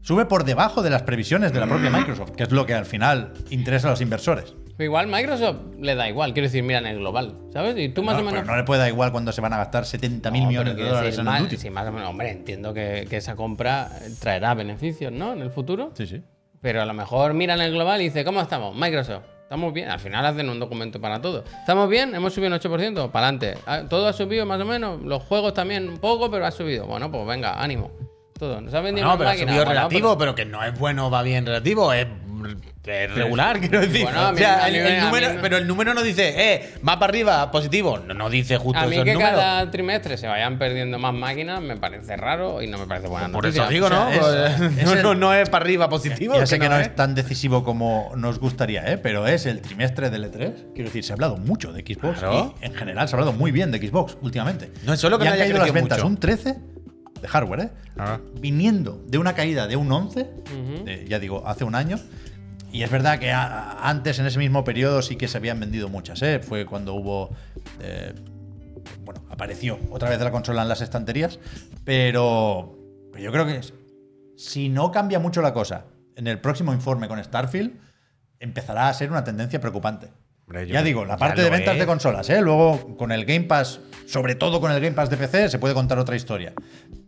Speaker 1: Sube por debajo de las previsiones de la propia Microsoft, que es lo que al final interesa a los inversores.
Speaker 3: Igual Microsoft le da igual, quiero decir, mira en el global, ¿sabes? Y tú más
Speaker 1: No,
Speaker 3: o menos.
Speaker 1: pero no le puede dar igual cuando se van a gastar 70 mil
Speaker 3: No,
Speaker 1: millones
Speaker 3: pero
Speaker 1: de
Speaker 3: quiero
Speaker 1: dólares
Speaker 3: decir,
Speaker 1: en
Speaker 3: más-
Speaker 1: el duty.
Speaker 3: sí, más o menos. Hombre, entiendo que, que esa compra traerá beneficios, ¿no? En el futuro.
Speaker 1: Sí, sí.
Speaker 3: Pero a lo mejor miran el global y dice, ¿cómo estamos? Microsoft. Estamos bien. Al final hacen un documento para todo. ¿Estamos bien? Hemos subido un 8%. Para adelante. Ah, Todo ha subido más o menos. Los juegos también un poco, pero ha subido. Bueno, pues venga, ánimo. Todo. Nos ha vendido
Speaker 2: No,
Speaker 3: una
Speaker 2: pero ha
Speaker 3: máquina.
Speaker 2: subido
Speaker 3: Bueno, pues,
Speaker 2: relativo, pero... que no es bueno, va bien relativo, es, es regular, quiero decir.
Speaker 3: Bueno, a mí-
Speaker 2: O sea,
Speaker 3: a
Speaker 2: el-
Speaker 3: mí-
Speaker 2: el
Speaker 3: a mí
Speaker 2: número-
Speaker 3: no-
Speaker 2: Pero el número no dice, eh, más para arriba, positivo. No, no dice
Speaker 3: pero
Speaker 2: justo
Speaker 3: A mí
Speaker 2: esos
Speaker 3: que
Speaker 2: números.
Speaker 3: cada trimestre se vayan perdiendo más máquinas me parece raro y no me parece buena
Speaker 2: Pues Por
Speaker 3: noticia.
Speaker 2: eso digo, ¿no?
Speaker 1: O sea, es-
Speaker 2: Pues,
Speaker 1: es
Speaker 2: (laughs) no,
Speaker 1: el-
Speaker 2: no, no es para arriba positivo.
Speaker 1: Ya sé que no
Speaker 2: es.
Speaker 1: es tan decisivo como nos gustaría, ¿eh? pero es el trimestre del E3. Quiero decir, se ha hablado mucho de Xbox.
Speaker 2: Claro.
Speaker 1: Y en general se ha hablado muy bien de Xbox últimamente.
Speaker 2: No es solo que
Speaker 1: y
Speaker 2: no
Speaker 1: han
Speaker 2: haya
Speaker 1: caído las
Speaker 2: crecido
Speaker 1: ventas
Speaker 2: mucho.
Speaker 1: un 13 de hardware, ¿eh?
Speaker 2: Ah.
Speaker 1: viniendo de una caída de un 11, de- ya digo, hace un año. Y es verdad que a- antes, en ese mismo periodo, sí que se habían vendido muchas. ¿eh? Fue cuando hubo eh, bueno, apareció otra vez la consola en las estanterías, pero, pero yo creo que es- si no cambia mucho la cosa en el próximo informe con Starfield, empezará a ser una tendencia preocupante.
Speaker 2: Hombre, yo-
Speaker 1: ya digo, la
Speaker 2: ya
Speaker 1: parte de
Speaker 2: lo
Speaker 1: ventas
Speaker 2: es.
Speaker 1: de consolas, ¿eh? luego con el Game Pass, sobre todo con el Game Pass de PC, se puede contar otra historia.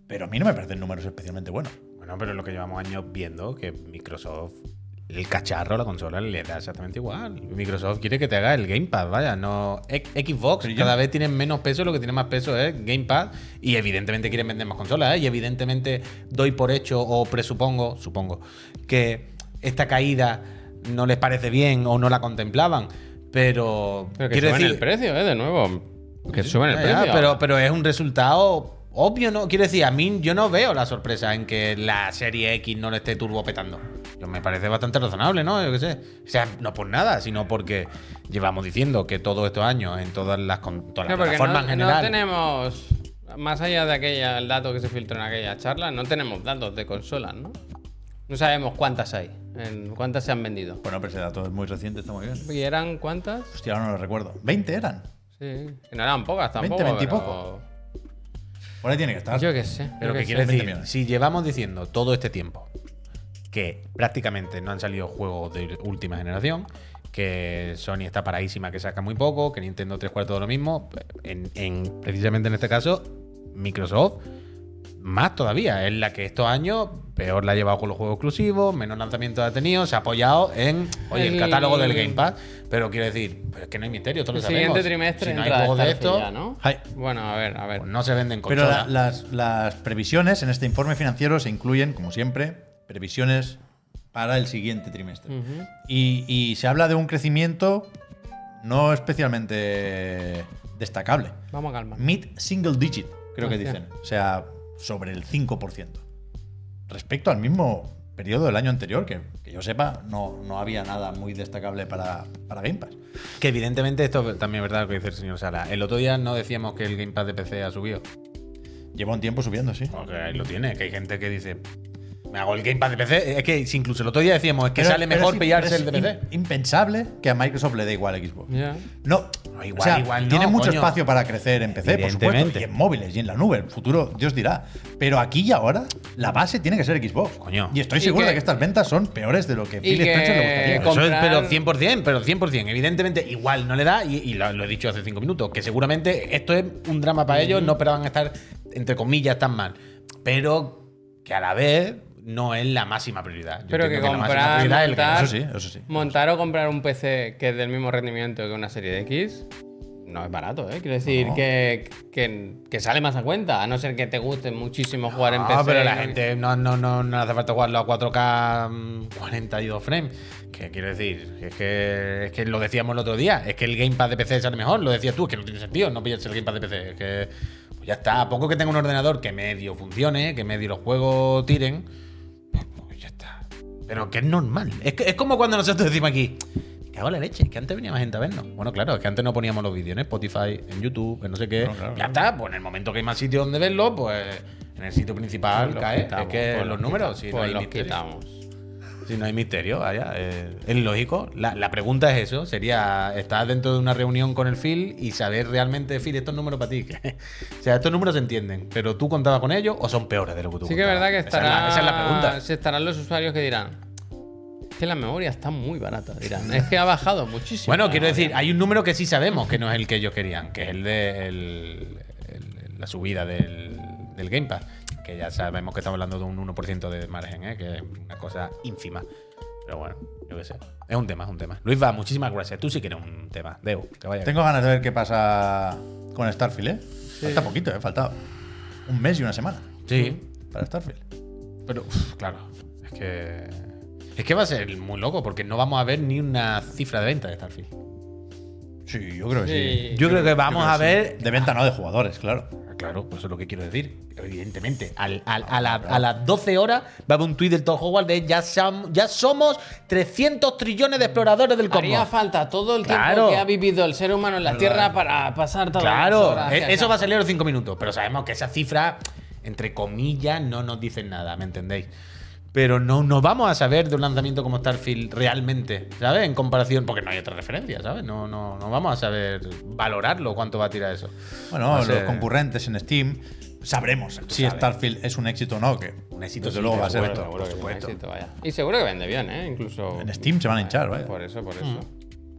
Speaker 1: Pero a mí no me parecen números especialmente buenos.
Speaker 2: Bueno, pero lo que llevamos años viendo, que Microsoft, el cacharro, la consola, le da exactamente igual. Microsoft quiere que te haga el Game Pass, vaya, no X- Xbox.
Speaker 1: Pero yo-
Speaker 2: Cada vez tienen menos peso, lo que tiene más peso es Game Pass. Y evidentemente quieren vender más consolas, ¿eh? Y evidentemente doy por hecho o presupongo, supongo, que esta caída no les parece bien o no la contemplaban. Pero,
Speaker 3: Pero que
Speaker 2: quiero
Speaker 3: suben
Speaker 2: decir,
Speaker 3: el precio, ¿eh? De nuevo. Que suben el
Speaker 2: ya, ya,
Speaker 3: precio.
Speaker 2: pero, pero es un resultado obvio, ¿no? Quiero decir, a mí yo no veo la sorpresa en que la serie X no le esté turbopetando. Yo me parece bastante razonable, ¿no? Yo qué sé. O sea, no por nada, sino porque llevamos diciendo que todos estos años, en todas las, con- todas las
Speaker 3: No, porque
Speaker 2: plataformas
Speaker 3: no,
Speaker 2: en general.
Speaker 3: no tenemos, más allá de aquella, el dato que se filtró en aquella charla, no tenemos datos de consolas, ¿no? No sabemos cuántas hay, en cuántas se han vendido.
Speaker 1: Bueno, pero ese dato es muy reciente, está muy bien.
Speaker 3: ¿Y eran cuántas?
Speaker 1: Hostia, ahora no lo recuerdo. 20 eran.
Speaker 3: Sí, que no eran pocas tampoco.
Speaker 1: 20, 20 y
Speaker 3: pero- Ah,
Speaker 1: poco. Por ahí tiene que estar.
Speaker 3: Yo qué sé.
Speaker 2: Pero
Speaker 3: yo
Speaker 2: que
Speaker 3: qué
Speaker 2: quiero
Speaker 3: sé.
Speaker 1: veinte
Speaker 2: decir,
Speaker 1: millones.
Speaker 2: si llevamos diciendo todo este tiempo que prácticamente no han salido juegos de última generación, que Sony está paradísima, que saca muy poco, que Nintendo tres cuartos de lo mismo, en, en- precisamente en este caso, Microsoft más todavía, es la que estos años peor la ha llevado con los juegos exclusivos, menos lanzamientos ha tenido, se ha apoyado en oye, el,
Speaker 3: El-
Speaker 2: catálogo del Game Pass, pero quiero decir, pero es que no hay misterio, todos
Speaker 3: El
Speaker 2: lo sabemos.
Speaker 3: siguiente trimestre
Speaker 2: si no hay
Speaker 3: entra
Speaker 2: juegos de
Speaker 3: Starfield
Speaker 2: esto,
Speaker 3: ya, ¿no?
Speaker 1: Ay.
Speaker 3: Bueno, a ver, a ver.
Speaker 2: pues no se venden
Speaker 1: Pero la-
Speaker 2: consolas.
Speaker 1: las, las previsiones en este informe financiero se incluyen, como siempre, previsiones para el siguiente trimestre.
Speaker 3: Ujú.
Speaker 1: y, y se habla de un crecimiento no especialmente destacable.
Speaker 3: Vamos a calmar.
Speaker 1: Mid single digit, creo que
Speaker 3: Hostia.
Speaker 1: dicen. O sea, sobre el 5%. Respecto al mismo periodo del año anterior, que, que yo sepa, no, no había nada muy destacable para, para Game Pass.
Speaker 2: Que evidentemente esto también es verdad lo que dice el señor Sala. El otro día no decíamos que el Game Pass de PC ha subido.
Speaker 1: Lleva un tiempo subiendo, sí.
Speaker 2: Porque ahí lo tiene, que hay gente que dice, me hago el Game Pass de PC. Es que si incluso el otro día decíamos, es que
Speaker 1: Pero-
Speaker 2: sale
Speaker 1: pero
Speaker 2: mejor
Speaker 1: es-
Speaker 2: pillarse
Speaker 1: pero
Speaker 2: el de
Speaker 1: es
Speaker 2: PC.
Speaker 1: im- impensable que a Microsoft le dé igual Xbox.
Speaker 3: Ya.
Speaker 1: No,
Speaker 2: No, igual,
Speaker 1: igual, o sea,
Speaker 2: igual no,
Speaker 1: tiene mucho
Speaker 2: coño.
Speaker 1: espacio para crecer en PC, por supuesto,
Speaker 2: Evidentemente.
Speaker 1: y en móviles y en la nube. El futuro, Dios dirá. Pero aquí y ahora, la base tiene que ser Xbox.
Speaker 2: Coño.
Speaker 1: Y estoy
Speaker 3: Y
Speaker 1: seguro
Speaker 3: que-
Speaker 1: de que estas ventas son peores de lo que Phil
Speaker 3: que-
Speaker 1: Spencer le gustaría.
Speaker 3: con-
Speaker 2: Eso es,
Speaker 3: comprar-
Speaker 2: pero 100%, pero 100%. Evidentemente, igual no le da, y, y lo, lo he dicho hace cinco minutos, que seguramente esto es un drama para ellos, no esperaban estar, entre comillas, tan mal. Pero que a la vez no es la máxima prioridad. Yo
Speaker 3: Pero
Speaker 2: entiendo
Speaker 3: que
Speaker 2: la
Speaker 3: comprar,
Speaker 2: máxima prioridad es el
Speaker 3: montar-
Speaker 1: Eso sí, eso sí.
Speaker 3: Montar o comprar un PC que es del mismo rendimiento que una serie de X, no es barato, ¿eh? Quiero decir
Speaker 1: No.
Speaker 3: que, que- que sale más a cuenta, a no ser que te guste muchísimo jugar en PC.
Speaker 2: Ah, pero la gente no, no, no, no hace falta jugarlo a 4K mm, 42 frames. ¿Qué quiero decir? Es que, es que lo decíamos el otro día. Es que el Gamepad de PC sale mejor. Lo decías tú. Es que no tiene sentido no pillarse el Gamepad de PC. Es que pues ya está. A poco que tenga un ordenador que medio funcione, que medio los juegos tiren. Pues ya está. Pero que es normal. Es, que- es como cuando nosotros decimos aquí. "Me Cago en la leche, es que antes venía más gente a vernos. Bueno, claro, es que antes no poníamos los vídeos en Spotify, en YouTube, en no sé qué.
Speaker 1: No, claro,
Speaker 2: Ya está, pues en el momento que hay más sitio donde verlo, pues en el sitio principal
Speaker 3: Pues los
Speaker 2: cae.
Speaker 3: quitamos,
Speaker 2: es que
Speaker 3: pues
Speaker 2: los
Speaker 3: los
Speaker 2: números, si no,
Speaker 3: Pues
Speaker 2: hay
Speaker 3: los
Speaker 2: misterio,
Speaker 3: quitamos.
Speaker 2: si no hay misterio, vaya, eh, es lógico. La, la pregunta es eso, sería estar dentro de una reunión con el Phil y saber realmente, Phil, estos números para ti. (laughs) o sea, estos números se entienden, pero tú contabas con ellos o son peores de lo que tú
Speaker 3: Sí que es verdad
Speaker 2: contabas?
Speaker 3: que
Speaker 2: Esa es
Speaker 3: estará,
Speaker 2: la- Esa es la, pregunta.
Speaker 3: se estarán los usuarios que dirán que la memoria está muy barata, dirán. Es que ha bajado muchísimo.
Speaker 2: Bueno,
Speaker 3: la
Speaker 2: quiero
Speaker 3: memoria.
Speaker 2: decir, hay un número que sí sabemos que no es el que ellos querían, que es el de el- el- la subida del, del Game Pass. Que ya sabemos que estamos hablando de un 1% de margen, ¿eh? que es una cosa ínfima. Pero bueno, yo qué sé. Es un tema, es un tema. Luis va, muchísimas gracias. Tú sí que eres un tema. Deu, que vaya.
Speaker 1: Tengo ganas de ver qué pasa con Starfield, ¿eh? Falta poquito, ¿eh? Falta un mes y una semana
Speaker 2: bien. Sí,
Speaker 1: para Starfield.
Speaker 2: pero uf, claro, es que. Es que va a ser muy loco porque no vamos a ver ni una cifra de venta de Starfield.
Speaker 1: Sí, yo creo que
Speaker 3: Sí.
Speaker 1: sí.
Speaker 2: Yo creo que vamos a ver
Speaker 1: De venta no, de jugadores, claro.
Speaker 2: Ah, Claro, pues eso es lo que quiero decir. Evidentemente, al- al- a, la- a las 12 horas va a haber un tweet del Todd Howard de ya, sam- ya somos 300 trillones de exploradores del
Speaker 3: Haría
Speaker 2: cosmos.
Speaker 3: falta todo el tiempo
Speaker 2: Claro.
Speaker 3: que ha vivido el ser humano en la Tierra para pasar todas las
Speaker 2: Claro,
Speaker 3: horas
Speaker 2: e-
Speaker 3: hacia
Speaker 2: eso
Speaker 3: acá.
Speaker 2: va a salir a los 5 minutos, pero sabemos que esa cifra, entre comillas, no nos dicen nada, ¿me entendéis? Pero no, no vamos a saber de un lanzamiento como Starfield realmente, ¿sabes? En comparación, porque no hay otra referencia, ¿sabes? No, no, no vamos a saber valorarlo cuánto va a tirar eso.
Speaker 1: Bueno,
Speaker 2: Va a
Speaker 1: los
Speaker 2: ser-
Speaker 1: concurrentes en Steam sabremos si
Speaker 2: sabes.
Speaker 1: Starfield es un éxito o no. Que
Speaker 2: Un éxito
Speaker 1: desde
Speaker 2: sí,
Speaker 1: luego va a ser
Speaker 2: seguro,
Speaker 1: esto.
Speaker 2: seguro
Speaker 1: por
Speaker 2: que sí.
Speaker 1: supuesto.
Speaker 3: Éxito, vaya. Y seguro que vende bien, ¿eh? Incluso.
Speaker 1: En Steam se van a hinchar, vaya.
Speaker 3: Por eso, por eso.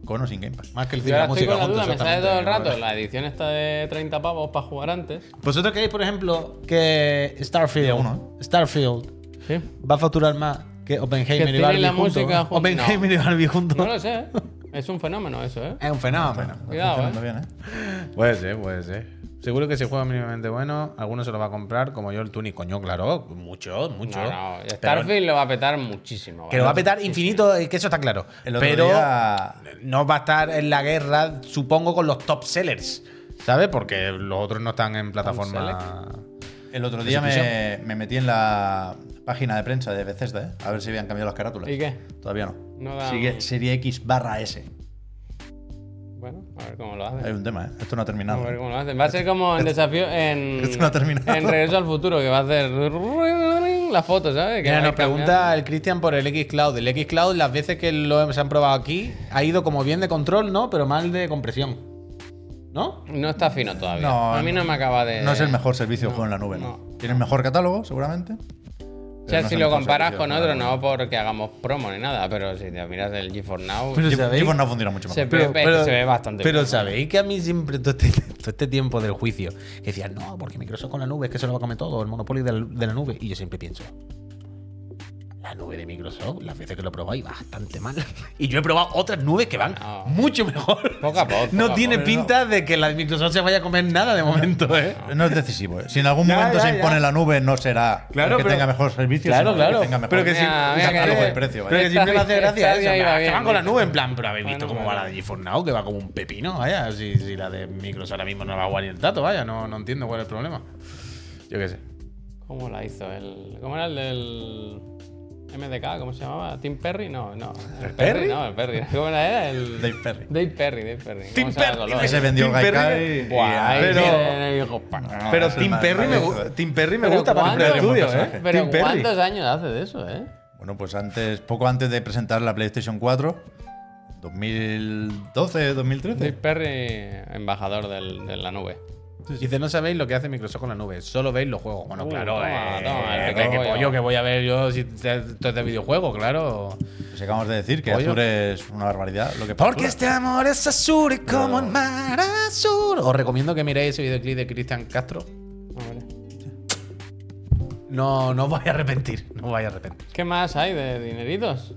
Speaker 1: Con o sin Game Pass.
Speaker 2: Más que el
Speaker 3: Yo
Speaker 2: cine y
Speaker 3: ahora
Speaker 2: la
Speaker 3: estoy
Speaker 2: música
Speaker 3: con la duda,
Speaker 2: juntos,
Speaker 3: me sale
Speaker 2: exactamente,
Speaker 3: todo el
Speaker 2: la
Speaker 3: rato.
Speaker 2: verdad.
Speaker 3: La edición está de 30 pavos para jugar antes.
Speaker 2: ¿Vosotros creéis, por ejemplo, que Starfield,
Speaker 1: Uno,
Speaker 2: Starfield
Speaker 3: Sí.
Speaker 2: va a facturar más que Oppenheimer
Speaker 3: Que
Speaker 2: y
Speaker 3: tiene
Speaker 2: Barbie
Speaker 3: la
Speaker 2: juntos?
Speaker 3: música
Speaker 2: ¿eh?
Speaker 3: junto.
Speaker 2: Oppenheimer y Barbie juntos.
Speaker 3: No lo sé, ¿eh? Es un fenómeno eso, ¿eh?
Speaker 2: Es un fenómeno.
Speaker 3: Cuidado,
Speaker 1: Está funcionando
Speaker 3: ¿eh?
Speaker 1: bien, ¿eh?
Speaker 2: Puede ser, puede ser. Seguro que si juega mínimamente bueno, alguno se lo va a comprar, como yo el Tuni. Coño, claro, mucho, mucho.
Speaker 3: No, no.
Speaker 2: Pero
Speaker 3: Starfield lo va a petar muchísimo.
Speaker 2: que lo va a
Speaker 3: ¿vale?
Speaker 2: petar infinito, eh, que eso está claro.
Speaker 1: El otro
Speaker 2: Pero
Speaker 1: día-
Speaker 2: no va a estar en la guerra, supongo, con los top sellers. ¿Sabes? Porque los otros no están en plataforma.
Speaker 1: El otro día me, me metí en la página de prensa de Bethesda, ¿eh? a ver si habían cambiado las carátulas.
Speaker 3: ¿Y qué?
Speaker 1: Todavía no.
Speaker 3: No dan-
Speaker 1: Sigue serie X barra S.
Speaker 3: Bueno, a ver cómo lo
Speaker 1: Hay
Speaker 3: hace.
Speaker 1: un tema, ¿eh? Esto no ha
Speaker 3: A
Speaker 1: terminado.
Speaker 3: ver cómo lo hace. Va a ser
Speaker 1: (laughs)
Speaker 3: como en desafío en.
Speaker 1: esto no ha terminado.
Speaker 3: En Regreso al Futuro, que va a hacer. La foto, ¿sabes? Que
Speaker 2: Mira,
Speaker 3: va
Speaker 2: nos
Speaker 3: a cambiar.
Speaker 2: pregunta el Cristian por el xCloud. El xCloud, las veces que lo hemos- se han probado aquí, ha ido como bien de control, ¿no? Pero mal de compresión. ¿No?
Speaker 3: No está fino todavía.
Speaker 1: No,
Speaker 3: a mí no me acaba de.
Speaker 1: eh, No es el mejor servicio de juego en la nube, ¿no?
Speaker 3: no.
Speaker 1: Tiene el mejor catálogo, seguramente.
Speaker 3: O sea,
Speaker 1: Pero no
Speaker 3: si
Speaker 1: es el
Speaker 3: lo
Speaker 1: mejor
Speaker 3: comparas
Speaker 1: servicio
Speaker 3: con
Speaker 1: de juego
Speaker 3: otro,
Speaker 1: en la
Speaker 3: no porque hagamos promo ni nada, pero si te miras el GeForce Now,
Speaker 2: Pero-
Speaker 1: nube.
Speaker 2: ¿sabéis?
Speaker 1: Yo- yo no funciona mucho
Speaker 3: se,
Speaker 1: mejor.
Speaker 3: ve, es que se ve bastante
Speaker 2: Pero
Speaker 3: bien.
Speaker 2: sabéis que a mí siempre, todo este, (laughs) todo este tiempo del juicio, que decían, no, porque Microsoft con la nube es que se lo va a comer todo, el monopolio de la, de la nube. Y yo siempre pienso, la nube de Microsoft, las veces que lo probáis, bastante mal. (laughs) Y yo he probado otras nubes que van
Speaker 3: No.
Speaker 2: mucho mejor. (laughs)
Speaker 3: Poco a poco,
Speaker 2: no
Speaker 3: poco a
Speaker 2: tiene
Speaker 1: poco.
Speaker 2: pinta de que la de Microsoft se vaya a comer nada de momento, ¿eh?
Speaker 1: No es decisivo, ¿eh? Si en algún
Speaker 2: Ya,
Speaker 1: momento
Speaker 2: ya,
Speaker 1: se impone
Speaker 2: ya.
Speaker 1: la nube, no será el
Speaker 2: Claro,
Speaker 1: que
Speaker 2: pero-
Speaker 1: tenga mejor servicio,
Speaker 2: Claro,
Speaker 1: sino el
Speaker 2: claro.
Speaker 1: que tenga mejor
Speaker 2: Pero que sí.
Speaker 3: Mira, mira,
Speaker 1: catálogo
Speaker 3: que-
Speaker 1: de precio.
Speaker 2: Pero
Speaker 1: vaya.
Speaker 2: que siempre me hace
Speaker 3: Pues Esta-
Speaker 2: gracia
Speaker 3: esta
Speaker 2: eso.
Speaker 3: ya iba
Speaker 2: ah, que
Speaker 3: bien,
Speaker 2: van con la
Speaker 3: dice.
Speaker 2: nube, en plan, pero habéis
Speaker 3: Bueno,
Speaker 2: visto cómo va
Speaker 3: bueno.
Speaker 2: la de GeForce Now, que va como un pepino, vaya. Si, si la de Microsoft ahora mismo no va a guardar el dato, vaya, no, no entiendo cuál es el problema. Yo qué sé.
Speaker 3: ¿Cómo la hizo? El, ¿Cómo era el del MDK? ¿Cómo se llamaba? ¿Tim Perry? No, no. ¿El
Speaker 2: Perry?
Speaker 3: No, el Perry. (laughs) ¿Cómo era? El...
Speaker 1: Dave Perry.
Speaker 3: Dave Perry, Dave Perry. ¿Cómo
Speaker 2: Tim
Speaker 3: se llama el
Speaker 2: Perry,
Speaker 3: color?
Speaker 1: Ese vendió
Speaker 2: Tim Perry.
Speaker 1: Gaikai. y- ah,
Speaker 3: Buah, ahí
Speaker 2: Pero-
Speaker 3: viene el hijo, ¡pam!
Speaker 2: Pero
Speaker 1: es el
Speaker 2: Tim
Speaker 1: mal-
Speaker 2: Perry, me,
Speaker 1: maravilloso,
Speaker 2: gu-
Speaker 1: ¿eh?
Speaker 2: Tim Perry me
Speaker 3: Pero
Speaker 2: gusta para
Speaker 3: ¿cuántos-
Speaker 2: el estudio,
Speaker 1: personaje.
Speaker 2: ¿eh?
Speaker 3: Pero
Speaker 2: Tim Perry.
Speaker 3: ¿cuántos años hace de eso, eh?
Speaker 1: Bueno, pues antes, poco antes de presentar la PlayStation 4, 2012,
Speaker 3: Dave
Speaker 1: 2013.
Speaker 3: Perry, embajador del- de la nube.
Speaker 2: Dice, no sabéis lo que hace Microsoft con la nube, solo veis los juegos. Bueno,
Speaker 3: Uh,
Speaker 2: claro,
Speaker 3: toma,
Speaker 2: eh,
Speaker 3: toma, el
Speaker 2: que, que
Speaker 3: rollo.
Speaker 2: pollo que voy a ver yo si te- esto es de videojuego, claro.
Speaker 1: Pues acabamos de decir que
Speaker 2: Pollo.
Speaker 1: Azure es una barbaridad. Lo que
Speaker 2: Porque
Speaker 1: factura.
Speaker 2: este amor es azul y como el mar azul. Os recomiendo que miréis ese videoclip de Cristian Castro.
Speaker 3: Hombre.
Speaker 2: No, no os vais a arrepentir. No os vais a arrepentir.
Speaker 3: ¿Qué más hay de dineritos?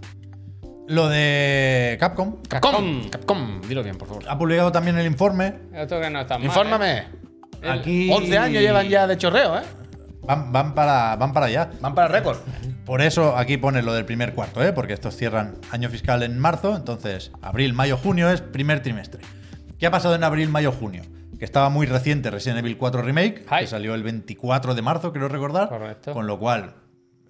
Speaker 1: Lo de Capcom.
Speaker 2: Capcom. Capcom. Dilo bien, por favor.
Speaker 1: Ha publicado también el informe.
Speaker 3: Esto que no está mal. ¿eh?
Speaker 2: Infórmame.
Speaker 1: Aquí.
Speaker 2: 11 años llevan ya de chorreo, ¿eh?
Speaker 1: Van, van para, van para allá.
Speaker 2: Van para récord.
Speaker 1: Por eso aquí pone lo del primer cuarto, ¿eh? porque estos cierran año fiscal en marzo, entonces abril, mayo, junio es primer trimestre. ¿Qué ha pasado en abril, mayo, junio? Que estaba muy reciente Resident Evil 4 Remake,
Speaker 3: Ay.
Speaker 1: que salió el 24 de marzo, quiero recordar.
Speaker 3: Correcto.
Speaker 1: Con lo cual,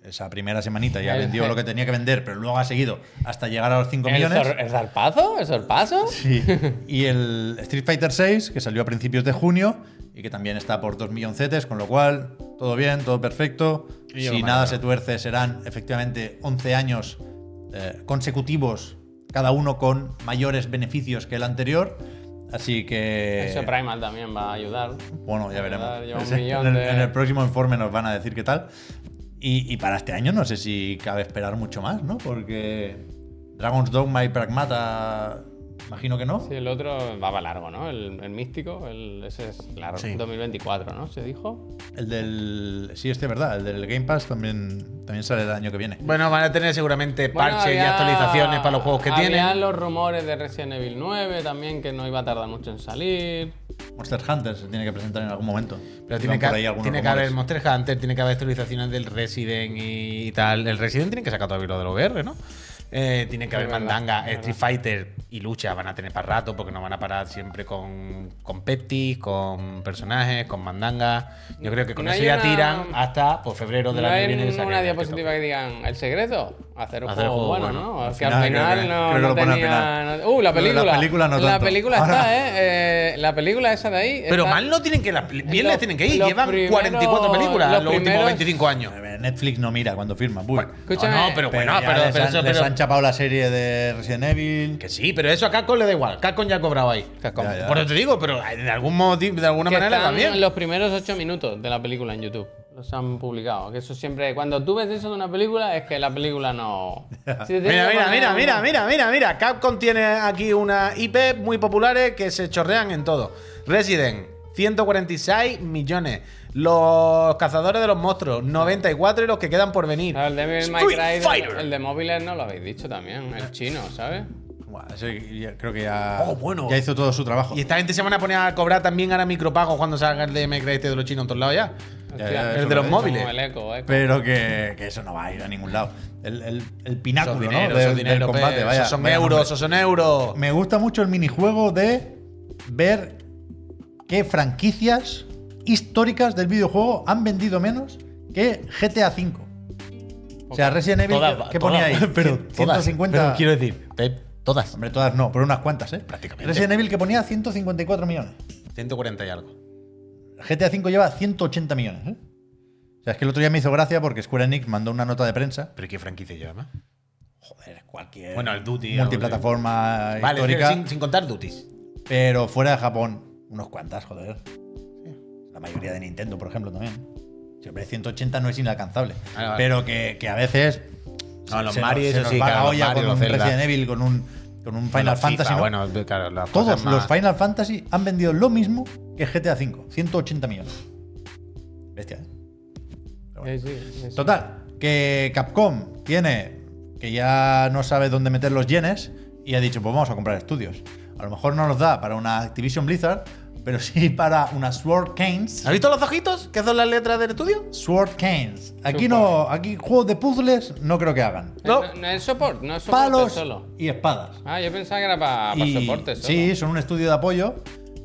Speaker 1: esa primera semanita ya
Speaker 3: El-
Speaker 1: vendió lo que tenía que vender, pero luego ha seguido hasta llegar a los 5
Speaker 3: ¿El,
Speaker 1: millones.
Speaker 3: zar- el zarpazo? ¿El sorpaso?
Speaker 1: Sí. (laughs) Y el Street Fighter VI, que salió a principios de junio y que también está por 2 milloncetes, con lo cual todo bien, todo perfecto.
Speaker 2: Y yo
Speaker 1: si
Speaker 2: me
Speaker 1: nada
Speaker 2: alegro.
Speaker 1: se tuerce, serán efectivamente 11 años eh, consecutivos, cada uno con mayores beneficios que el anterior. Así que.
Speaker 3: Eso Primal también va a ayudar.
Speaker 1: Bueno, ya
Speaker 3: Ah,
Speaker 1: veremos.
Speaker 3: lleva un
Speaker 1: Sí, (laughs)
Speaker 3: millón
Speaker 1: en, el,
Speaker 3: de-
Speaker 1: en el próximo informe nos van a decir qué tal. Y, y para este año no sé si cabe esperar mucho más, ¿no? Porque Dragon's Dogma y Pragmata, imagino que no.
Speaker 3: Sí, el otro va para largo, ¿no? El, el místico, el, ese es largo.
Speaker 1: Sí.
Speaker 3: 2024, ¿no? Se dijo.
Speaker 1: El del. Sí, este es verdad. El del Game Pass también, también sale el año que viene.
Speaker 2: Bueno, van a tener seguramente parches
Speaker 3: Bueno,
Speaker 2: y
Speaker 3: había-
Speaker 2: actualizaciones para los juegos que
Speaker 3: había
Speaker 2: tienen.
Speaker 3: los rumores de Resident Evil 9 también, que no iba a tardar mucho en salir.
Speaker 1: Monster Hunter se tiene que presentar en algún momento.
Speaker 2: Pero
Speaker 1: Iban
Speaker 2: tiene
Speaker 1: por ahí
Speaker 2: que,
Speaker 1: algunos
Speaker 2: tiene que
Speaker 1: rumores.
Speaker 2: haber Monster Hunter, tiene que haber actualizaciones del Resident y tal. El Resident tiene que sacar todavía lo del VR, ¿no? Eh, tiene que
Speaker 3: Es
Speaker 2: haber
Speaker 3: verdad,
Speaker 2: mandanga,
Speaker 3: es
Speaker 2: Street Fighter y lucha van a tener para rato porque no van a parar siempre con, con petis, con personajes, con mandanga. Yo creo que con
Speaker 3: No
Speaker 2: eso
Speaker 3: hay
Speaker 2: ya
Speaker 3: una-
Speaker 2: tiran hasta pues, febrero del
Speaker 3: No
Speaker 2: año
Speaker 3: hay
Speaker 2: que viene. que
Speaker 3: ninguna
Speaker 2: sacan el Tokyo
Speaker 3: diapositiva que digan el secreto, hacer un
Speaker 2: Hacer juego
Speaker 3: juego, bueno,
Speaker 2: bueno.
Speaker 3: ¿no?
Speaker 1: Al
Speaker 3: Es que al
Speaker 1: final,
Speaker 3: final
Speaker 1: creo que-
Speaker 3: no,
Speaker 1: creo que
Speaker 3: no
Speaker 1: lo pone al
Speaker 3: tenía.
Speaker 1: final.
Speaker 3: no- Uh, la
Speaker 1: Lo de la
Speaker 3: película.
Speaker 1: película no
Speaker 3: La
Speaker 1: tanto.
Speaker 3: película está,
Speaker 1: Ahora-
Speaker 3: ¿eh? Eh, La película esa de ahí.
Speaker 2: Pero
Speaker 3: está-
Speaker 2: mal no tienen que las peli- bien
Speaker 3: Los-
Speaker 2: les tienen que ir.
Speaker 3: los
Speaker 2: Llevan
Speaker 3: primeros-
Speaker 2: 44 películas en
Speaker 3: los
Speaker 2: los últimos
Speaker 3: primeros-
Speaker 2: 25 años.
Speaker 1: Eh, Netflix no mira cuando firma. Uy.
Speaker 3: Escúchame.
Speaker 2: No, no, pero bueno,
Speaker 1: ya
Speaker 2: pero, pero,
Speaker 1: les, han,
Speaker 2: eso-
Speaker 1: les
Speaker 2: pero-
Speaker 1: han chapado la serie de Resident Evil.
Speaker 2: Que sí, pero eso a Capcom le da igual. Capcom ya ha cobrado ahí.
Speaker 3: Capcom.
Speaker 1: Ya, ya.
Speaker 2: Por eso te digo, pero de, algún motivo, de alguna
Speaker 3: que
Speaker 2: manera
Speaker 3: están
Speaker 2: también.
Speaker 3: en los primeros 8 minutos de la película en YouTube. Los han publicado. Que eso siempre. Cuando tú ves eso de una película, es que la película no. Si te
Speaker 2: Mira,
Speaker 3: tienen que
Speaker 2: mira,
Speaker 3: poner
Speaker 2: mira,
Speaker 3: una-
Speaker 2: mira, mira, mira, mira. Capcom tiene aquí unas IP muy populares que se chorrean en todo. Resident, 146 millones. Los cazadores de los monstruos, 94 y los que quedan por venir.
Speaker 3: ¿Sabes? El de Devil May
Speaker 2: Street
Speaker 3: Cry,
Speaker 2: Fighter.
Speaker 3: el, el de móviles no lo habéis dicho también. El chino, ¿sabes?
Speaker 1: Buah, ese ya- creo que ya,
Speaker 2: Oh, bueno.
Speaker 1: ya hizo todo su trabajo.
Speaker 2: Y este- esta gente se van a poner a cobrar también ahora micropagos cuando salga el de Cry este de los chinos en todos lados ya.
Speaker 1: Ya,
Speaker 3: Hostia,
Speaker 1: ya,
Speaker 2: el
Speaker 1: eso lo
Speaker 2: de los
Speaker 1: he
Speaker 3: como
Speaker 1: dicho.
Speaker 2: móviles.
Speaker 3: el eco, eh. eco.
Speaker 1: Pero que, que eso no va a ir a ningún lado. El, el, el pináculo,
Speaker 2: Esos
Speaker 1: ¿no?
Speaker 2: dinero,
Speaker 1: del-
Speaker 2: esos
Speaker 1: del
Speaker 2: dinero,
Speaker 1: combate,
Speaker 2: pe.
Speaker 1: vaya,
Speaker 2: Esos son
Speaker 1: vaya
Speaker 2: euros,
Speaker 1: nombre.
Speaker 2: esos son euros.
Speaker 1: Me gusta mucho el minijuego de ver qué franquicias históricas del videojuego han vendido menos que GTA V. O sea, Resident Evil,
Speaker 2: Todas,
Speaker 1: ¿qué
Speaker 2: todas,
Speaker 1: ponía ahí?
Speaker 2: (laughs) Pero
Speaker 1: Cien-
Speaker 2: todas,
Speaker 1: 150.
Speaker 2: pero quiero decir, Pep, todas.
Speaker 1: Hombre, todas no, pero unas cuantas, ¿eh?
Speaker 2: Prácticamente.
Speaker 1: Resident Evil que ponía 154 millones.
Speaker 2: 140 y algo.
Speaker 1: GTA V lleva 180 millones, ¿eh? O sea, es que el otro día me hizo gracia porque Square Enix mandó una nota de prensa.
Speaker 2: Pero ¿qué franquicia lleva más?
Speaker 1: Joder, cualquier.
Speaker 2: Bueno, el Duty, algo
Speaker 1: Multiplataforma
Speaker 2: Vale, es que
Speaker 1: histórica.
Speaker 2: sin, sin contar duties.
Speaker 1: Pero fuera de Japón, unos cuantas, joder. La mayoría de Nintendo, por ejemplo, también. Siempre 180 no es inalcanzable.
Speaker 2: Vale, vale.
Speaker 1: Pero que, que a veces.
Speaker 2: No, los
Speaker 1: se nos-
Speaker 2: Mario,
Speaker 1: se
Speaker 2: eso
Speaker 1: nos
Speaker 2: sí,
Speaker 1: va
Speaker 2: claro,
Speaker 1: la
Speaker 2: los
Speaker 1: olla
Speaker 2: Mario,
Speaker 1: con un
Speaker 2: los Zelda.
Speaker 1: Resident Evil, con un, con un Final
Speaker 2: Bueno,
Speaker 1: Fantasy.
Speaker 2: FIFA,
Speaker 1: ¿no?
Speaker 2: Bueno, claro, las
Speaker 1: Todos
Speaker 2: cosas más-
Speaker 1: los Final Fantasy han vendido lo mismo que GTA V. 180 millones. Bestia, ¿eh?
Speaker 3: Sí, sí, sí, sí.
Speaker 1: Total, que Capcom tiene que ya no sabe dónde meter los yenes y ha dicho, pues vamos a comprar estudios. A lo mejor no los da para una Activision Blizzard, pero sí para una Sword Canes.
Speaker 2: ¿Has visto los ojitos? ¿Qué son las letras del estudio?
Speaker 1: Sword Canes. Aquí no, aquí juegos de puzzles no creo que hagan.
Speaker 3: Eh, No,
Speaker 2: No.
Speaker 3: no es soporte, no es soporte
Speaker 1: Palos
Speaker 3: solo.
Speaker 1: y espadas.
Speaker 3: Ah, yo pensaba que era para
Speaker 1: Y-
Speaker 3: soporte solo.
Speaker 1: sí, son un estudio de apoyo.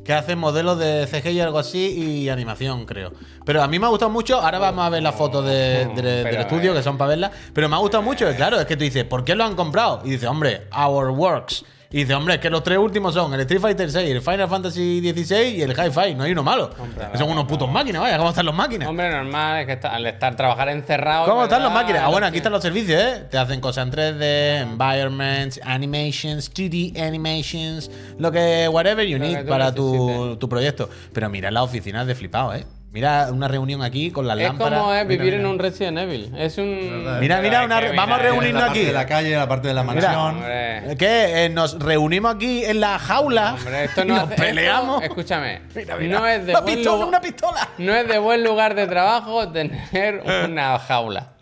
Speaker 2: Que hacen modelos de CG y algo así y animación, creo. Pero a mí me ha gustado mucho. Ahora vamos a ver las fotos de- de-
Speaker 3: Pero,
Speaker 2: del estudio,
Speaker 3: eh.
Speaker 2: que son para verlas. Pero me ha gustado mucho. que Claro, es que tú dices, ¿por qué lo han comprado? Y dice, hombre, Our Works. Y dice, hombre, es que los tres últimos son el Street Fighter 6, el Final Fantasy 16 y el Hi-Fi. No hay uno malo.
Speaker 3: Cómpralo,
Speaker 2: Que son unos putos máquinas, vaya. ¿Cómo están los máquinas?
Speaker 3: Hombre, normal, es que está- al estar trabajar encerrado.
Speaker 2: ¿Cómo
Speaker 3: Oh, ¿verdad?
Speaker 2: están las máquinas? Ah, bueno, aquí están los servicios, ¿eh? Te hacen cosas en 3D, environments, animations, 2D animations, lo que, whatever you
Speaker 3: Lo que
Speaker 2: need
Speaker 3: tú
Speaker 2: para tu,
Speaker 3: necesites.
Speaker 2: tu proyecto. Pero mira las oficinas de flipado, ¿eh? Mira una reunión aquí con las
Speaker 3: Es
Speaker 2: lámparas.
Speaker 3: como es
Speaker 2: Mira,
Speaker 3: vivir
Speaker 2: mira.
Speaker 3: en un Resident Evil. Es un.
Speaker 1: ¿Verdad?
Speaker 2: Mira, mira, una-
Speaker 3: que
Speaker 2: vamos a
Speaker 3: mira,
Speaker 1: Tienes
Speaker 2: reunirnos
Speaker 1: la parte
Speaker 2: aquí.
Speaker 1: de la calle, la parte de la mansión.
Speaker 3: Hombre.
Speaker 2: ¿Qué? Eh, nos reunimos aquí en la jaula.
Speaker 1: (laughs)
Speaker 3: Hombre, esto
Speaker 2: y
Speaker 3: no
Speaker 2: nos
Speaker 3: hace- esto-
Speaker 2: peleamos.
Speaker 3: escúchame.
Speaker 2: Mira, mira,
Speaker 3: No es de
Speaker 2: una
Speaker 3: buen
Speaker 2: pistola,
Speaker 3: lugar-
Speaker 2: una pistola.
Speaker 3: No es de buen lugar de trabajo
Speaker 1: (laughs)
Speaker 3: tener
Speaker 1: Eh.
Speaker 3: una jaula.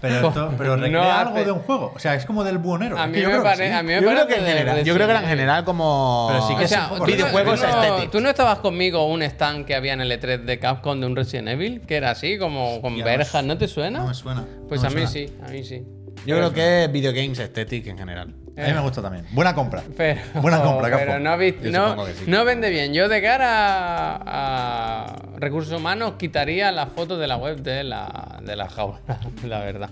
Speaker 1: Pero,
Speaker 3: (laughs)
Speaker 1: esto, pero
Speaker 3: No
Speaker 1: recrea algo
Speaker 3: hace-
Speaker 1: de un juego. O sea, es como del buhonero.
Speaker 3: A
Speaker 1: Es
Speaker 3: mí
Speaker 1: que yo
Speaker 3: me
Speaker 1: creo que
Speaker 3: parece.
Speaker 1: sí.
Speaker 3: A mí me
Speaker 2: Yo creo,
Speaker 3: parece
Speaker 2: que en
Speaker 3: de
Speaker 2: general, yo creo que en
Speaker 3: Resident Evil.
Speaker 2: general como
Speaker 1: Pero sí que
Speaker 3: O
Speaker 1: es un
Speaker 3: sea,
Speaker 1: poco
Speaker 3: ¿tú no-
Speaker 2: videojuegos
Speaker 3: tú no,
Speaker 2: estéticos.
Speaker 3: ¿Tú no estabas conmigo en un stand que había en el E3 de Capcom de un Resident Evil? Que era así, como con
Speaker 1: Hostia,
Speaker 3: verjas.
Speaker 1: no
Speaker 3: ¿No te suena?
Speaker 1: No me suena.
Speaker 3: Pues
Speaker 1: no
Speaker 3: a
Speaker 1: me
Speaker 3: mí
Speaker 1: suena.
Speaker 3: sí, a mí sí.
Speaker 2: Yo creo que es video games aesthetic en general.
Speaker 1: A mí me gusta también. Buena compra.
Speaker 3: Pero,
Speaker 1: Buena compra, Capcom.
Speaker 3: pero no, vi-
Speaker 2: Yo
Speaker 3: no-
Speaker 2: supongo que sí.
Speaker 3: no vende bien. Yo de cara a, a recursos humanos quitaría las fotos de la web de la, de la jaula, (laughs) la verdad.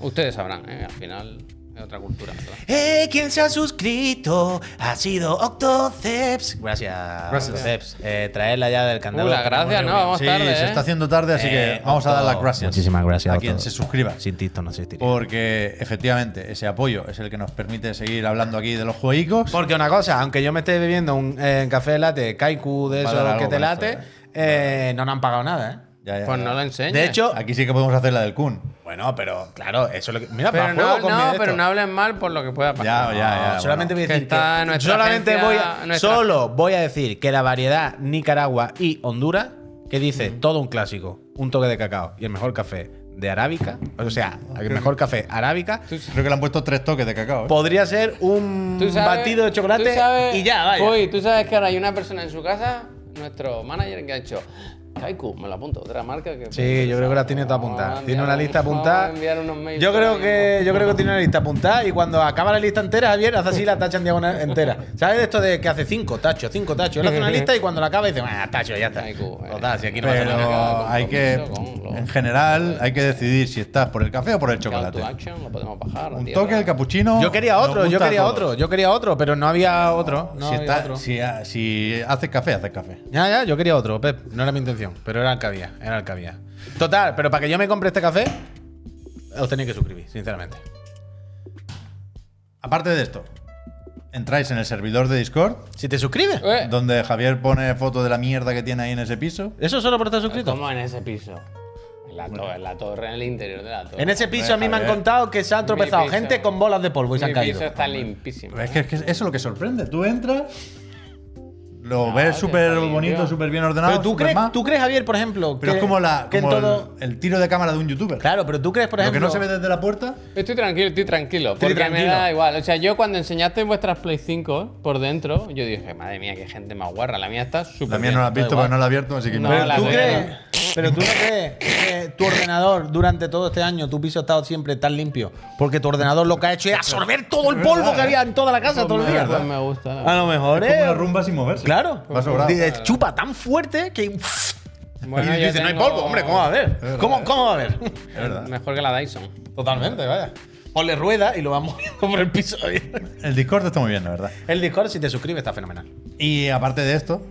Speaker 3: Ustedes sabrán, ¿eh? al final es otra cultura. ¿verdad?
Speaker 2: Eh, quien se ha suscrito ha sido Octoceps. Gracias, Octoceps. Eh, traerla ya del candado.
Speaker 3: Uh, la gracia, no, vamos
Speaker 1: Sí,
Speaker 3: tarde.
Speaker 1: se
Speaker 3: ¿eh?
Speaker 1: está haciendo tarde, así
Speaker 2: Eh,
Speaker 1: que vamos a dar las gracias.
Speaker 2: Muchísimas gracias
Speaker 1: A quien
Speaker 2: todos.
Speaker 1: se suscriba.
Speaker 2: Sin ti esto no existiría.
Speaker 1: Porque efectivamente ese apoyo es el que nos permite seguir hablando aquí de los juegos.
Speaker 2: Porque una cosa, aunque yo me esté bebiendo un eh, café latte, kaiku de
Speaker 1: Va a dar
Speaker 2: esos que
Speaker 1: algo
Speaker 2: te
Speaker 1: con
Speaker 2: late,
Speaker 1: esto,
Speaker 2: eh, no nos han pagado nada, ¿eh?
Speaker 3: Pues no lo enseñes.
Speaker 2: De hecho,
Speaker 1: Aquí sí que podemos hacer la del Kun.
Speaker 2: bueno, pero claro, eso es lo que. Mira,
Speaker 3: pero
Speaker 2: para juego
Speaker 3: no,
Speaker 2: con mi de
Speaker 3: no, pero
Speaker 2: esto.
Speaker 3: no hablen mal por lo que pueda
Speaker 1: Ya,
Speaker 3: pasar.
Speaker 1: ya, ya. bueno.
Speaker 2: solamente voy a
Speaker 3: Que
Speaker 2: decir
Speaker 3: está
Speaker 2: que-
Speaker 3: nuestra
Speaker 2: solamente
Speaker 3: agencia-
Speaker 2: voy a-
Speaker 3: nuestra-
Speaker 2: solo voy a decir que la variedad Nicaragua y Honduras que dice
Speaker 1: Mm.
Speaker 2: todo un clásico, un toque de cacao y el mejor café de arábica, o sea, el mejor café arábica
Speaker 3: Tú
Speaker 1: Creo que le han puesto tres toques de cacao. ¿eh?
Speaker 2: podría ser un
Speaker 3: Tú sabes-
Speaker 2: batido de chocolate
Speaker 3: tú sabes-
Speaker 2: y ya, vaya.
Speaker 3: Uy, tú sabes que ahora hay una persona en su casa, nuestro manager, que ha hecho. Kaiku, me la apunto, otra marca que.
Speaker 2: Sí, yo creo que la tiene toda
Speaker 3: Ah,
Speaker 2: apuntada. Tiene una lista apuntada. Yo creo que yo creo que tiene una lista apuntada y cuando acaba la lista entera, Javier hace así la tacha en diagonal entera. ¿Sabes de esto de que hace cinco tachos, cinco tachos? Él hace una lista y cuando la acaba dice, ah, tacho, ya está.
Speaker 3: Ay, cu- eh.
Speaker 2: Total, si aquí no pasa
Speaker 3: Pero-
Speaker 2: nada.
Speaker 1: Pero hay que,
Speaker 3: compromiso con lo-
Speaker 1: en general, hay que decidir si estás por el café o por el chocolate.
Speaker 3: lo podemos bajar.
Speaker 1: Un
Speaker 3: tío,
Speaker 1: toque
Speaker 3: pero-
Speaker 1: del capuchino.
Speaker 2: Yo quería otro,
Speaker 1: nos
Speaker 2: yo
Speaker 1: gusta a
Speaker 2: quería
Speaker 1: todos.
Speaker 2: otro, yo quería otro, pero no había otro. No
Speaker 1: si,
Speaker 2: había
Speaker 1: está-
Speaker 2: otro.
Speaker 1: si, ha- si haces café, haces café.
Speaker 2: Ya, ya, yo quería otro, Pep. No era mi intención, pero era el que había, era el que había. Total, pero para que yo me compre este café, os tenéis que suscribir, sinceramente.
Speaker 1: Aparte de esto, entráis en el servidor de Discord,
Speaker 2: Si te suscribes,
Speaker 3: Eh,
Speaker 1: donde Javier pone fotos de la mierda que tiene ahí en ese piso.
Speaker 2: eso solo por estar suscrito.
Speaker 3: ¿Cómo en ese piso? En la, torre, en la torre, en el interior de la torre.
Speaker 2: En ese piso a mí me han
Speaker 1: Javier.
Speaker 2: contado que se han tropezado
Speaker 3: piso.
Speaker 2: gente con bolas de polvo y se han
Speaker 3: Mi
Speaker 2: caído.
Speaker 3: piso está limpísimo.
Speaker 1: Es que, es que eso es lo que sorprende. Tú entras, lo
Speaker 3: No,
Speaker 1: ves
Speaker 3: que
Speaker 1: súper
Speaker 3: está
Speaker 1: bonito,
Speaker 3: limpio.
Speaker 1: súper bien ordenado.
Speaker 2: Pero tú
Speaker 1: súper
Speaker 2: crees,
Speaker 1: más,
Speaker 2: tú crees, Javier, por ejemplo,
Speaker 1: pero
Speaker 2: que,
Speaker 1: es como, la,
Speaker 2: que en
Speaker 1: como el-
Speaker 2: todo-
Speaker 1: el, tiro de cámara de un youtuber.
Speaker 2: Claro, Pues pero tú crees, por
Speaker 1: lo que
Speaker 2: ejemplo,
Speaker 1: no se ve desde la puerta.
Speaker 3: Estoy tranquilo, estoy tranquilo.
Speaker 2: Estoy
Speaker 3: Porque me
Speaker 2: tranquilo.
Speaker 3: da igual. O sea, yo cuando enseñaste vuestras Play 5 por dentro, yo dije, madre mía, qué gente más guarra. La mía está súper.
Speaker 1: La mía
Speaker 3: bien,
Speaker 1: no la has
Speaker 3: da
Speaker 1: visto
Speaker 3: igual.
Speaker 2: pues
Speaker 1: porque no la he abierto, así que
Speaker 3: No,
Speaker 2: pero
Speaker 3: la
Speaker 2: tú
Speaker 3: veo,
Speaker 2: crees,
Speaker 3: no.
Speaker 2: pero tú no crees que tu ordenador durante todo este año, tu piso ha estado siempre tan limpio, porque tu ordenador lo que ha hecho es absorber todo el polvo que había en toda la Ah, casa todo el
Speaker 3: Pues
Speaker 2: día.
Speaker 3: me- pues me gusta. la
Speaker 2: A lo mejor
Speaker 1: Es como una
Speaker 2: es.
Speaker 1: rumba sin moverse.
Speaker 2: Claro.
Speaker 1: Va sobrado.
Speaker 2: Dice, Chupa tan fuerte que
Speaker 3: Bueno,
Speaker 2: y
Speaker 3: yo
Speaker 2: dice, no hay
Speaker 3: tengo-
Speaker 2: polvo, hombre, ¿cómo va a haber?
Speaker 1: verdad,
Speaker 2: ¿Cómo,
Speaker 1: eh.
Speaker 2: cómo va a haber?
Speaker 1: Es verdad.
Speaker 3: Mejor que la Dyson.
Speaker 2: Totalmente, vaya. Ponle rueda y lo vamos (laughs) moviendo por el piso.
Speaker 1: El Discord está muy bien, la verdad.
Speaker 2: El Discord, si te suscribes, está fenomenal.
Speaker 1: Y aparte de esto,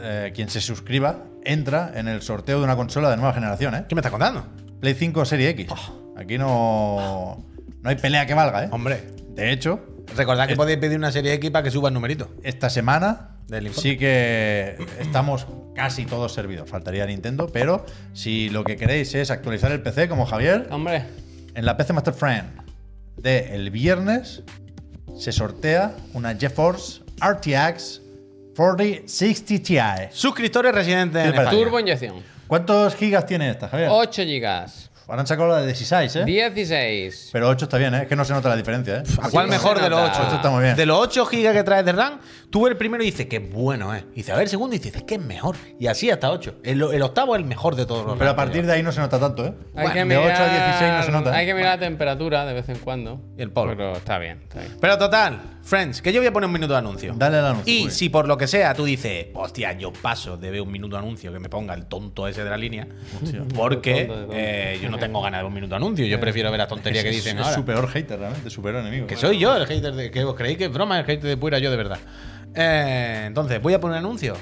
Speaker 1: eh, quien se suscriba entra en el sorteo de una consola de nueva generación, ¿eh?
Speaker 2: ¿Qué me estás contando?
Speaker 1: Play 5 o Serie X.
Speaker 2: Oh.
Speaker 1: Aquí no, no hay pelea que valga, ¿eh?
Speaker 2: Hombre,
Speaker 1: De hecho,
Speaker 2: recordad que
Speaker 1: Es-
Speaker 2: podéis pedir una serie X para que suba el numerito.
Speaker 1: esta semana
Speaker 2: Del informe.
Speaker 1: sí que estamos casi todos servidos. Faltaría Nintendo, pero si lo que queréis es actualizar el PC, como Javier,
Speaker 3: Hombre,
Speaker 1: en la PC Master Friend de el viernes se sortea una GeForce RTX 4060 Ti.
Speaker 2: Suscriptores residentes en
Speaker 1: Sí, para-
Speaker 2: España.
Speaker 3: turbo inyección.
Speaker 1: ¿Cuántos gigas tiene esta, Javier?
Speaker 3: 8 gigas.
Speaker 1: Ahora han sacado la de 16, ¿eh?
Speaker 3: 16.
Speaker 1: Pero 8 está bien, ¿eh? Es que no se nota la diferencia, ¿eh?
Speaker 2: ¿A cuál
Speaker 3: Sí,
Speaker 2: mejor
Speaker 3: se
Speaker 2: de los
Speaker 3: nota.
Speaker 2: 8?
Speaker 1: Ocho está muy bien.
Speaker 2: De los 8 gigas que traes de RAM, tú el primero y dices que bueno es. Y dices, a ver, el segundo y dices es que es mejor. Y así hasta 8. El, el octavo es el mejor de todos los
Speaker 1: Pero a
Speaker 2: RAM.
Speaker 1: partir de ahí no se nota tanto, ¿eh?
Speaker 3: Hay
Speaker 1: Bueno,
Speaker 3: que
Speaker 1: de
Speaker 3: mirar,
Speaker 1: 8 a 16 no se nota. ¿eh?
Speaker 3: Hay que mirar la temperatura de vez en cuando.
Speaker 2: Y el polvo.
Speaker 3: Pero está bien, está bien.
Speaker 2: Pero total, friends, que yo voy a poner un minuto de anuncio.
Speaker 1: Dale al anuncio. pues.
Speaker 2: Y
Speaker 1: Uy.
Speaker 2: si por lo que sea tú dices, hostia, yo paso de ver un minuto de anuncio que me ponga el tonto ese de la línea, porque
Speaker 3: Tonto, tonto.
Speaker 2: eh, yo no tengo ganas de un minuto de anuncio. Yo prefiero ver las tonterías que
Speaker 1: Eh, Es- (laughs)
Speaker 2: dicen
Speaker 1: es
Speaker 2: ahora.
Speaker 1: su peor hater, realmente, su peor enemigo.
Speaker 2: Que soy yo el hater de. Que os creéis que es broma, el hater de Puira yo de verdad. Eh, entonces, voy a poner un anuncio.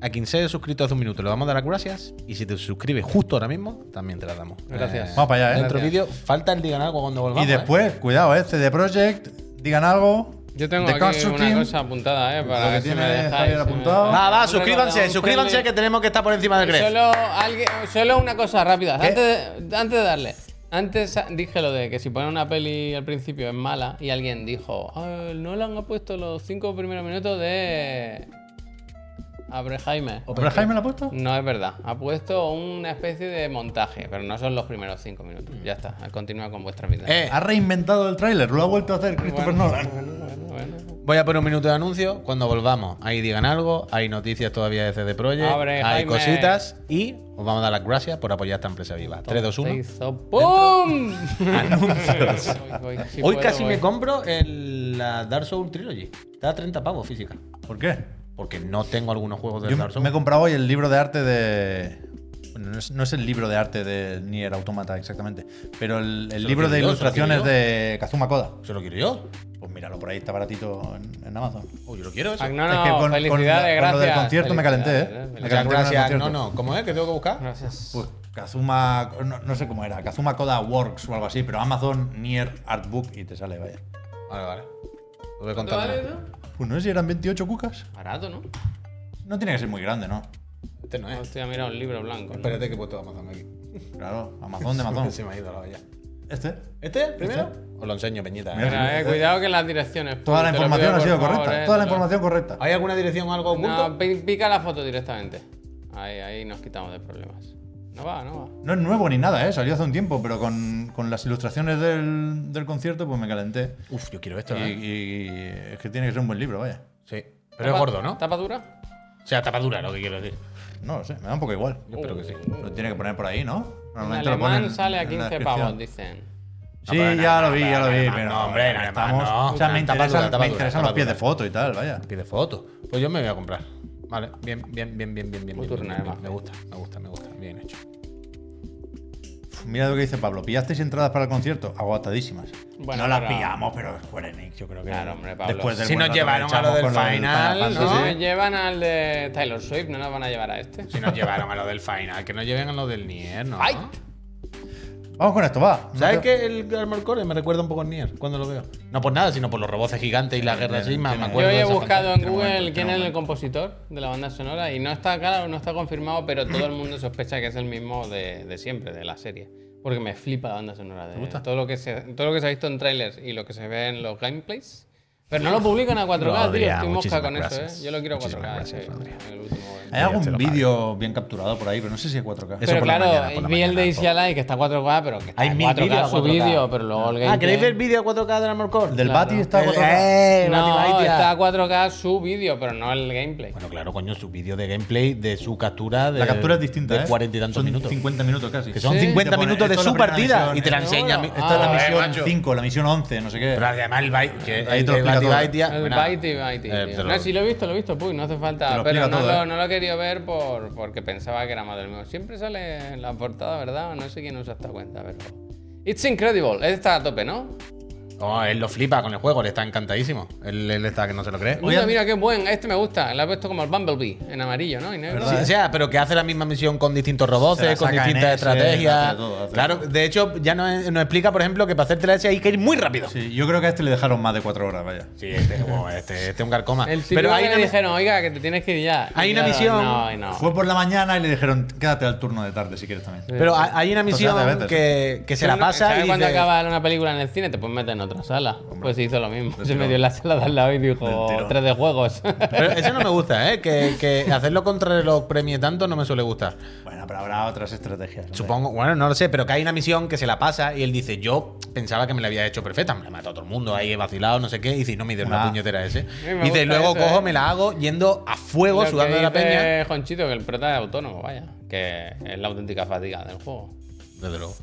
Speaker 2: A quien se haya suscrito hace un minuto le vamos a dar las gracias. Y si te suscribes justo ahora mismo, también te la damos.
Speaker 3: Gracias.
Speaker 1: Vamos para allá, ¿eh?
Speaker 2: Dentro
Speaker 3: Gracias.
Speaker 2: vídeo, falta el digan algo cuando volvamos.
Speaker 1: Y
Speaker 2: ¿eh?
Speaker 1: después, cuidado, ¿eh? CD Projekt, digan algo.
Speaker 3: Yo tengo
Speaker 1: The
Speaker 3: aquí
Speaker 1: Construct
Speaker 3: una
Speaker 1: Team,
Speaker 3: cosa apuntada, ¿eh? Para
Speaker 1: lo que
Speaker 3: ver si
Speaker 1: tiene
Speaker 3: me dejáis,
Speaker 1: Javier
Speaker 3: si me
Speaker 1: apuntado.
Speaker 3: dejáis.
Speaker 2: Va, va,
Speaker 3: Un
Speaker 2: suscríbanse,
Speaker 3: recordatorio,
Speaker 2: suscríbanse que tenemos que estar por encima del
Speaker 3: Y
Speaker 2: Gref.
Speaker 3: Solo, alguien, solo una cosa rápida. Antes de, antes de darle. Antes dije lo de que si ponen una peli al principio es mala y alguien dijo, "Ah, el Nolan ha puesto los cinco primeros minutos de... Abre Jaime.
Speaker 1: ¿Hombre, Jaime la ha puesto?
Speaker 3: No es verdad. Ha puesto una especie de montaje, pero no son los primeros cinco minutos. Ya está. Continúa con vuestra vida.
Speaker 2: Eh,
Speaker 1: Ha reinventado el tráiler, lo ha vuelto a hacer Christopher Nolan.
Speaker 3: Bueno, bueno.
Speaker 2: Eh, voy a poner un minuto de anuncio. Cuando volvamos, ahí digan algo. Hay noticias todavía de CD Projekt.
Speaker 3: Abre,
Speaker 2: hay
Speaker 3: Jaime.
Speaker 2: cositas. Y os vamos a dar las gracias por apoyar esta empresa viva. 3, 2, 1.
Speaker 3: Se hizo ¡Pum!
Speaker 2: (laughs)
Speaker 3: Voy, voy, si
Speaker 2: Ah, Hoy
Speaker 3: puedo, eh.
Speaker 2: casi
Speaker 3: voy.
Speaker 2: me compro el, la Dark Souls Trilogy. Está a 30 pavos física.
Speaker 1: ¿Por qué?
Speaker 2: Porque no tengo algunos juegos de
Speaker 1: Yo
Speaker 2: Pues Dark Souls.
Speaker 1: me he comprado hoy el libro de arte de. Bueno, no es, no es el libro de arte de Nier Automata exactamente, pero el, el
Speaker 2: lo
Speaker 1: libro de
Speaker 2: quiero yo, se lo quiero
Speaker 1: ilustraciones
Speaker 2: yo.
Speaker 1: de Kazuma Koda.
Speaker 2: ¿Se lo quiero yo?
Speaker 1: Pues míralo, por ahí está baratito en, en Amazon.
Speaker 2: Oh, yo lo quiero eso.
Speaker 3: Ah, no,
Speaker 1: Es
Speaker 3: no,
Speaker 1: que con- con-
Speaker 3: felicidades,
Speaker 1: con
Speaker 3: gracias.
Speaker 1: lo del concierto me calenté,
Speaker 3: Felicidades,
Speaker 1: ¿eh?
Speaker 3: felicidades.
Speaker 1: Me
Speaker 2: Muchas
Speaker 1: calenté con el
Speaker 2: gracias. No,
Speaker 1: concierto.
Speaker 2: no. ¿Cómo es? ¿Qué tengo que buscar?
Speaker 3: Gracias.
Speaker 1: Pues Kazuma. No, no sé cómo era, Kazuma Koda Works o algo así, pero Amazon Nier Artbook y te sale, vaya.
Speaker 2: Vale, vale. Lo voy a
Speaker 3: ¿Cuánto
Speaker 2: contar.
Speaker 3: vale,
Speaker 2: nada.
Speaker 3: no?
Speaker 1: Pues no sé si eran 28 cucas.
Speaker 3: Barato, ¿no?
Speaker 1: No tiene que ser muy grande, ¿no?
Speaker 2: Este
Speaker 1: Eh.
Speaker 2: no es.
Speaker 3: Hostia, mira, un libro blanco. ¿no?
Speaker 2: Espérate que he puesto Amazon aquí.
Speaker 1: Claro, Amazon de
Speaker 2: (laughs)
Speaker 1: Amazon.
Speaker 2: Se me ha ido la olla.
Speaker 1: Este.
Speaker 2: ¿Este? ¿Primero? Os lo enseño, Peñita. ¿eh?
Speaker 3: Mira, eh, cuidado que las direcciones.
Speaker 1: Toda la
Speaker 3: Te lo
Speaker 1: información
Speaker 3: pido,
Speaker 1: ha sido
Speaker 3: por favor,
Speaker 1: correcta.
Speaker 3: eh,
Speaker 1: toda la
Speaker 3: te lo-
Speaker 1: información correcta.
Speaker 2: ¿Hay alguna dirección o algo oculto?
Speaker 3: No, pi- pica la foto directamente. Ahí, ahí nos quitamos de problemas. No va, no va.
Speaker 1: No es nuevo ni nada, ¿eh? Salió hace un tiempo, pero con, con las ilustraciones del, del concierto, pues me calenté.
Speaker 2: Uf, yo quiero
Speaker 1: Y,
Speaker 2: esto. ¿eh?
Speaker 1: y es que tiene que ser un buen libro, vaya.
Speaker 2: Sí. Pero es
Speaker 3: Tapa-
Speaker 2: gordo, ¿no?
Speaker 3: ¿Tapa dura?
Speaker 2: O sea, tapadura, lo que quiero decir.
Speaker 1: No lo sé, me da un poco igual.
Speaker 2: Yo espero que sí.
Speaker 1: Lo tiene que poner por ahí, ¿no?
Speaker 3: En
Speaker 1: Normalmente lo
Speaker 3: alemán
Speaker 1: ponen
Speaker 3: sale a
Speaker 1: en la
Speaker 3: 15
Speaker 1: descripción.
Speaker 3: pavos, dicen.
Speaker 1: Sí,
Speaker 2: No, pero en
Speaker 1: ya
Speaker 2: alemán,
Speaker 1: lo vi, ya lo
Speaker 2: en
Speaker 1: vi,
Speaker 2: alemán,
Speaker 1: pero.
Speaker 2: no, hombre, en alemán
Speaker 1: estamos.
Speaker 2: no.
Speaker 1: O sea, me
Speaker 2: Tapa
Speaker 1: interesan,
Speaker 2: dura, tapa
Speaker 1: me
Speaker 2: dura,
Speaker 1: interesan
Speaker 2: tapa
Speaker 1: los pies de
Speaker 2: dura.
Speaker 1: foto y tal, vaya.
Speaker 2: Pide foto. Pues yo me voy a comprar. Vale, bien, bien, bien, bien, bien. bien,
Speaker 3: Muy
Speaker 2: bien,
Speaker 3: turno,
Speaker 2: bien,
Speaker 3: además.
Speaker 2: Me gusta, me gusta, me gusta. Bien hecho.
Speaker 1: Uf, Mira lo que dice Pablo. ¿Pillasteis entradas para el concierto? Agotadísimas.
Speaker 3: Bueno,
Speaker 1: no las
Speaker 3: pero-
Speaker 1: pillamos, pero Square Enix, yo creo que.
Speaker 3: Claro, hombre, Pablo.
Speaker 1: Después del
Speaker 2: Si
Speaker 1: buen
Speaker 2: nos
Speaker 1: rato que
Speaker 2: llevaron a lo
Speaker 1: echamos
Speaker 2: del
Speaker 1: con
Speaker 2: final,
Speaker 1: Final
Speaker 2: ¿no?
Speaker 3: Si
Speaker 1: Fantasy.
Speaker 3: nos llevan al de Taylor Swift, no nos van a llevar a este.
Speaker 2: Si nos llevaron a lo del final, que nos lleven a lo del Nier, ¿no?
Speaker 3: ¡Ay!
Speaker 1: Vamos con esto, va.
Speaker 2: ¿Sabes
Speaker 1: No te-
Speaker 2: que el Armor Core me recuerda un poco al Nier cuando lo veo? No por nada, sino por los robots gigantes y la guerra así, me me
Speaker 1: tiene-
Speaker 2: acuerdo
Speaker 3: Yo
Speaker 2: de
Speaker 3: he
Speaker 2: esa
Speaker 3: buscado
Speaker 2: fantasía.
Speaker 3: en
Speaker 1: Tiene
Speaker 3: Google
Speaker 1: momento,
Speaker 3: quién
Speaker 1: tiene
Speaker 3: es el
Speaker 1: momento.
Speaker 3: compositor de la banda sonora y no está claro, no está confirmado, pero todo el mundo sospecha que es el mismo de, de siempre, de la serie. Porque me flipa la banda sonora de todo lo que se, todo lo que se ha visto en trailers y lo que se ve en los gameplays. Pero no lo publican a 4K, tío.
Speaker 2: Rodrigo,
Speaker 3: Estoy mosca
Speaker 2: muchísimas
Speaker 3: con
Speaker 2: gracias.
Speaker 3: eso, ¿eh? Yo lo quiero a 4K.
Speaker 2: Muchísimas gracias,
Speaker 3: sí,
Speaker 2: Rodrigo.
Speaker 3: el último, eh.
Speaker 1: Hay
Speaker 2: te
Speaker 1: algún
Speaker 2: lo pago.
Speaker 1: vídeo bien capturado por ahí, pero no sé si es 4K.
Speaker 2: Eso
Speaker 3: pero
Speaker 2: por la
Speaker 3: claro,
Speaker 2: mañana, por la
Speaker 3: vi el de
Speaker 2: mañana,
Speaker 3: Easy Alive que está a 4K, pero que está
Speaker 2: Hay
Speaker 3: a
Speaker 2: mil
Speaker 3: 4K,
Speaker 2: vídeos a
Speaker 3: su
Speaker 2: 4K.
Speaker 3: vídeo, pero luego el gameplay.
Speaker 2: Ah, ¿queréis ver el vídeo 4K del Armor Core?
Speaker 1: Del
Speaker 3: claro.
Speaker 1: Bati está a
Speaker 2: El-
Speaker 1: 4K.
Speaker 2: ¡Eh!
Speaker 3: No,
Speaker 2: Batman
Speaker 3: está a
Speaker 2: Idea.
Speaker 3: 4K su vídeo, pero no el gameplay.
Speaker 2: Bueno, claro, coño, su vídeo de gameplay, de su captura. De,
Speaker 1: La captura es distinta,
Speaker 2: De
Speaker 1: ¿eh?
Speaker 2: 40 y tantos
Speaker 1: Son
Speaker 2: minutos.
Speaker 1: 50 minutos casi.
Speaker 2: Que son
Speaker 3: Sí.
Speaker 2: 50
Speaker 1: Te pone,
Speaker 2: minutos de
Speaker 1: esto es la
Speaker 2: su
Speaker 1: primera
Speaker 2: partida
Speaker 1: misión,
Speaker 2: y te la
Speaker 1: eh.
Speaker 2: enseña.
Speaker 3: No, no.
Speaker 1: Esta es la
Speaker 3: Ah,
Speaker 1: misión
Speaker 2: macho.
Speaker 1: 5, la misión 11, no sé qué.
Speaker 2: Pero además el Byte. que
Speaker 1: Ahí te lo
Speaker 2: el
Speaker 1: explica
Speaker 2: Byte
Speaker 1: todo.
Speaker 2: Byte, ya-
Speaker 3: El
Speaker 2: bueno,
Speaker 3: Baiti Baiti.
Speaker 2: eh,
Speaker 3: tío.
Speaker 2: te lo-
Speaker 3: No, si lo he visto, lo he visto, puy, no hace
Speaker 1: Te
Speaker 3: falta.
Speaker 1: lo
Speaker 3: Pero
Speaker 1: explica
Speaker 3: no,
Speaker 1: todo,
Speaker 3: lo,
Speaker 1: ¿eh?
Speaker 3: no lo he querido ver por, porque pensaba que era más del mismo. Siempre sale en la portada, ¿verdad? No sé quién usa esta cuenta, pero. It's incredible. Él está a tope, ¿no?
Speaker 2: No, él lo flipa con el juego, le está encantadísimo. Él, él está que no se lo cree.
Speaker 3: Mira, mira qué buen. Este me gusta. Le ha puesto como el Bumblebee en amarillo, ¿no? Y negro.
Speaker 1: ¿Verdad? eh?
Speaker 2: Sí, o sea, pero que hace la misma misión con distintos robots,
Speaker 1: Se la
Speaker 2: con
Speaker 1: saca en
Speaker 2: distintas
Speaker 1: ese,
Speaker 2: estrategias.
Speaker 1: hace todo, hace
Speaker 2: claro,
Speaker 1: todo.
Speaker 2: de hecho, ya nos, nos explica, por ejemplo, que para hacerte la S hay que ir muy rápido. Sí,
Speaker 1: Sí, yo creo que a este le dejaron más de 4 horas, vaya.
Speaker 2: este, wow, este, este es un carcoma.
Speaker 3: El típico
Speaker 2: pero hay
Speaker 3: que
Speaker 2: una,
Speaker 3: le dijeron, oiga, que te tienes que ir ya. Y
Speaker 2: Hay una
Speaker 3: claro,
Speaker 2: misión-
Speaker 3: No, y no.
Speaker 1: Fue por la mañana y le dijeron, quédate al turno de tarde si quieres también.
Speaker 2: pero hay- hay una misión
Speaker 1: Total, de veces.
Speaker 2: que, que se la
Speaker 3: Pero no-
Speaker 2: pasa
Speaker 3: ¿sabes
Speaker 2: y
Speaker 3: cuando
Speaker 2: dice,
Speaker 3: acaba una película en el cine te puedes meter en otra sala. Pues hizo lo mismo. Se
Speaker 1: tirón.
Speaker 3: metió en la sala de al lado y dijo,
Speaker 1: Del tirón.
Speaker 3: tres
Speaker 2: (laughs)
Speaker 3: de juegos.
Speaker 2: Pero eso no me gusta, ¿eh? Que, que hacerlo contra los premios tanto no me suele gustar.
Speaker 1: Bueno, pero habrá otras estrategias. ¿no?
Speaker 2: Supongo, bueno, no lo sé, pero que hay una misión que se la pasa y él dice, yo pensaba que me la había hecho perfecta, me la mató a todo el mundo, ahí he vacilado, no sé qué, y dice, no me dio una
Speaker 1: Ah.
Speaker 2: puñetera ese.
Speaker 3: me
Speaker 2: Y dice,
Speaker 3: gusta
Speaker 2: luego
Speaker 3: eso,
Speaker 2: cojo,
Speaker 3: eh.
Speaker 2: me la hago yendo a fuego,
Speaker 3: Lo
Speaker 2: sudando
Speaker 3: que
Speaker 2: de la
Speaker 3: dice
Speaker 2: peña.
Speaker 3: Jonchito, que el prota es autónomo, vaya. Que es la auténtica fatiga del juego.
Speaker 2: Desde luego.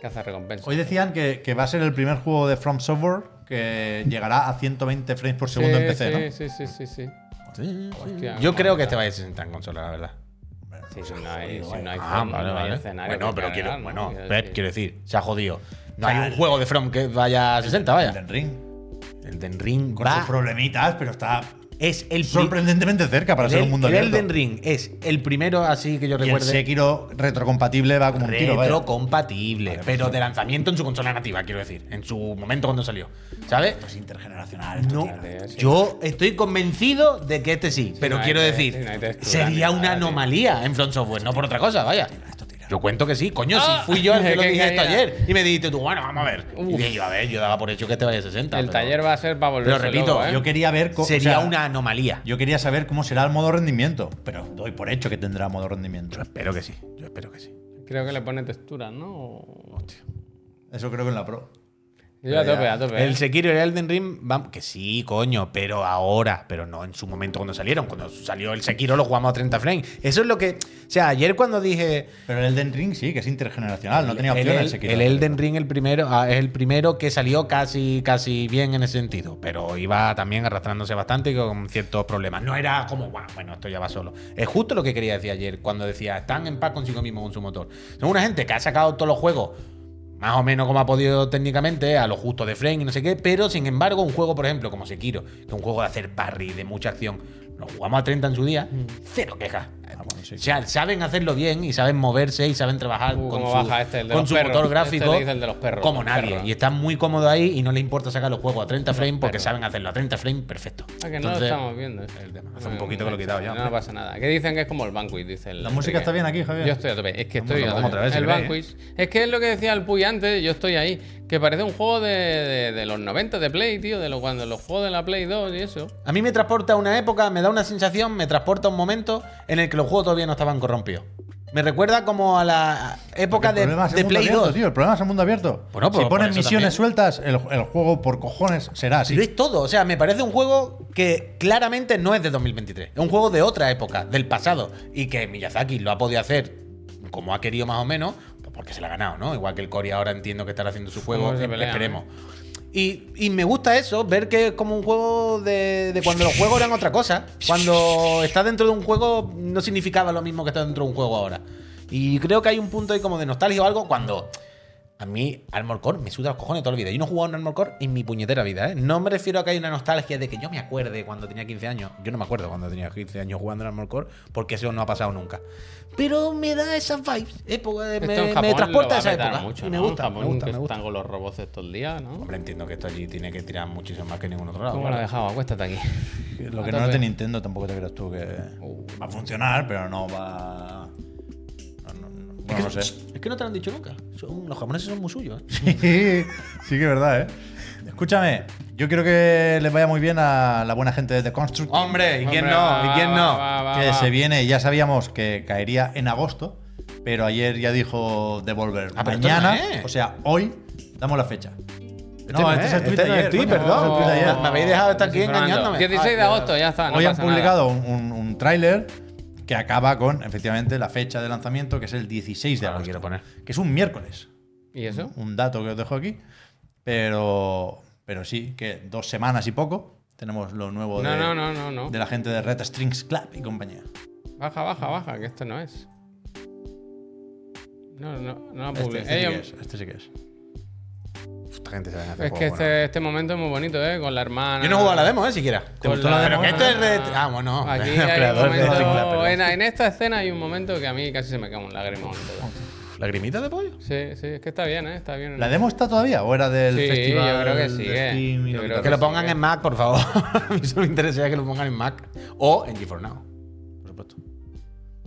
Speaker 3: Que hace recompensa.
Speaker 1: Hoy decían que, que va a ser el primer juego de From Software que llegará a 120 frames por segundo en PC,
Speaker 3: sí,
Speaker 1: ¿no?
Speaker 3: sí, sí, sí, sí. Hostia,
Speaker 2: Yo
Speaker 3: no,
Speaker 2: creo
Speaker 3: no.
Speaker 2: que este va a 60 en consola, la verdad.
Speaker 3: Sí, si no hay, si no hay,
Speaker 2: Ah,
Speaker 3: forma,
Speaker 2: vale,
Speaker 3: no hay
Speaker 2: vale.
Speaker 3: escenario
Speaker 2: Bueno,
Speaker 3: que
Speaker 2: pero quiero,
Speaker 3: cargar, ¿no?
Speaker 2: bueno,
Speaker 3: Quiero
Speaker 2: Pep,
Speaker 3: decir.
Speaker 2: quiero decir, se ha jodido. No hay un juego de From que vaya a 60, vaya.
Speaker 1: Elden Ring.
Speaker 2: El Den Ring
Speaker 1: Con sus
Speaker 2: va
Speaker 1: problemitas, pero está
Speaker 2: es el pri-
Speaker 1: Sorprendentemente cerca para ser
Speaker 2: el-
Speaker 1: un mundo
Speaker 2: el
Speaker 1: abierto.
Speaker 2: Elden Ring es el primero así que yo
Speaker 1: Y el
Speaker 2: recuerde.
Speaker 1: Sekiro retrocompatible va como un tiro, vaya.
Speaker 2: retrocompatible,
Speaker 1: Vale,
Speaker 2: pero
Speaker 1: pues-
Speaker 2: de lanzamiento en su consola nativa, quiero decir, en su momento cuando salió, ¿sabes?
Speaker 1: Es intergeneracional. esto,
Speaker 2: No,
Speaker 1: tío.
Speaker 2: yo estoy convencido de que este sí, pero
Speaker 3: no hay
Speaker 2: quiero
Speaker 3: te-
Speaker 2: decir,
Speaker 3: sí, no hay textura ni
Speaker 2: sería
Speaker 3: nada,
Speaker 2: una
Speaker 3: tío.
Speaker 2: anomalía en Front Software, no por otra cosa, vaya. Yo cuento que sí, coño,
Speaker 3: Ah,
Speaker 2: si fui yo el que lo
Speaker 3: qué
Speaker 2: dije esto
Speaker 3: caída.
Speaker 2: ayer y me dijiste tú, bueno, vamos a ver. Y
Speaker 3: Uf.
Speaker 2: dije yo, a ver, yo daba por hecho que este vaya a 60.
Speaker 3: El
Speaker 2: pero
Speaker 3: taller va a ser ¿eh? para volver
Speaker 2: pero repito,
Speaker 1: Yo quería ver co- o sea,
Speaker 2: Sería una anomalía.
Speaker 1: Yo quería saber cómo será el modo rendimiento, pero doy por hecho que tendrá modo rendimiento.
Speaker 2: Yo espero que sí, yo espero que sí.
Speaker 3: Creo que le pone textura, ¿no? O-
Speaker 1: Eso creo que en la Pro.
Speaker 3: Yo a tope, a tope. ¿eh?
Speaker 2: El Sekiro y el Elden Ring, vamos, que sí, coño, pero ahora, pero no en su momento cuando salieron. Cuando salió el Sekiro lo jugamos a 30 frames. Eso es lo que. O sea, ayer cuando dije.
Speaker 1: Pero el Elden Ring sí, que es intergeneracional, no tenía
Speaker 2: el,
Speaker 1: opción
Speaker 2: el-
Speaker 1: el Sekiro.
Speaker 2: el Elden Ring el primero, ah, es el primero que salió casi, casi bien en ese sentido, pero iba también arrastrándose bastante y con ciertos problemas. No era como, "Buah, bueno, esto ya va solo. Es justo lo que quería decir ayer, cuando decía, están en paz consigo mismo con su motor. Son una gente que ha sacado todos los juegos. Más o menos como ha podido técnicamente, a lo justo de frame y no sé qué, pero sin embargo, un juego, por ejemplo, como Sekiro, que es un juego de hacer parry, de mucha acción, lo jugamos a 30 en su día, cero quejas.
Speaker 1: Ah, bueno, sí.
Speaker 2: O sea, saben hacerlo bien y saben moverse y saben trabajar
Speaker 3: Uh,
Speaker 2: con
Speaker 3: cómo
Speaker 2: su,
Speaker 3: baja este, el de
Speaker 2: con
Speaker 3: los
Speaker 2: su
Speaker 3: perros.
Speaker 2: motor
Speaker 3: Este
Speaker 2: gráfico
Speaker 3: le dice el de los perros,
Speaker 2: como
Speaker 3: los
Speaker 2: nadie.
Speaker 3: perros.
Speaker 2: Y están muy cómodos ahí y no les importa sacar los juegos a 30 frames porque saben hacerlo a 30 frames perfecto.
Speaker 3: Ah, que no
Speaker 2: Entonces,
Speaker 3: lo estamos viendo. esto.
Speaker 2: el tema. Hace
Speaker 3: No,
Speaker 2: un poquito que lo he quitado ya,
Speaker 3: No,
Speaker 2: hombre.
Speaker 3: pasa nada. Que dicen que es como el Banquet, dice el.
Speaker 1: La música
Speaker 3: Enrique.
Speaker 1: está bien aquí, Javier.
Speaker 3: Yo estoy a tope. Es que
Speaker 2: Vamos,
Speaker 3: estoy a
Speaker 2: vamos
Speaker 3: tope.
Speaker 2: otra vez, si
Speaker 3: el
Speaker 2: queréis,
Speaker 3: Banquet. Es que es lo que decía el Puy antes, yo estoy ahí. Que parece un juego de, de- de los 90 de Play, tío. De lo, cuando los juegos de la Play 2 y eso.
Speaker 2: A mí me transporta a una época, me da una sensación, me transporta a un momento en el que los juegos todavía no estaban corrompidos. Me recuerda como a la época
Speaker 1: Porque
Speaker 2: de,
Speaker 1: el problema es el
Speaker 2: de
Speaker 1: mundo
Speaker 2: Play
Speaker 1: abierto,
Speaker 2: 2.
Speaker 1: tío, el problema es el mundo abierto.
Speaker 2: Bueno, pues,
Speaker 1: si
Speaker 2: por
Speaker 1: ponen
Speaker 2: eso
Speaker 1: misiones
Speaker 2: también.
Speaker 1: sueltas, el, el juego por cojones será así.
Speaker 2: Pero es todo, o sea, me parece un juego que claramente no es de 2023. Es un juego de otra época, del pasado. Y que Miyazaki lo ha podido hacer como ha querido más o menos, pues porque se lo ha ganado, ¿no? Igual que el Cory ahora entiendo que estará haciendo su juego,
Speaker 3: Cómo se
Speaker 2: esp-
Speaker 3: pelean,
Speaker 2: esperemos. Y, y me gusta eso, ver que es como un juego de, de cuando los juegos eran otra cosa. Cuando estás dentro de un juego no significaba lo mismo que estar dentro de un juego ahora. Y creo que hay un punto ahí como de nostalgia o algo cuando... A mí, Armor Core me suda los cojones toda la vida. Yo no he jugado a un Armor Core en mi puñetera vida, ¿eh? No me refiero a que hay una nostalgia de que yo me acuerde cuando tenía 15 años. Yo no me acuerdo cuando tenía 15 años jugando al Armor Core, porque eso no ha pasado nunca. Pero me da esas vibes. época de-
Speaker 3: Esto
Speaker 2: me,
Speaker 3: en
Speaker 2: me
Speaker 3: Japón lo
Speaker 2: transporta
Speaker 3: va
Speaker 2: a
Speaker 3: a
Speaker 2: esa
Speaker 3: petar
Speaker 2: época.
Speaker 3: Mucho,
Speaker 2: Y me
Speaker 3: ¿no?
Speaker 2: gusta,
Speaker 3: En Japón
Speaker 2: me gusta,
Speaker 3: que
Speaker 2: me gusta.
Speaker 3: están con los robots estos días, ¿no?
Speaker 2: Hombre, entiendo que esto allí tiene que tirar muchísimo más que en ningún otro lado.
Speaker 3: ¿Cómo lo
Speaker 2: claro.
Speaker 3: he dejado? Acuéstate aquí.
Speaker 2: Ah,
Speaker 1: Lo que
Speaker 3: A
Speaker 1: no es
Speaker 3: tope.
Speaker 1: de Nintendo tampoco te creas tú que
Speaker 2: Uh.
Speaker 1: va a funcionar, pero no va. No, no, no. Bueno, no
Speaker 2: (laughs) es, que,
Speaker 1: sé.
Speaker 2: es que no te lo han dicho nunca. Son- los japoneses son muy suyos. ¿eh?
Speaker 1: Sí, (laughs) sí que es verdad, ¿eh? Escúchame, yo quiero que les vaya muy bien a la buena gente de The Construct,
Speaker 2: Hombre, ¿y quién
Speaker 3: Hombre,
Speaker 2: no?
Speaker 3: va,
Speaker 2: ¿Y quién
Speaker 3: va,
Speaker 2: no?
Speaker 3: va, va,
Speaker 1: que
Speaker 3: va.
Speaker 1: se viene, ya sabíamos que caería en agosto, pero ayer ya dijo Devolver.
Speaker 2: Ah, pero esto
Speaker 1: Mañana,
Speaker 2: no es.
Speaker 1: o sea, hoy damos la fecha.
Speaker 2: no
Speaker 1: este es
Speaker 2: es,
Speaker 1: el tweet de
Speaker 2: este no es
Speaker 1: ayer,
Speaker 2: el tweet,
Speaker 1: coño,
Speaker 2: perdón.
Speaker 1: este es el tweet de ayer.
Speaker 2: Me habéis dejado estar aquí
Speaker 3: Desinformando.
Speaker 2: engañándome.
Speaker 3: 16 de
Speaker 2: Ay,
Speaker 3: agosto, ya está. no
Speaker 1: Hoy han
Speaker 3: pasa nada.
Speaker 1: publicado un, un- un tráiler que acaba con, efectivamente, la fecha de lanzamiento, que es el 16 de
Speaker 2: Ah, lo
Speaker 1: agosto.
Speaker 2: quiero poner.
Speaker 1: Que es un miércoles.
Speaker 3: ¿Y eso?
Speaker 1: Un dato que os dejo aquí. Pero, pero sí, que dos semanas y poco tenemos lo nuevo
Speaker 3: No,
Speaker 1: de,
Speaker 3: no, no, no, no.
Speaker 1: de la gente de Red Strings Club y compañía.
Speaker 3: Baja, baja, baja, que esto no es. No, no, no
Speaker 1: Este,
Speaker 3: publi-
Speaker 1: este sí que
Speaker 3: Ellos-
Speaker 1: es, este sí que es.
Speaker 2: Esta gente se va a hacer
Speaker 3: Es
Speaker 2: juego,
Speaker 3: que
Speaker 2: bueno.
Speaker 3: este, este momento es muy bonito, ¿eh? Con la hermana.
Speaker 2: Yo no he jugado a la demo, ¿eh? Siquiera.
Speaker 1: ¿Te gustó la
Speaker 2: Pero
Speaker 1: demo?
Speaker 2: que esto es red.
Speaker 3: Red
Speaker 2: Ah, bueno. (laughs)
Speaker 3: Aquí
Speaker 2: el
Speaker 3: hay un
Speaker 2: creador de Red Clap,
Speaker 3: momento,
Speaker 2: perdón.
Speaker 3: en, en esta escena hay un momento que a mí casi se me cae un lagrimón. tío.
Speaker 2: ¿Lagrimita de pollo?
Speaker 3: Sí, sí, es que está bien, ¿eh? Está bien.
Speaker 1: ¿La demo está todavía o era del
Speaker 3: Sí,
Speaker 1: festival?
Speaker 3: yo creo que
Speaker 1: de
Speaker 3: sigue.
Speaker 1: Steam y
Speaker 3: Yo
Speaker 1: lo que
Speaker 3: creo
Speaker 1: tal?
Speaker 2: Que lo
Speaker 3: sí,
Speaker 2: pongan
Speaker 3: que-
Speaker 2: en Mac, por favor. (laughs) a mí solo me interesaría que lo pongan en Mac. O en GeForce Now.
Speaker 1: Por supuesto.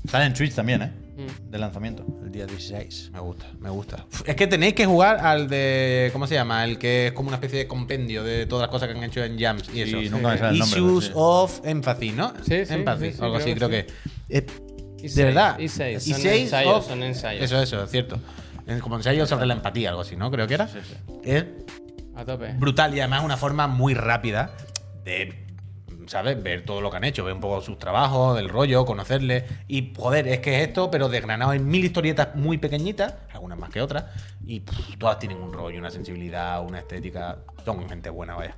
Speaker 1: Están en Twitch también, ¿eh?
Speaker 3: Mm.
Speaker 1: De lanzamiento, el día 16.
Speaker 2: Me gusta, me gusta. Uf, Es que tenéis que jugar al de. ¿Cómo se llama? El que es como una especie de compendio de todas las cosas que han hecho en Jams y eso.
Speaker 1: nunca me sale el nombre,
Speaker 2: Issues
Speaker 1: pero sí.
Speaker 2: of Empathy, ¿no?
Speaker 3: Sí, sí,
Speaker 2: Empathy,
Speaker 3: sí, sí,
Speaker 2: algo así, creo
Speaker 3: creo
Speaker 2: que.
Speaker 3: que
Speaker 2: Eh,
Speaker 3: Y
Speaker 2: de
Speaker 3: seis,
Speaker 2: verdad.
Speaker 3: y seis,
Speaker 2: y
Speaker 3: son
Speaker 2: seis
Speaker 3: ensayos,
Speaker 2: of-
Speaker 3: son ensayos.
Speaker 2: Eso, eso, es cierto. Es Como ensayo sobre la empatía, algo así, ¿no? Creo que era. Es
Speaker 3: A tope.
Speaker 2: brutal y además una forma muy rápida de, ¿sabes? Ver todo lo que han hecho, ver un poco sus trabajos, del rollo, conocerles. Y, joder, es que es esto, pero desgranado en mil historietas muy pequeñitas, algunas más que otras, y pff, todas tienen un rollo, una sensibilidad, una estética. Son gente buena, vaya.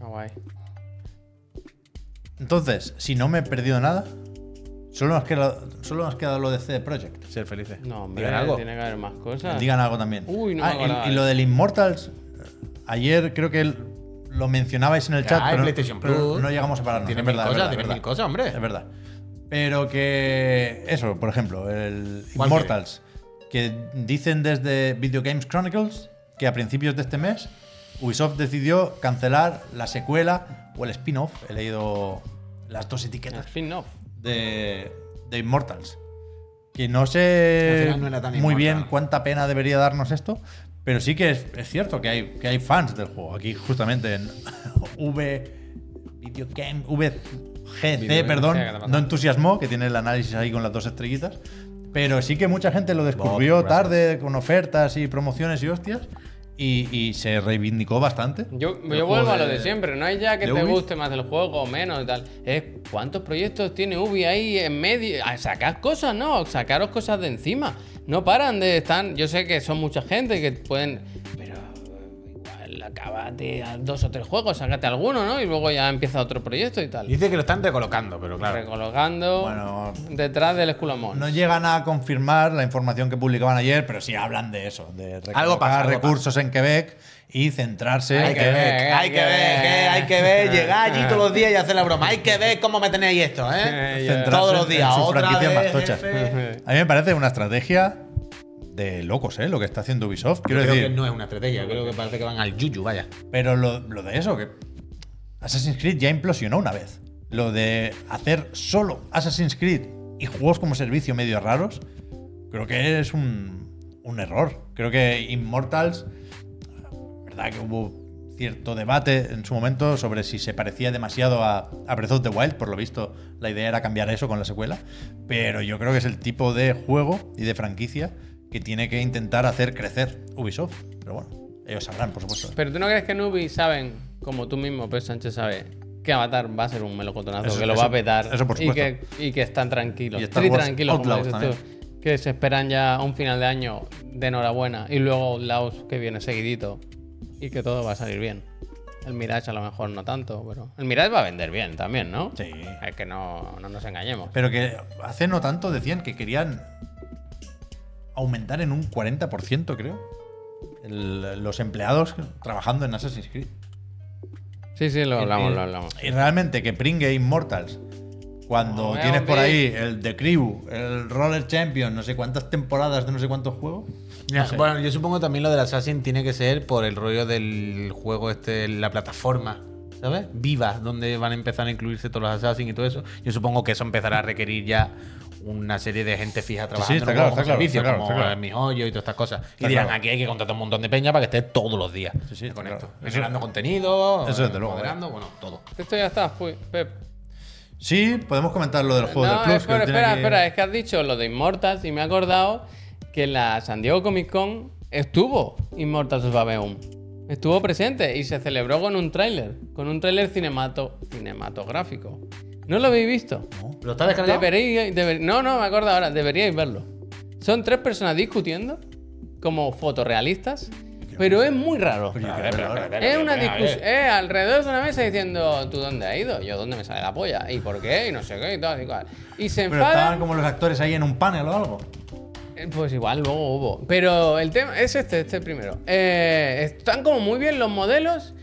Speaker 3: Ah, guay.
Speaker 1: Entonces, si no me he perdido nada, solo nos queda, solo nos queda lo de CD Projekt.
Speaker 2: Ser felices.
Speaker 3: No, hombre,
Speaker 2: Digan algo.
Speaker 3: tiene que haber más cosas.
Speaker 1: Digan algo también.
Speaker 3: Ah. Uy, no me
Speaker 1: Ah, y-
Speaker 3: acordaba.
Speaker 1: y, lo del Immortals, ayer creo que el- lo mencionabais en el chat,
Speaker 2: Ah,
Speaker 1: pero,
Speaker 2: en PlayStation
Speaker 1: pero
Speaker 2: Plus.
Speaker 1: no llegamos a pararnos.
Speaker 2: Tiene
Speaker 1: es
Speaker 2: mil
Speaker 1: verdad, es
Speaker 2: cosas,
Speaker 1: verdad,
Speaker 2: tiene
Speaker 1: es verdad.
Speaker 2: mil cosas, hombre.
Speaker 1: Es verdad. Pero que. Eso, por ejemplo, el
Speaker 2: ¿Cuál
Speaker 1: Immortals. Que dicen desde Video Games Chronicles que a principios de este mes Ubisoft decidió cancelar la secuela o el spin-off. He leído las dos
Speaker 3: El
Speaker 1: etiquetas
Speaker 3: spin-off.
Speaker 1: de, de Immortals. Que no
Speaker 2: Al
Speaker 1: sé
Speaker 2: final no era tan
Speaker 1: muy
Speaker 2: inmortal.
Speaker 1: bien cuánta pena debería darnos esto, pero sí que es, es cierto que hay, que hay fans del juego. Aquí justamente en (laughs) V. Video Game. VGC,
Speaker 2: Video Game,
Speaker 1: perdón.
Speaker 3: sí, que te pasa.
Speaker 1: No entusiasmó, que tiene el análisis ahí con las dos estrellitas. Pero sí que mucha gente lo descubrió
Speaker 2: gracias.
Speaker 1: tarde con ofertas y promociones y hostias. Y, y se reivindicó bastante. El
Speaker 3: Yo, yo vuelvo
Speaker 1: juego
Speaker 3: a lo de siempre, no es ya que
Speaker 1: de
Speaker 3: te
Speaker 1: Ubi.
Speaker 3: guste más el juego o menos y tal, es cuántos proyectos tiene Ubi ahí en medio, a sacar cosas, ¿no? Sacaros cosas de encima, no paran de estar, yo sé que son mucha gente que pueden, pero igual acabate a dos o tres juegos, sacate alguno, ¿no? Y luego ya empieza otro proyecto y tal.
Speaker 2: Dice que lo están recolocando, pero claro.
Speaker 3: Recolocando
Speaker 1: Bueno.
Speaker 3: detrás del esculamón.
Speaker 1: No llegan a confirmar la información que publicaban ayer, pero sí hablan de eso, de recolocar
Speaker 2: Algo pasa, algo
Speaker 1: recursos en Quebec y centrarse
Speaker 2: Hay
Speaker 1: en
Speaker 2: que ver, hay que ver, eh, hay que ver, llegar allí todos los días y hacer la broma. Hay que ver cómo me tenéis esto,
Speaker 3: Eh,
Speaker 2: ¿eh?
Speaker 3: ya.
Speaker 1: centrarse
Speaker 2: Todos los días,
Speaker 1: en sus
Speaker 2: otra
Speaker 1: franquicias más
Speaker 2: vez.
Speaker 1: tochas.
Speaker 2: jefe.
Speaker 1: A mí me parece una estrategia de locos, ¿eh? Lo que está haciendo Ubisoft. Quiero
Speaker 2: creo
Speaker 1: decir,
Speaker 2: que no es una estrategia, creo que parece que van al yuyu, vaya.
Speaker 1: pero lo, lo de eso, que Assassin's Creed ya implosionó una vez. Lo de hacer solo Assassin's Creed y juegos como servicio medio raros, creo que es un, un error. Creo que Immortals, verdad que hubo cierto debate en su momento sobre si se parecía demasiado a, a Breath of the Wild, por lo visto la idea era cambiar eso con la secuela, pero yo creo que es el tipo de juego y de franquicia que tiene que intentar hacer crecer Ubisoft. Pero bueno, ellos sabrán, por supuesto.
Speaker 3: Pero tú no crees que en Ubi saben, como tú mismo, Pedro Sánchez sabe, que Avatar va a ser un melocotonazo,
Speaker 1: Eso-
Speaker 3: que lo
Speaker 1: eso-
Speaker 3: va a petar.
Speaker 1: eso por
Speaker 3: y, que, y que están tranquilos.
Speaker 1: Y Star
Speaker 3: tri
Speaker 1: Wars
Speaker 3: tranquilos, como
Speaker 1: Outlaws
Speaker 3: dices tú, Que se esperan ya un final de año de enhorabuena. Y luego Laos que viene seguidito. Y que todo va a salir bien. El Mirage a lo mejor no tanto, pero. El Mirage va a vender bien también, ¿no?
Speaker 1: Sí.
Speaker 3: Es que no, no nos engañemos.
Speaker 1: Pero que hace no tanto decían que querían aumentar en un 40%, creo, el- los empleados trabajando en Assassin's Creed.
Speaker 3: Sí, sí, lo hablamos, lo hablamos.
Speaker 1: Y realmente que pringue Immortals. Cuando
Speaker 3: Hombre,
Speaker 1: tienes por
Speaker 3: hombre.
Speaker 1: ahí el The Crew, el Roller Champion, no sé cuántas temporadas de no sé cuántos juegos.
Speaker 2: Ya, Bueno, yo supongo también lo del Assassin tiene que ser por el rollo del juego este, la plataforma, ¿sabes? Viva, donde van a empezar a incluirse todos los Assassin y todo eso. Yo supongo que eso empezará a requrir ya una serie de gente fija trabajando
Speaker 1: está
Speaker 2: en
Speaker 1: claro,
Speaker 2: el juego
Speaker 1: está
Speaker 2: como
Speaker 1: claro,
Speaker 2: servicio,
Speaker 1: está claro,
Speaker 2: como
Speaker 1: está claro.
Speaker 2: el mi hoyo y todas estas cosas.
Speaker 1: Está
Speaker 2: y dirán,
Speaker 1: claro.
Speaker 2: aquí hay que contratar un montón de peña para que esté todos los días
Speaker 1: Sí, sí, está
Speaker 2: con
Speaker 1: claro.
Speaker 2: esto.
Speaker 1: Eso-
Speaker 2: Generando contenido,
Speaker 1: Eso desde luego, eh.
Speaker 2: moderando, bueno, todo.
Speaker 3: Esto ya está, fui, Pep.
Speaker 1: Sí, podemos comentar lo del juego
Speaker 3: no,
Speaker 1: de Plus. que
Speaker 3: espera,
Speaker 1: lo tiene
Speaker 3: espera,
Speaker 1: aquí-
Speaker 3: espera, es que has dicho lo de Immortals y me he acordado que la San Diego Comic Con estuvo Immortals of Aveum. Estuvo presente y se celebró con un tráiler, con un tráiler cinemato, cinematográfico. ¿No lo habéis visto?
Speaker 2: ¿Lo está descargando?
Speaker 3: Deberíais, deber- no, no, me acuerdo ahora, deberíais verlo. Son tres personas discutiendo como fotorrealistas, pero es muy raro.
Speaker 1: Pero yo quiero verlo ahora.
Speaker 3: Es una discusión. eh, alrededor de una mesa diciendo, ¿tú dónde has ido? Yo, ¿dónde me sale la polla? ¿Y por qué? Y no sé qué, y tal, y cual. Y se
Speaker 1: Pero estaban
Speaker 3: enfadan.
Speaker 1: como los actores ahí en un panel o algo.
Speaker 3: eh, Pues igual, luego hubo. Pero el tema es este, este primero. Eh, están como muy bien los modelos,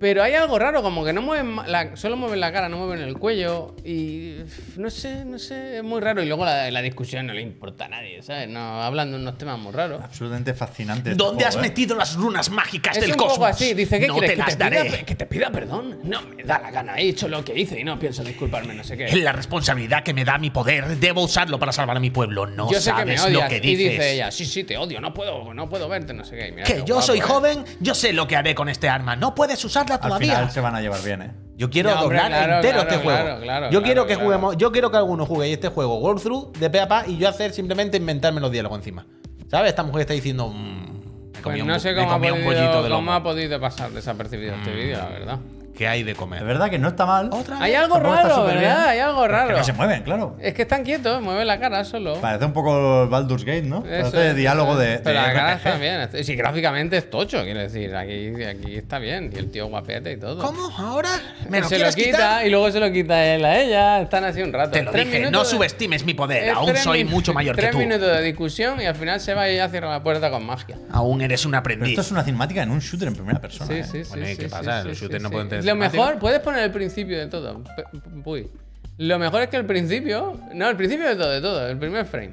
Speaker 3: pero hay algo raro, como que no mueven. ma- La, solo mueven la cara, no mueven el cuello. Y. uf, No sé, no sé, es muy raro. Y luego la, la discusión no le importa a nadie, ¿sabes? No, hablan de unos temas muy raros.
Speaker 1: Absolutamente fascinante. este
Speaker 4: ¿Dónde
Speaker 1: juego,
Speaker 4: has
Speaker 1: ¿eh?
Speaker 4: metido las runas mágicas
Speaker 3: Es
Speaker 4: del
Speaker 3: un
Speaker 4: cosmos?
Speaker 3: poco así, dice que
Speaker 4: no
Speaker 3: quieres
Speaker 4: te las
Speaker 3: que, te
Speaker 4: daré.
Speaker 3: Pida, que te pida perdón. No me da la gana, he hecho lo que hice y no pienso disculparme, no sé qué.
Speaker 4: La responsabilidad que me da mi poder, debo usarlo para salvar a mi pueblo. No
Speaker 3: Yo sé que me
Speaker 4: sabes
Speaker 3: odias.
Speaker 4: lo que
Speaker 3: y
Speaker 4: dices.
Speaker 3: dice ella, sí, sí, te odio, no puedo, no puedo verte, no sé qué. Y mira
Speaker 4: que
Speaker 3: qué
Speaker 4: yo
Speaker 3: guapo,
Speaker 4: soy
Speaker 3: eh.
Speaker 4: joven, yo sé lo que haré con este arma. No puedes usarla
Speaker 1: Al
Speaker 4: todavía.
Speaker 1: final se van a llevar bien, ¿eh?
Speaker 2: Yo quiero
Speaker 3: No, hombre,
Speaker 2: doblar
Speaker 3: claro,
Speaker 2: entero
Speaker 3: claro,
Speaker 2: este juego.
Speaker 3: claro, claro,
Speaker 2: yo
Speaker 3: claro,
Speaker 2: quiero que
Speaker 3: claro.
Speaker 2: juguemos, yo quiero que alguno juegue este juego walkthrough de pe a pa y yo hacer simplemente inventarme los diálogos encima. ¿Sabes? Esta mujer está diciendo. mm, me comí
Speaker 3: Pues
Speaker 2: un
Speaker 3: no
Speaker 2: bo-
Speaker 3: sé
Speaker 2: me
Speaker 3: cómo ha,
Speaker 2: comí un
Speaker 3: podido,
Speaker 2: bollito de
Speaker 3: cómo
Speaker 2: lomo.
Speaker 4: Mm.
Speaker 3: ha podido pasar desapercibido este vídeo, la verdad.
Speaker 2: que hay de comer.
Speaker 1: Es verdad que no está mal.
Speaker 2: Otra
Speaker 3: Hay algo
Speaker 1: Tampoco está
Speaker 3: raro,
Speaker 1: súper bien.
Speaker 3: ¿verdad? Hay algo
Speaker 1: Pero es que
Speaker 3: raro.
Speaker 1: no se mueven, claro.
Speaker 3: Es que están quietos, mueven la cara solo.
Speaker 1: Parece un poco Baldur's Gate, ¿no?
Speaker 3: Eso
Speaker 1: Parece
Speaker 3: es,
Speaker 1: este diálogo
Speaker 3: eso es.
Speaker 1: de, de
Speaker 3: Pero la cara
Speaker 1: RPG.
Speaker 3: está bien. Si gráficamente es tocho, quiero decir. Aquí, aquí está bien. Y el tío guapete y todo.
Speaker 4: ¿Cómo? ¿Ahora? ¿Me lo
Speaker 3: Eh, se lo
Speaker 4: quieres
Speaker 3: quita
Speaker 4: quitar?
Speaker 3: y luego se lo quita él a ella. Están así un rato.
Speaker 4: Te lo
Speaker 3: Tres
Speaker 4: dije,
Speaker 3: minutos
Speaker 4: no
Speaker 3: de-
Speaker 4: subestimes mi poder.
Speaker 3: es
Speaker 4: Aún
Speaker 3: tres
Speaker 4: soy
Speaker 3: min-
Speaker 4: mucho mayor que
Speaker 3: tres
Speaker 4: tú.
Speaker 3: minutos de discusión y al final se va y ya cierra la puerta con magia.
Speaker 4: Aún eres un
Speaker 1: Pero
Speaker 4: aprendiz.
Speaker 1: esto es una cinemática en un shooter en primera persona.
Speaker 3: Sí,
Speaker 1: ¿eh?
Speaker 3: sí, sí.
Speaker 2: Bueno, ¿y
Speaker 3: sí,
Speaker 2: qué
Speaker 3: sí,
Speaker 2: pasa?
Speaker 3: sí,
Speaker 2: Los
Speaker 3: sí,
Speaker 2: shooters no
Speaker 3: sí.
Speaker 2: pueden tener
Speaker 3: Lo
Speaker 2: cinemática.
Speaker 3: mejor, puedes poner el principio de todo. P- p- Uy. Lo mejor es que el principio. No, el principio de todo, de todo, el primer frame.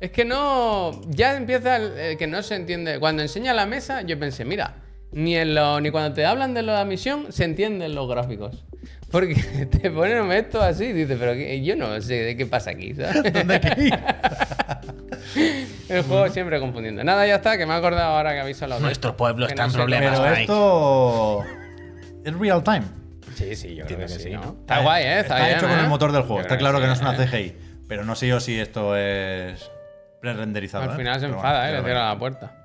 Speaker 3: Es que no. Ya empieza el, el que no se entiende. Cuando enseña la mesa, yo pensé, mira, ni, en lo, ni cuando te hablan de la misión se entienden los gráficos. (laughs) Porque te ponen esto así y dices, pero qué- yo no sé de qué pasa aquí, ¿sabes?
Speaker 1: ¿Dónde hay que ir?
Speaker 3: El juego siempre confundiendo. Nada, ya está, que me he acordado ahora que habéis hablado. de
Speaker 4: Nuestro
Speaker 3: esto,
Speaker 4: pueblo
Speaker 3: que
Speaker 4: está
Speaker 3: no
Speaker 4: en
Speaker 3: sé-
Speaker 4: problemas.
Speaker 1: Pero
Speaker 4: Mike.
Speaker 1: esto es real time.
Speaker 3: Sí, sí, yo creo que,
Speaker 2: Entiendo que
Speaker 3: sí.
Speaker 2: sí,
Speaker 3: ¿no?
Speaker 2: ¿no?
Speaker 3: Está guay, ¿eh? Está,
Speaker 1: Está,
Speaker 3: bien,
Speaker 1: hecho con
Speaker 3: ¿eh?
Speaker 1: el motor del juego.
Speaker 3: Yo
Speaker 1: Está
Speaker 3: creo
Speaker 1: claro que no es
Speaker 3: sí,
Speaker 1: una
Speaker 3: ¿eh?
Speaker 1: CGI. Pero no sé yo si esto es pre-renderizado.
Speaker 3: Al
Speaker 1: ¿eh?
Speaker 3: final se
Speaker 1: Pero
Speaker 3: enfada,
Speaker 1: bueno, ya
Speaker 3: ¿eh? Le
Speaker 1: lo
Speaker 3: cierra
Speaker 1: veré.
Speaker 3: la puerta.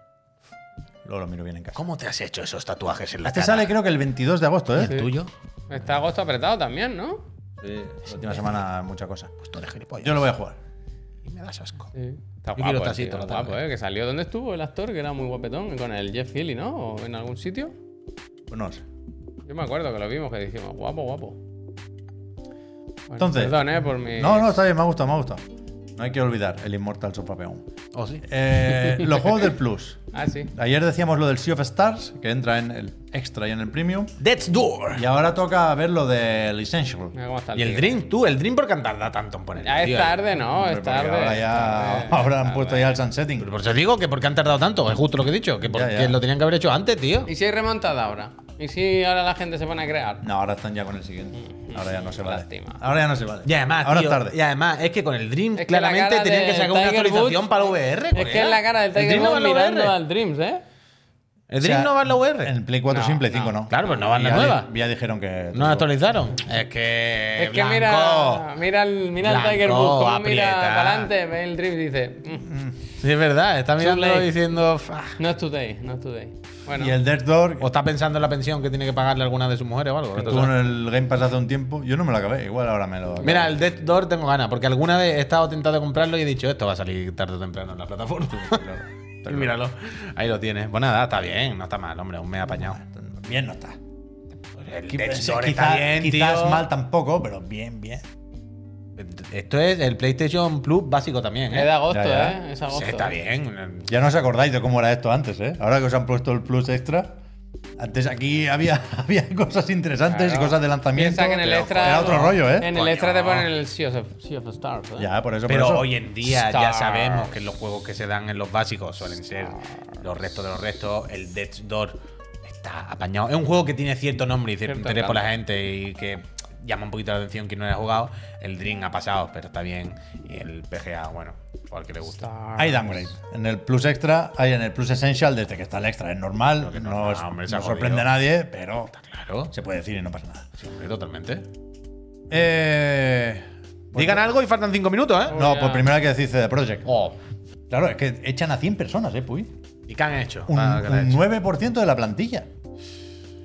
Speaker 1: Luego lo miro bien en casa.
Speaker 4: ¿Cómo te has hecho esos tatuajes en la
Speaker 1: Este
Speaker 4: cara?
Speaker 1: sale creo que el 22 de agosto, ¿eh?
Speaker 4: ¿El tuyo?
Speaker 2: Pues
Speaker 3: Está agosto apretado también, ¿no?
Speaker 1: La última semana mucha cosa.
Speaker 4: Pues tú eres gilipollas.
Speaker 1: Yo lo voy a jugar.
Speaker 4: Y me das asco.
Speaker 3: Sí. Está
Speaker 2: Yo quiero
Speaker 3: guapo, el
Speaker 2: tacito, la
Speaker 3: tío, guapo,
Speaker 2: tarde.
Speaker 3: ¿eh? Que salió. ¿Dónde estuvo el actor? Que era muy guapetón. Con el Jeff Healy, ¿no? ¿O en algún sitio?
Speaker 1: Pues no sé.
Speaker 3: Yo me acuerdo que lo vimos, que dijimos, guapo, guapo. Bueno,
Speaker 1: Entonces-
Speaker 3: Perdón, ¿eh? Por mi...
Speaker 1: No, no, está bien, me ha gustado, me ha gustado. No hay que olvidar el Immortal Sopapeón.
Speaker 3: Oh,
Speaker 2: ¿O sí?
Speaker 1: Eh, los juegos del Plus.
Speaker 3: Ah, sí.
Speaker 1: Ayer decíamos lo del Sea of Stars, que entra en el Extra y en el Premium.
Speaker 4: Death's Door.
Speaker 1: Y ahora toca ver lo del Essential.
Speaker 3: Mira cómo está el
Speaker 2: Y el
Speaker 3: tío.
Speaker 2: Dream, tú, el Dream, ¿por qué han tardado tanto en ponerlo?
Speaker 3: Ya es
Speaker 2: tío?
Speaker 3: tarde, ¿no?
Speaker 1: Hombre,
Speaker 3: Es
Speaker 1: porque
Speaker 3: tarde.
Speaker 1: Ahora ya
Speaker 3: es tarde,
Speaker 1: ahora
Speaker 3: es
Speaker 1: han puesto
Speaker 3: tarde.
Speaker 1: ya el
Speaker 2: Pero
Speaker 1: sunsetting.
Speaker 2: Por eso digo que por qué han tardado tanto, es justo lo que he dicho, que porque
Speaker 1: ya.
Speaker 2: lo tenían que haber hecho antes, tío.
Speaker 3: ¿Y si hay remontada ahora? ¿Y si ahora la gente se pone a crear?
Speaker 1: No, ahora están ya con el
Speaker 3: (laughs)
Speaker 1: siguiente. Ahora ya no se vale.
Speaker 3: Lástima.
Speaker 1: Ahora ya no se vale.
Speaker 2: Y además,
Speaker 1: ahora
Speaker 2: tío,
Speaker 1: es tarde.
Speaker 2: Y además, es que con el Dream
Speaker 3: Es que la
Speaker 2: claramente
Speaker 3: cara
Speaker 2: tenían
Speaker 3: de
Speaker 2: que sacar una
Speaker 3: Tiger
Speaker 2: actualización
Speaker 3: Woods-
Speaker 2: para VR.
Speaker 3: Es que es la cara del Tiger Woods mirando
Speaker 2: VR.
Speaker 3: al Dreams, ¿eh?
Speaker 2: El Dream no va en la VR.
Speaker 1: En el Play 4
Speaker 3: No,
Speaker 1: simple y
Speaker 3: no.
Speaker 1: 5 no.
Speaker 2: Claro, pues no van
Speaker 1: Y
Speaker 2: la
Speaker 1: ya di-
Speaker 2: nueva.
Speaker 1: Ya dijeron que.
Speaker 2: No la actualizaron. Es que.
Speaker 3: Es que
Speaker 2: Blanco.
Speaker 3: mira, mira el, mira el
Speaker 2: Blanco,
Speaker 3: Tiger Woods, cómo mira
Speaker 2: aprieta.
Speaker 3: para adelante, ve el Dreams y dice, "Mm,
Speaker 2: Sí, es verdad, está mirando
Speaker 3: late.
Speaker 2: diciendo. "Fa".
Speaker 3: not today, not today. Bueno,
Speaker 1: Y el Death Door,
Speaker 2: O está pensando en la pensión que tiene que pagarle a alguna de sus mujeres o algo.
Speaker 1: estuvo en el Game Pass hace un tiempo. Yo no me lo acabé, igual ahora me lo. acabo.
Speaker 2: Mira, el Death Door tengo ganas, porque alguna vez he estado tentado de comprarlo y he dicho, esto va a salir tarde o temprano en la plataforma. (laughs) Y míralo, ahí lo tienes. Pues nada, está bien, no está mal, hombre, aún me he apañado.
Speaker 1: Bien no está.
Speaker 2: Pues el
Speaker 1: Qui-
Speaker 2: Death
Speaker 1: sí,
Speaker 2: Door
Speaker 1: quizá-
Speaker 2: está bien,
Speaker 1: quizás
Speaker 2: tío.
Speaker 1: mal tampoco, pero bien, bien.
Speaker 2: Esto es el PlayStation Plus básico también,
Speaker 3: es de
Speaker 2: ¿eh?
Speaker 3: agosto,
Speaker 1: Ya, ya.
Speaker 3: ¿eh? Es
Speaker 2: Sí,
Speaker 3: agosto.
Speaker 2: está bien.
Speaker 1: Ya no os acordáis de cómo era esto antes, ¿eh? Ahora que os han puesto el plus extra. Antes aquí había, (laughs) había cosas interesantes
Speaker 3: Claro.
Speaker 1: y cosas de lanzamiento.
Speaker 3: Piensa que en el
Speaker 1: pero
Speaker 3: extra.
Speaker 1: Era otro rollo, ¿eh?
Speaker 3: En el
Speaker 2: Coño.
Speaker 3: extra te ponen el Sea of, sea of Stars, ¿eh?
Speaker 1: Ya, por eso. por
Speaker 2: Pero
Speaker 1: eso.
Speaker 2: hoy en día ya
Speaker 3: Stars.
Speaker 2: sabemos que los juegos que se dan en los básicos suelen ser los restos de los restos. El Death Door está apañado. Es un juego que tiene cierto nombre y cierto
Speaker 3: Cierto
Speaker 2: interés por la
Speaker 3: encanto.
Speaker 2: gente y que llama un poquito la atención quien no lo haya jugado. El Dream ha pasado, pero está bien. Y el PGA, bueno, por al que le gusta.
Speaker 3: Stars.
Speaker 1: Hay downgrade. En el Plus Extra, hay en el Plus Essential, desde que está el Extra. Es normal,
Speaker 2: Lo que no
Speaker 1: no,
Speaker 2: es nada,
Speaker 1: os-
Speaker 2: hombre, se ha
Speaker 1: no sorprende a
Speaker 2: jodido.
Speaker 1: nadie, pero
Speaker 2: Claro,
Speaker 1: se puede decir y no pasa nada.
Speaker 2: sí, hombre, totalmente.
Speaker 1: Eh, pues-
Speaker 2: Digan algo y faltan cinco minutos, ¿eh?
Speaker 1: No,
Speaker 3: ya.
Speaker 1: pues primero hay que decir CD Projekt.
Speaker 2: Oh,
Speaker 1: Claro, es que echan a 100 personas, ¿eh, Puy?
Speaker 2: ¿Y qué han hecho?
Speaker 1: Un,
Speaker 2: Ah, ¿qué le han
Speaker 1: un
Speaker 2: hecho?
Speaker 1: 9% de la plantilla.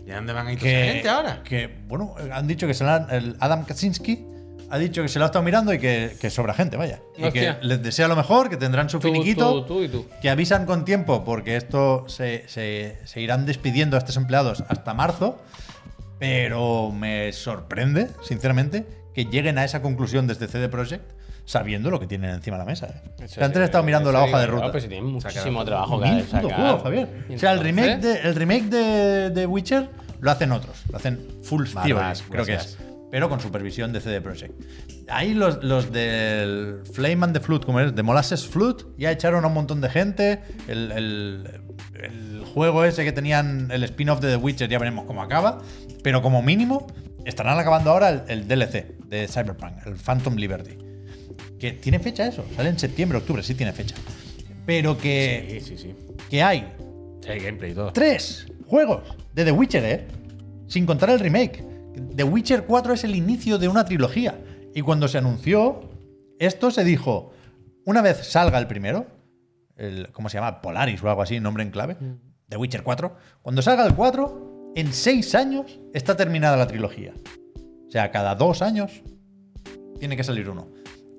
Speaker 2: ¿Y a dónde van a ir toda esa
Speaker 1: que,
Speaker 2: gente ahora?
Speaker 1: que, bueno, han dicho que se la, el Adam Kaczynski ha dicho que se lo ha estado mirando y que, que sobra gente, vaya. Y que
Speaker 3: Hostia.
Speaker 1: les desea lo mejor, que tendrán su
Speaker 3: Tú,
Speaker 1: finiquito.
Speaker 3: tú, tú y tú.
Speaker 1: Que avisan con tiempo porque esto se, se- se irán despidiendo a estos empleados hasta marzo. Pero me sorprende, sinceramente, que lleguen a esa conclusión desde CD Projekt sabiendo lo que tienen encima de la mesa. ¿eh?
Speaker 3: Eso
Speaker 1: Que antes
Speaker 3: sí,
Speaker 1: he estado mirando
Speaker 3: eso
Speaker 1: la hoja de
Speaker 3: digo,
Speaker 1: ruta.
Speaker 3: No, pues si tienen muchísimo
Speaker 1: Mil
Speaker 3: trabajo que hacer.
Speaker 1: putos
Speaker 3: sacar.
Speaker 1: juegos, Javier.
Speaker 3: ¿Y
Speaker 1: O sea, el remake,
Speaker 3: entonces? ¿eh?
Speaker 1: de, el remake de, de Witcher lo hacen otros. Lo hacen Full
Speaker 2: Vale,
Speaker 1: Theory,
Speaker 3: pues
Speaker 2: vale,
Speaker 1: creo que es.
Speaker 2: gracias.
Speaker 1: Pero con supervisión de CD Projekt. Ahí los, los del Flame and the Flood, como es, de Molasses Flood, ya echaron a un montón de gente. El, el- el juego ese que tenían, el spin-off de The Witcher, ya veremos cómo acaba. Pero como mínimo, estarán acabando ahora el, el DLC de Cyberpunk, el Phantom Liberty. Que tiene fecha eso, sale en septiembre, octubre, sí tiene fecha. Pero que
Speaker 2: Sí, sí, sí.
Speaker 1: que hay
Speaker 2: Sí, hay gameplay y todo.
Speaker 1: tres juegos de The Witcher, ¿eh? Sin contar el remake. The Witcher 4 es el inicio de una trilogía. Y cuando se anunció, esto se dijo, una vez salga el primero, el, ¿cómo se llama? Polaris o algo así, nombre en clave, The Witcher 4, cuando salga el 4, en seis años está terminada la trilogía. O sea, cada dos años tiene que salir uno.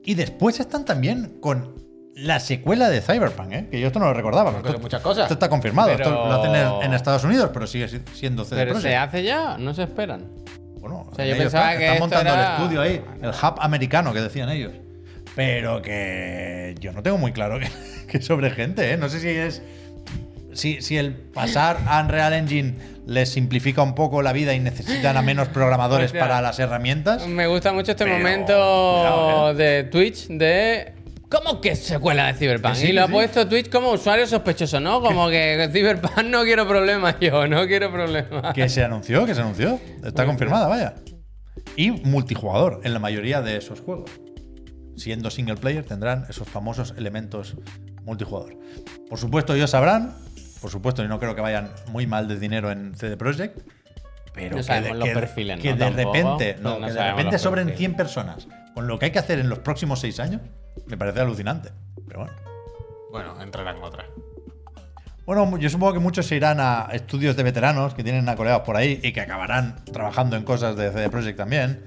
Speaker 1: Y después están también con la secuela de Cyberpunk, ¿eh? que yo esto no lo recordaba. pero
Speaker 2: que
Speaker 1: esto-
Speaker 2: muchas cosas.
Speaker 1: Esto está confirmado.
Speaker 3: Pero-
Speaker 1: Esto lo hacen en- en Estados Unidos, pero sigue si- siendo CD
Speaker 3: Pero se
Speaker 1: Projekt.
Speaker 3: hace ya, no se esperan.
Speaker 1: Bueno,
Speaker 3: sea, yo
Speaker 1: ellos
Speaker 3: pensaba
Speaker 1: están,
Speaker 3: que
Speaker 1: están
Speaker 3: esto
Speaker 1: montando
Speaker 3: era-
Speaker 1: el estudio ahí, el hub americano que decían ellos. Pero que yo no tengo muy claro que, (laughs) que sobre gente, ¿eh? No sé si es. Si, si el pasar a Unreal Engine les simplifica un poco la vida y necesitan a menos programadores
Speaker 3: (laughs) Hostia.
Speaker 1: para las herramientas.
Speaker 3: Me gusta mucho este
Speaker 1: Pero-
Speaker 3: momento
Speaker 1: cuidado,
Speaker 3: de Twitch de. ¿Cómo que secuela de Cyberpunk?
Speaker 1: Sí, sí,
Speaker 3: y lo ha
Speaker 1: sí.
Speaker 3: puesto Twitch como usuario sospechoso, ¿no? Como que (laughs) Cyberpunk no quiero problemas (laughs) yo, no quiero problemas.
Speaker 1: Que se anunció, que se anunció. Está confirmada, vaya. Y multijugador en la mayoría de esos juegos. Siendo single player tendrán esos famosos elementos multijugador. Por supuesto, ellos sabrán. Por supuesto, y no creo que vayan muy mal de dinero en CD Projekt. Pero
Speaker 3: No
Speaker 1: que
Speaker 3: sabemos
Speaker 1: de-
Speaker 3: los
Speaker 1: que-
Speaker 3: perfiles, ¿no?
Speaker 1: que de
Speaker 3: Tampoco.
Speaker 1: repente, no,
Speaker 3: No, no
Speaker 1: que de
Speaker 3: sabemos
Speaker 1: repente
Speaker 3: los
Speaker 1: sobren
Speaker 3: perfiles.
Speaker 1: 100 personas con lo que hay que hacer en los próximos 6 años, me parece alucinante. Pero bueno.
Speaker 2: Bueno, entrarán otras.
Speaker 1: Bueno, yo supongo que muchos se irán a estudios de veteranos que tienen a colegas por ahí y que acabarán trabajando en cosas de CD Projekt también.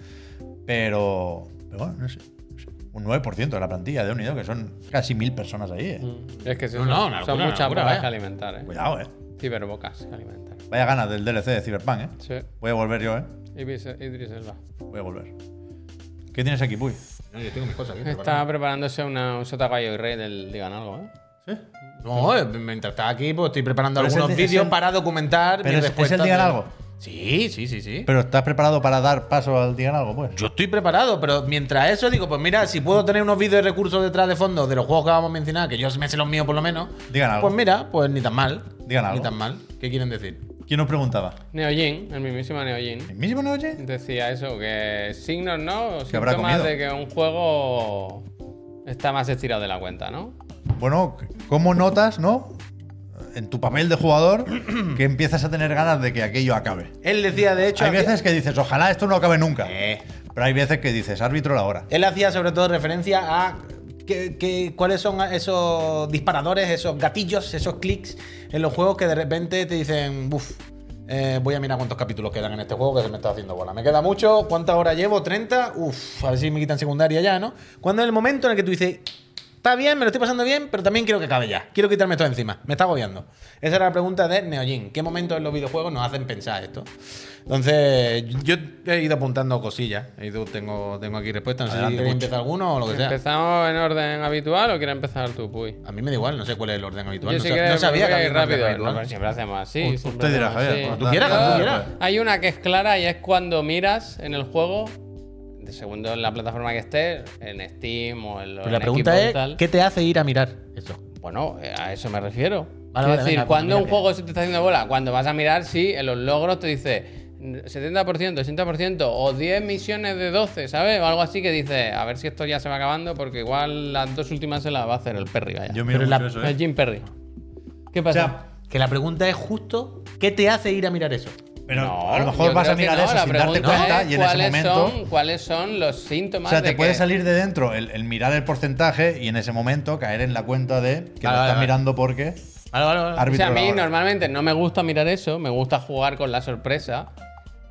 Speaker 1: Pero, pero bueno, no sé. no sé. Un 9% de la plantilla de Unido, que son casi mil personas ahí. eh.
Speaker 3: Es que sí,
Speaker 2: No,
Speaker 3: son,
Speaker 2: no, una
Speaker 3: son
Speaker 2: locura,
Speaker 3: muchas
Speaker 2: una locura,
Speaker 3: bocas
Speaker 2: vaya.
Speaker 3: que alimentar, ¿eh?
Speaker 1: Cuidado, eh.
Speaker 3: Ciberbocas que alimentar.
Speaker 1: Vaya ganas del DLC de Cyberpunk, eh.
Speaker 3: Sí.
Speaker 1: Voy a volver yo, eh.
Speaker 3: Idris Idris Elba.
Speaker 1: Voy a volver. ¿Qué tienes aquí, Puy?
Speaker 2: No, yo tengo mis cosas aquí.
Speaker 3: Está preparándose una, un sotaguayo y rey del Digan algo, ¿eh?
Speaker 1: Sí.
Speaker 2: No, eh, mientras estaba aquí, pues estoy preparando
Speaker 1: Pero es
Speaker 2: algunos
Speaker 1: el de- es
Speaker 2: vídeos
Speaker 1: el-
Speaker 2: para documentar.
Speaker 1: pero
Speaker 2: mis
Speaker 1: es- es el
Speaker 2: respuestas
Speaker 1: Digan
Speaker 2: de-
Speaker 1: Algo.
Speaker 2: Sí, sí, sí, sí.
Speaker 1: Pero ¿estás preparado para dar paso al Digan algo, pues?
Speaker 2: Yo estoy preparado, pero mientras eso digo, pues mira, si puedo tener unos vídeos de recursos detrás de fondo de los juegos que vamos a mencionar, que yo me sé los míos por lo menos.
Speaker 1: Digan algo.
Speaker 2: Pues mira, pues ni tan mal.
Speaker 1: Digan algo.
Speaker 2: Ni tan mal. ¿Qué quieren decir?
Speaker 1: ¿Quién nos preguntaba?
Speaker 3: Neojin, el mismísimo Neojin,
Speaker 1: ¿El mismo Neoje?
Speaker 3: decía eso, que signos, ¿no? O
Speaker 1: Que habrá
Speaker 3: síntomas
Speaker 1: comido.
Speaker 3: de que un juego está más estirado de la cuenta, ¿no?
Speaker 1: Bueno, ¿cómo notas, no? En tu papel de
Speaker 2: (clears throat)
Speaker 1: jugador, que empiezas a tener ganas de que aquello acabe.
Speaker 2: Él decía, de hecho,
Speaker 1: Hay
Speaker 2: hacía-
Speaker 1: veces que dices, ojalá esto no acabe nunca.
Speaker 2: Eh.
Speaker 1: Pero hay veces que dices, árbitro la hora.
Speaker 2: él hacía sobre todo referencia a que- que- cuáles son esos disparadores, esos gatillos, esos clics en los juegos que de repente te dicen, uff, voy a mirar cuántos capítulos quedan en este juego que se me está haciendo bola. Me queda mucho, ¿cuántas horas llevo? ¿30? Uff, a ver si me quitan secundaria ya, ¿no? Cuando es el momento en el que tú dices, está bien, me lo estoy pasando bien, pero también quiero que acabe ya. Quiero quitarme esto de encima. Me está agobiando. Esa era la pregunta de Neojin. ¿Qué momentos en los videojuegos nos hacen pensar esto? Entonces, yo he ido apuntando cosillas. He ido- tengo, tengo aquí respuestas. No sé
Speaker 1: Adelante,
Speaker 2: si queréis
Speaker 1: Puch.
Speaker 2: empezar alguno o lo que sea.
Speaker 3: ¿Empezamos en orden habitual o quieres empezar tú, Puy?
Speaker 2: A mí me da igual, no sé cuál es el orden habitual.
Speaker 3: Yo
Speaker 2: no,
Speaker 3: sí
Speaker 2: sab-
Speaker 3: que
Speaker 2: no sabía
Speaker 3: me
Speaker 2: que
Speaker 3: voy
Speaker 2: había un orden
Speaker 3: rápido. No,
Speaker 2: habitual.
Speaker 3: pero siempre hacemos así.
Speaker 1: U-
Speaker 3: siempre
Speaker 1: usted dirá,
Speaker 3: hacemos
Speaker 1: Javier,
Speaker 3: así.
Speaker 1: cuando
Speaker 2: tú quieras, cuando tú
Speaker 3: Yo-
Speaker 2: quieras.
Speaker 3: Hay una que es clara y es cuando miras en el juego, de segundo en la plataforma que estés, en Steam o en los
Speaker 2: Pero la pregunta es,
Speaker 3: tal.
Speaker 2: ¿qué te hace ir a mirar eso?
Speaker 3: Bueno, eh, a eso me refiero.
Speaker 2: Vale,
Speaker 3: Quiero
Speaker 2: vale,
Speaker 3: decir,
Speaker 2: venga, pues
Speaker 3: cuando un
Speaker 2: mírate.
Speaker 3: juego se te está haciendo bola, cuando vas a mirar, sí, en los logros te dice mm, 70%, 80% o 10 misiones de 12, ¿sabes? O algo así que dice, a ver si esto ya se va acabando porque igual las dos últimas se las va a hacer el Perry, vaya.
Speaker 1: Yo miro
Speaker 2: Pero
Speaker 1: mucho
Speaker 2: la-
Speaker 1: eso,
Speaker 3: El
Speaker 1: ¿eh?
Speaker 3: Jim Perry. ¿Qué
Speaker 1: O
Speaker 3: pasa?
Speaker 1: sea,
Speaker 2: Que la pregunta es justo, ¿qué te hace ir a mirar eso?
Speaker 1: pero
Speaker 3: No,
Speaker 1: a lo
Speaker 3: yo
Speaker 1: mejor vas a
Speaker 3: creo que
Speaker 1: mirar
Speaker 3: no,
Speaker 1: eso
Speaker 3: la
Speaker 1: sin darte
Speaker 3: pregunta
Speaker 1: cuenta
Speaker 3: es
Speaker 1: y en ese
Speaker 3: cuáles
Speaker 1: momento.
Speaker 3: Son, ¿Cuáles son los
Speaker 1: o
Speaker 3: síntomas
Speaker 1: sea,
Speaker 3: de
Speaker 1: te puede
Speaker 3: que-
Speaker 1: salir de dentro el, el mirar el porcentaje y en ese momento caer en la cuenta de que
Speaker 2: Vale,
Speaker 1: lo
Speaker 2: vale,
Speaker 1: estás
Speaker 2: vale.
Speaker 1: mirando porque.
Speaker 2: Vale, vale, vale.
Speaker 1: Árbitro
Speaker 3: O sea, a
Speaker 1: la
Speaker 3: mí
Speaker 1: hora.
Speaker 3: normalmente no me gusta mirar eso, me gusta jugar con la sorpresa.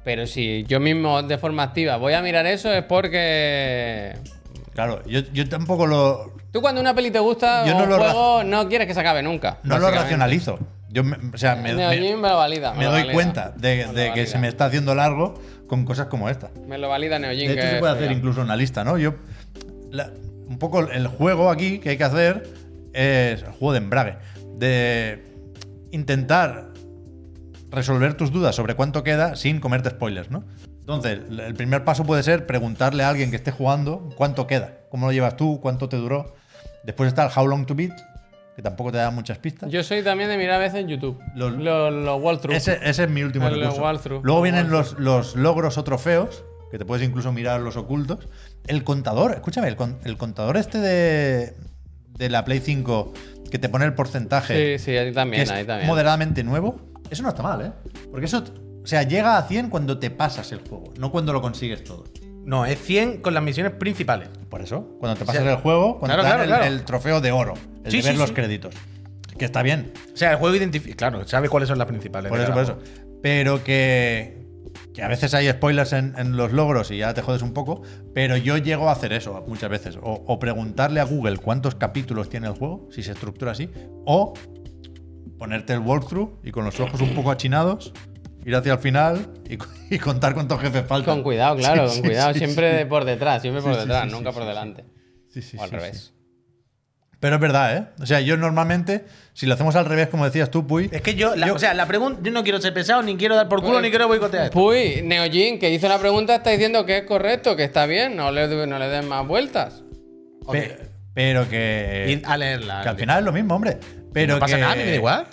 Speaker 3: Pero si yo mismo de forma activa voy a mirar eso es porque.
Speaker 1: Claro, yo, yo tampoco lo,
Speaker 3: Tú cuando una peli te gusta
Speaker 1: Yo
Speaker 3: o
Speaker 1: no
Speaker 3: un
Speaker 1: lo
Speaker 3: juego no quieres que se acabe nunca.
Speaker 1: no lo
Speaker 3: básicamente.
Speaker 1: racionalizo. Yo me- o sea, me,
Speaker 3: Neo
Speaker 1: me-
Speaker 3: Jim me lo valida.
Speaker 1: me
Speaker 3: lo
Speaker 1: doy
Speaker 3: valida.
Speaker 1: cuenta de,
Speaker 3: Me lo
Speaker 1: de que
Speaker 3: valida.
Speaker 1: se me está haciendo largo con cosas como esta.
Speaker 3: Me lo valida Neo Jim,
Speaker 1: De hecho,
Speaker 3: que
Speaker 1: se puede
Speaker 3: es
Speaker 1: hacer
Speaker 3: genial.
Speaker 1: incluso una lista, ¿no? Yo. la- un poco el juego aquí que hay que hacer es el juego de embrague. De intentar resolver tus dudas sobre cuánto queda sin comerte spoilers, ¿no? Entonces, el primer paso puede ser preguntarle a alguien que esté jugando cuánto queda, cómo lo llevas tú, cuánto te duró. Después está el How Long to Beat, que tampoco te da muchas pistas.
Speaker 3: Yo soy también de mirar a veces en YouTube.
Speaker 1: Los-
Speaker 3: Los, los, walkthroughs.
Speaker 1: Ese, ese es mi último
Speaker 3: El
Speaker 1: recurso.
Speaker 3: walkthrough.
Speaker 1: Luego
Speaker 3: El
Speaker 1: vienen los, los logros o trofeos, que te puedes incluso mirar los ocultos. El contador, escúchame, el, con- el contador este de, de la Play 5 que te pone el porcentaje,
Speaker 3: Sí, sí, ahí
Speaker 1: que
Speaker 3: también,
Speaker 1: es
Speaker 3: ahí también.
Speaker 1: moderadamente nuevo, eso no está mal, ¿eh? Porque eso, o sea, llega a 100 cuando te pasas el juego, no cuando lo consigues todo.
Speaker 2: No, es 100 con las misiones principales.
Speaker 1: Por eso, cuando te pasas
Speaker 2: sea,
Speaker 1: el juego, cuando
Speaker 2: claro,
Speaker 1: te dan
Speaker 2: claro,
Speaker 1: el,
Speaker 2: claro.
Speaker 1: el trofeo de oro, el
Speaker 2: Sí,
Speaker 1: de ver
Speaker 2: sí,
Speaker 1: los
Speaker 2: sí.
Speaker 1: créditos, que está bien,
Speaker 2: O sea, el juego identifica. Claro, sabe cuáles son las principales.
Speaker 1: Por
Speaker 2: de
Speaker 1: eso, por
Speaker 2: cada
Speaker 1: eso.
Speaker 2: juego.
Speaker 1: pero que, que a veces hay spoilers en, en los logros y ya te jodes un poco, pero yo llego a hacer eso muchas veces, o, o preguntarle a Google cuántos capítulos tiene el juego, si se estructura así, o ponerte el walkthrough y con los ojos un poco achinados, ir hacia el final y, (laughs) cu- y contar cuántos jefes faltan.
Speaker 3: Con cuidado, claro,
Speaker 1: Sí,
Speaker 3: con
Speaker 1: sí,
Speaker 3: cuidado.
Speaker 1: sí,
Speaker 3: siempre
Speaker 1: sí.
Speaker 3: de por detrás, siempre por
Speaker 1: Sí, sí,
Speaker 3: detrás,
Speaker 1: sí,
Speaker 3: nunca
Speaker 1: sí,
Speaker 3: por
Speaker 1: sí,
Speaker 3: delante.
Speaker 1: Sí, sí,
Speaker 3: o al
Speaker 1: sí, sí.
Speaker 3: revés.
Speaker 1: Pero es verdad, ¿eh? O sea, yo normalmente, si lo hacemos al revés, como decías tú, Puy,
Speaker 2: Es que yo, la- o sea, la pregunta, yo no quiero ser pesado, ni quiero dar por culo,
Speaker 3: Pues-
Speaker 2: ni quiero boicotear. esto.
Speaker 3: Puy, Neojin, que hizo la pregunta, está diciendo que es correcto, que está bien, no le, no le den más vueltas.
Speaker 1: pe- pero que,
Speaker 2: Y a leerla. eh.
Speaker 1: que al final es lo mismo, hombre. Pero
Speaker 2: no pasa
Speaker 1: que,
Speaker 2: nada, a mí me da igual.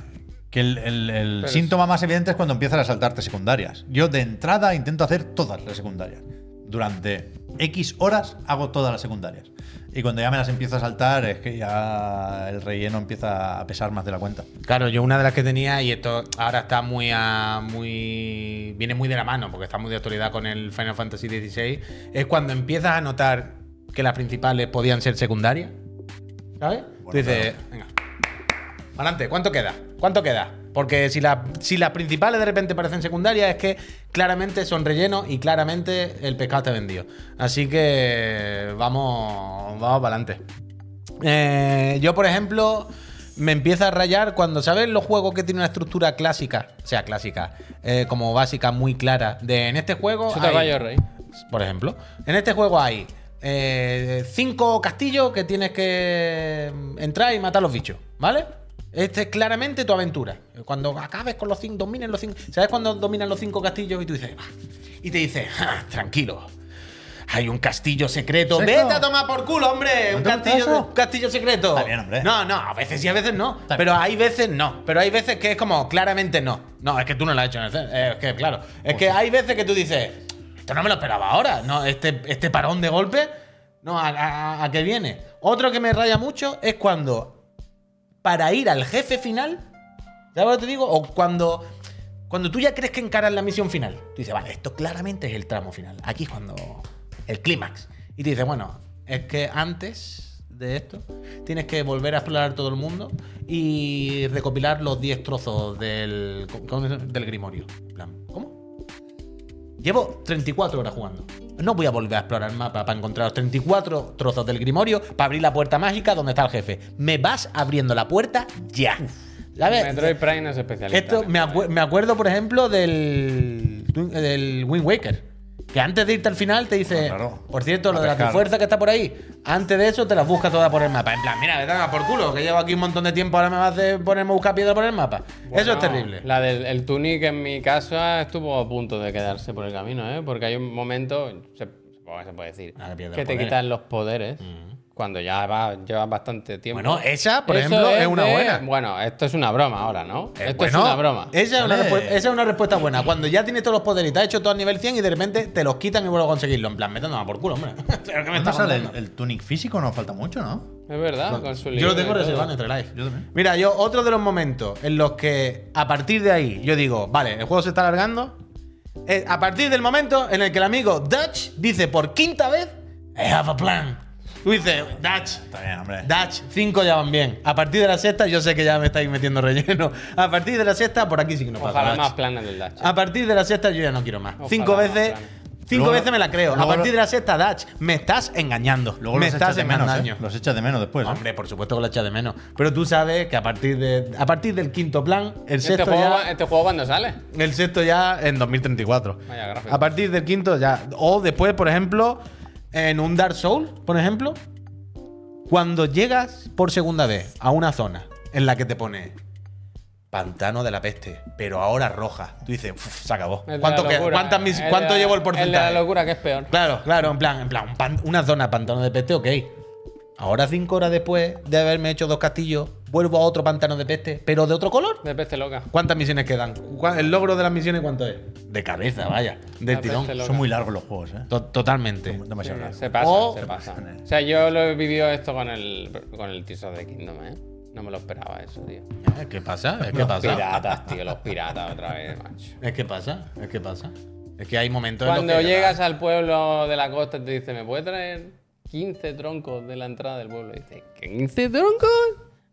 Speaker 1: Que el, el- el síntoma más evidente es cuando empiezas a saltarte secundarias. Yo de entrada intento hacer todas las secundarias. Durante X horas hago todas las secundarias. Y cuando ya me las empiezo a saltar es que ya el relleno empieza a pesar más de la cuenta.
Speaker 2: Claro, yo una de las que tenía, y esto ahora está muy a- muy. viene muy de la mano, porque está muy de actualidad con el Final Fantasy XVI, es cuando empiezas a notar que las principales podían ser secundarias. ¿Sabes? Tú dices, venga. Adelante, ¿cuánto queda? ¿Cuánto queda? Porque si, la- si las principales de repente parecen secundarias, es que claramente son rellenos y claramente el pescado está vendido. Así que vamos, vamos para adelante. Eh, yo, por ejemplo, me empieza a rayar cuando, ¿sabes? Los juegos que tienen una estructura clásica, o sea, clásica, eh, como básica, muy clara. De en este juego.
Speaker 3: Eso te
Speaker 2: hay-
Speaker 3: va yo, Rey.
Speaker 2: por ejemplo. En este juego hay eh, cinco castillos que tienes que mm, entrar y matar los bichos, ¿vale? Este es claramente tu aventura. Cuando acabes con los cinco, domines los cinco. ¿Sabes cuando dominan los cinco castillos y tú dices, "Ah", y te dices, "Ah, tranquilo, hay un castillo secreto.
Speaker 1: Sexo.
Speaker 2: Vete a tomar por culo, hombre.
Speaker 1: ¿No
Speaker 2: un
Speaker 1: te gusta
Speaker 2: castillo,
Speaker 1: eso?
Speaker 2: un castillo secreto.
Speaker 1: Está bien, hombre.
Speaker 2: No, no, a veces sí, a veces no. Pero hay veces no. Pero hay veces que es como, claramente no. No, es que tú no lo has hecho en el cer- eh, Es que, claro.
Speaker 1: Pues
Speaker 2: Es que hay veces que tú dices, esto no me lo esperaba ahora. No, este, este parón de golpe, no, ¿a, a, a qué viene? Otro que me raya mucho es cuando para ir al jefe final. ¿Sabes lo que te digo? O cuando, cuando tú ya crees que encaras la misión final. Tú dices, vale, esto claramente es el tramo final. Aquí es cuando. El clímax. Y te dices, bueno, es que antes de esto tienes que volver a explorar todo el mundo y recopilar los 10 trozos del, ¿cómo se llama? del Grimorio. En plan, ¿cómo? Llevo 34 horas jugando. No voy a volver a explorar el mapa para encontrar los 34 trozos del Grimorio para abrir la puerta mágica donde está el jefe. Me vas abriendo la puerta ya. ¿Sabes?
Speaker 3: Metroid Prime no es especialista.
Speaker 2: eh, Esto
Speaker 3: en
Speaker 2: me, acu- me acuerdo, por ejemplo, del, Twin- eh, del Wind Waker. Que antes de irte al final te dice,
Speaker 1: Ah, Claro.
Speaker 2: por cierto, lo
Speaker 1: A
Speaker 2: de la
Speaker 1: pescar.
Speaker 2: fuerza que está por ahí, antes de eso te las buscas todas por el mapa. En plan, mira, vete a dar por culo, que llevo aquí un montón de tiempo, ahora me vas a ponerme a buscar piedra por el mapa. eso es
Speaker 3: No,
Speaker 2: terrible.
Speaker 3: La del el Tunic en mi casa estuvo a punto de quedarse por el camino, ¿eh? Porque hay un momento, se, supongo que se puede decir,
Speaker 2: Ah, que pierde
Speaker 3: que
Speaker 2: los
Speaker 3: te
Speaker 2: poderes.
Speaker 3: quitan los poderes cuando ya va- llevas bastante tiempo.
Speaker 2: Bueno, esa, por
Speaker 3: Eso
Speaker 2: ejemplo, es una
Speaker 3: de-
Speaker 2: buena.
Speaker 3: Bueno, esto es una broma ahora, ¿no?
Speaker 2: Eh,
Speaker 3: esto
Speaker 2: bueno,
Speaker 3: es una broma.
Speaker 2: Esa es una,
Speaker 1: Vale.
Speaker 2: respu- esa es una respuesta buena. Cuando ya tienes todos los poderes y te has hecho todo a nivel 100 y de repente te los quitan y vuelvo a conseguirlo. En plan, métanme por culo, hombre. (laughs) ¿Pero qué me
Speaker 1: ¿Cuándo
Speaker 2: estás
Speaker 1: sale el,
Speaker 2: contando?
Speaker 1: el tunic físico? No falta mucho, ¿no?
Speaker 3: Es verdad, con
Speaker 2: Yo
Speaker 3: su libro
Speaker 2: lo
Speaker 3: y
Speaker 2: tengo
Speaker 3: todo.
Speaker 2: reservado en Entre Life.
Speaker 1: Yo también.
Speaker 2: Mira, yo otro de los momentos en los que a partir de ahí yo digo, vale, el juego se está alargando. es a partir del momento en el que el amigo Dutch dice por quinta vez, I have a plan. Tú dices, Dutch,
Speaker 1: Está bien, hombre.
Speaker 2: Dutch, 5 ya van bien. A partir de la sexta, yo sé que ya me estáis metiendo relleno. A partir de la sexta, por aquí sí que no pasa
Speaker 3: Ojalá
Speaker 2: Dutch.
Speaker 3: más planes del Dash.
Speaker 2: A partir de la sexta yo ya no quiero más.
Speaker 3: Ojalá
Speaker 2: cinco
Speaker 3: más,
Speaker 2: veces,
Speaker 3: claro.
Speaker 2: cinco
Speaker 1: Luego-
Speaker 2: veces me la creo. A
Speaker 1: luego-
Speaker 2: partir de la sexta, Dutch, me estás engañando.
Speaker 1: Luego
Speaker 2: me
Speaker 1: los echas
Speaker 2: estás
Speaker 1: de menos.
Speaker 2: engañando.
Speaker 1: ¿eh? Los echas de menos después. ¿eh?
Speaker 2: Hombre, por supuesto que lo echas de menos. Pero tú sabes que a partir, de, a partir del quinto plan, el
Speaker 3: Este
Speaker 2: sexto,
Speaker 3: juego,
Speaker 2: ya,
Speaker 3: va- este juego cuando sale.
Speaker 2: el sexto ya en 2034.
Speaker 3: Vaya gráfico.
Speaker 2: a partir del quinto ya. O después, por ejemplo, en un Dark Souls, por ejemplo, cuando llegas por segunda vez a una zona en la que te pone pantano de la peste, pero ahora roja, tú dices, "Uf, se acabó.
Speaker 3: Es de
Speaker 2: ¿Cuánto,
Speaker 3: la
Speaker 2: queda?
Speaker 3: locura,
Speaker 2: ¿Cuántas mis-
Speaker 3: es de
Speaker 2: ¿Cuánto
Speaker 3: la-
Speaker 2: llevo el
Speaker 3: Es de la
Speaker 2: porcentaje?
Speaker 3: locura que es peor.
Speaker 2: Claro, claro, en plan, en plan, un pan- una zona pantano de peste, ok. Ahora, cinco horas después de haberme hecho dos castillos, vuelvo a otro pantano de peste, pero de otro color.
Speaker 3: De peste loca.
Speaker 2: ¿Cuántas misiones quedan? ¿Cuá- ¿El logro de las misiones cuánto es? De cabeza, vaya. Del
Speaker 3: La
Speaker 2: tirón.
Speaker 3: peste loca.
Speaker 1: Son muy largos los juegos, ¿eh?
Speaker 2: To- Totalmente.
Speaker 1: Son demasiado
Speaker 3: Sí,
Speaker 1: largos.
Speaker 3: Se pasa,
Speaker 2: O-
Speaker 3: se pasa. O sea, yo lo he vivido esto con el, con el Tears of the Kingdom, ¿eh? No me lo esperaba eso, tío.
Speaker 2: Eh, ¿Qué pasa? Es que
Speaker 3: Los
Speaker 2: pasa.
Speaker 3: piratas, tío, los piratas otra vez, macho.
Speaker 2: Es que pasa. Es que pasa. Es que hay momentos en los
Speaker 3: Cuando
Speaker 2: que de
Speaker 3: llegas al pueblo de la costa te dice, ¿me puede traer 15 troncos de la entrada del pueblo? Y dice, ¿15 troncos?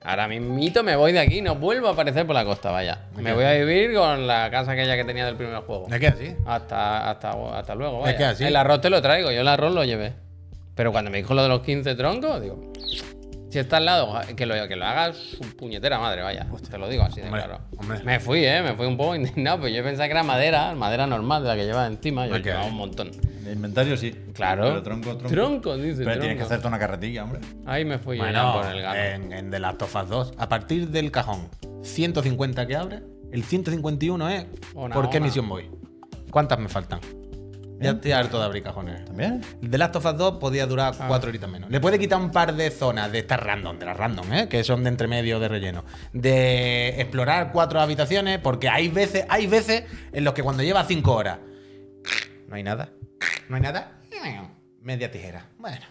Speaker 3: Ahora mismito me voy de aquí, no vuelvo a aparecer por la costa, vaya. Me voy a vivir con la casa aquella que tenía del primer juego.
Speaker 2: ¿Es que así?
Speaker 3: Hasta, hasta, hasta luego, vaya.
Speaker 2: Es que así.
Speaker 3: El arroz te lo traigo, yo el arroz lo llevé. Pero cuando me dijo lo de los 15 troncos, digo, si está al lado, que lo, que lo haga su puñetera madre, vaya. Te lo digo así de
Speaker 2: Hombre,
Speaker 3: claro.
Speaker 2: hombre.
Speaker 3: Me fui, ¿eh? Me fui un poco (laughs) indignado, pero yo pensaba que era madera, madera normal de la que llevaba encima. Yo
Speaker 2: Ok.
Speaker 3: llevaba un montón.
Speaker 1: El inventario sí.
Speaker 3: Claro.
Speaker 1: Pero tronco, tronco.
Speaker 3: Tronco, dice,
Speaker 1: Pero tienes que
Speaker 3: tronco.
Speaker 1: hacerte una carretilla, hombre.
Speaker 3: Ahí me fui
Speaker 2: Bueno, eh,
Speaker 3: yo ya por el gano.
Speaker 2: en, en The Last of Us 2, a partir del cajón 150 que abre, el 151 es ¿eh?
Speaker 3: Ona,
Speaker 2: ¿por qué
Speaker 3: ona.
Speaker 2: misión voy? ¿Cuántas me faltan?
Speaker 3: ¿Eh?
Speaker 2: Ya estoy harto de abrir cajones.
Speaker 1: ¿También?
Speaker 2: El The Last of Us 2 podía durar
Speaker 3: Ah.
Speaker 2: 4 horitas menos. Le puede quitar un par de zonas de estas random, de las random, ¿eh? que son de entremedio de relleno. De explorar cuatro habitaciones, porque hay veces, hay veces en los que cuando lleva 5 horas. No hay nada. No hay nada. Media tijera. Bueno.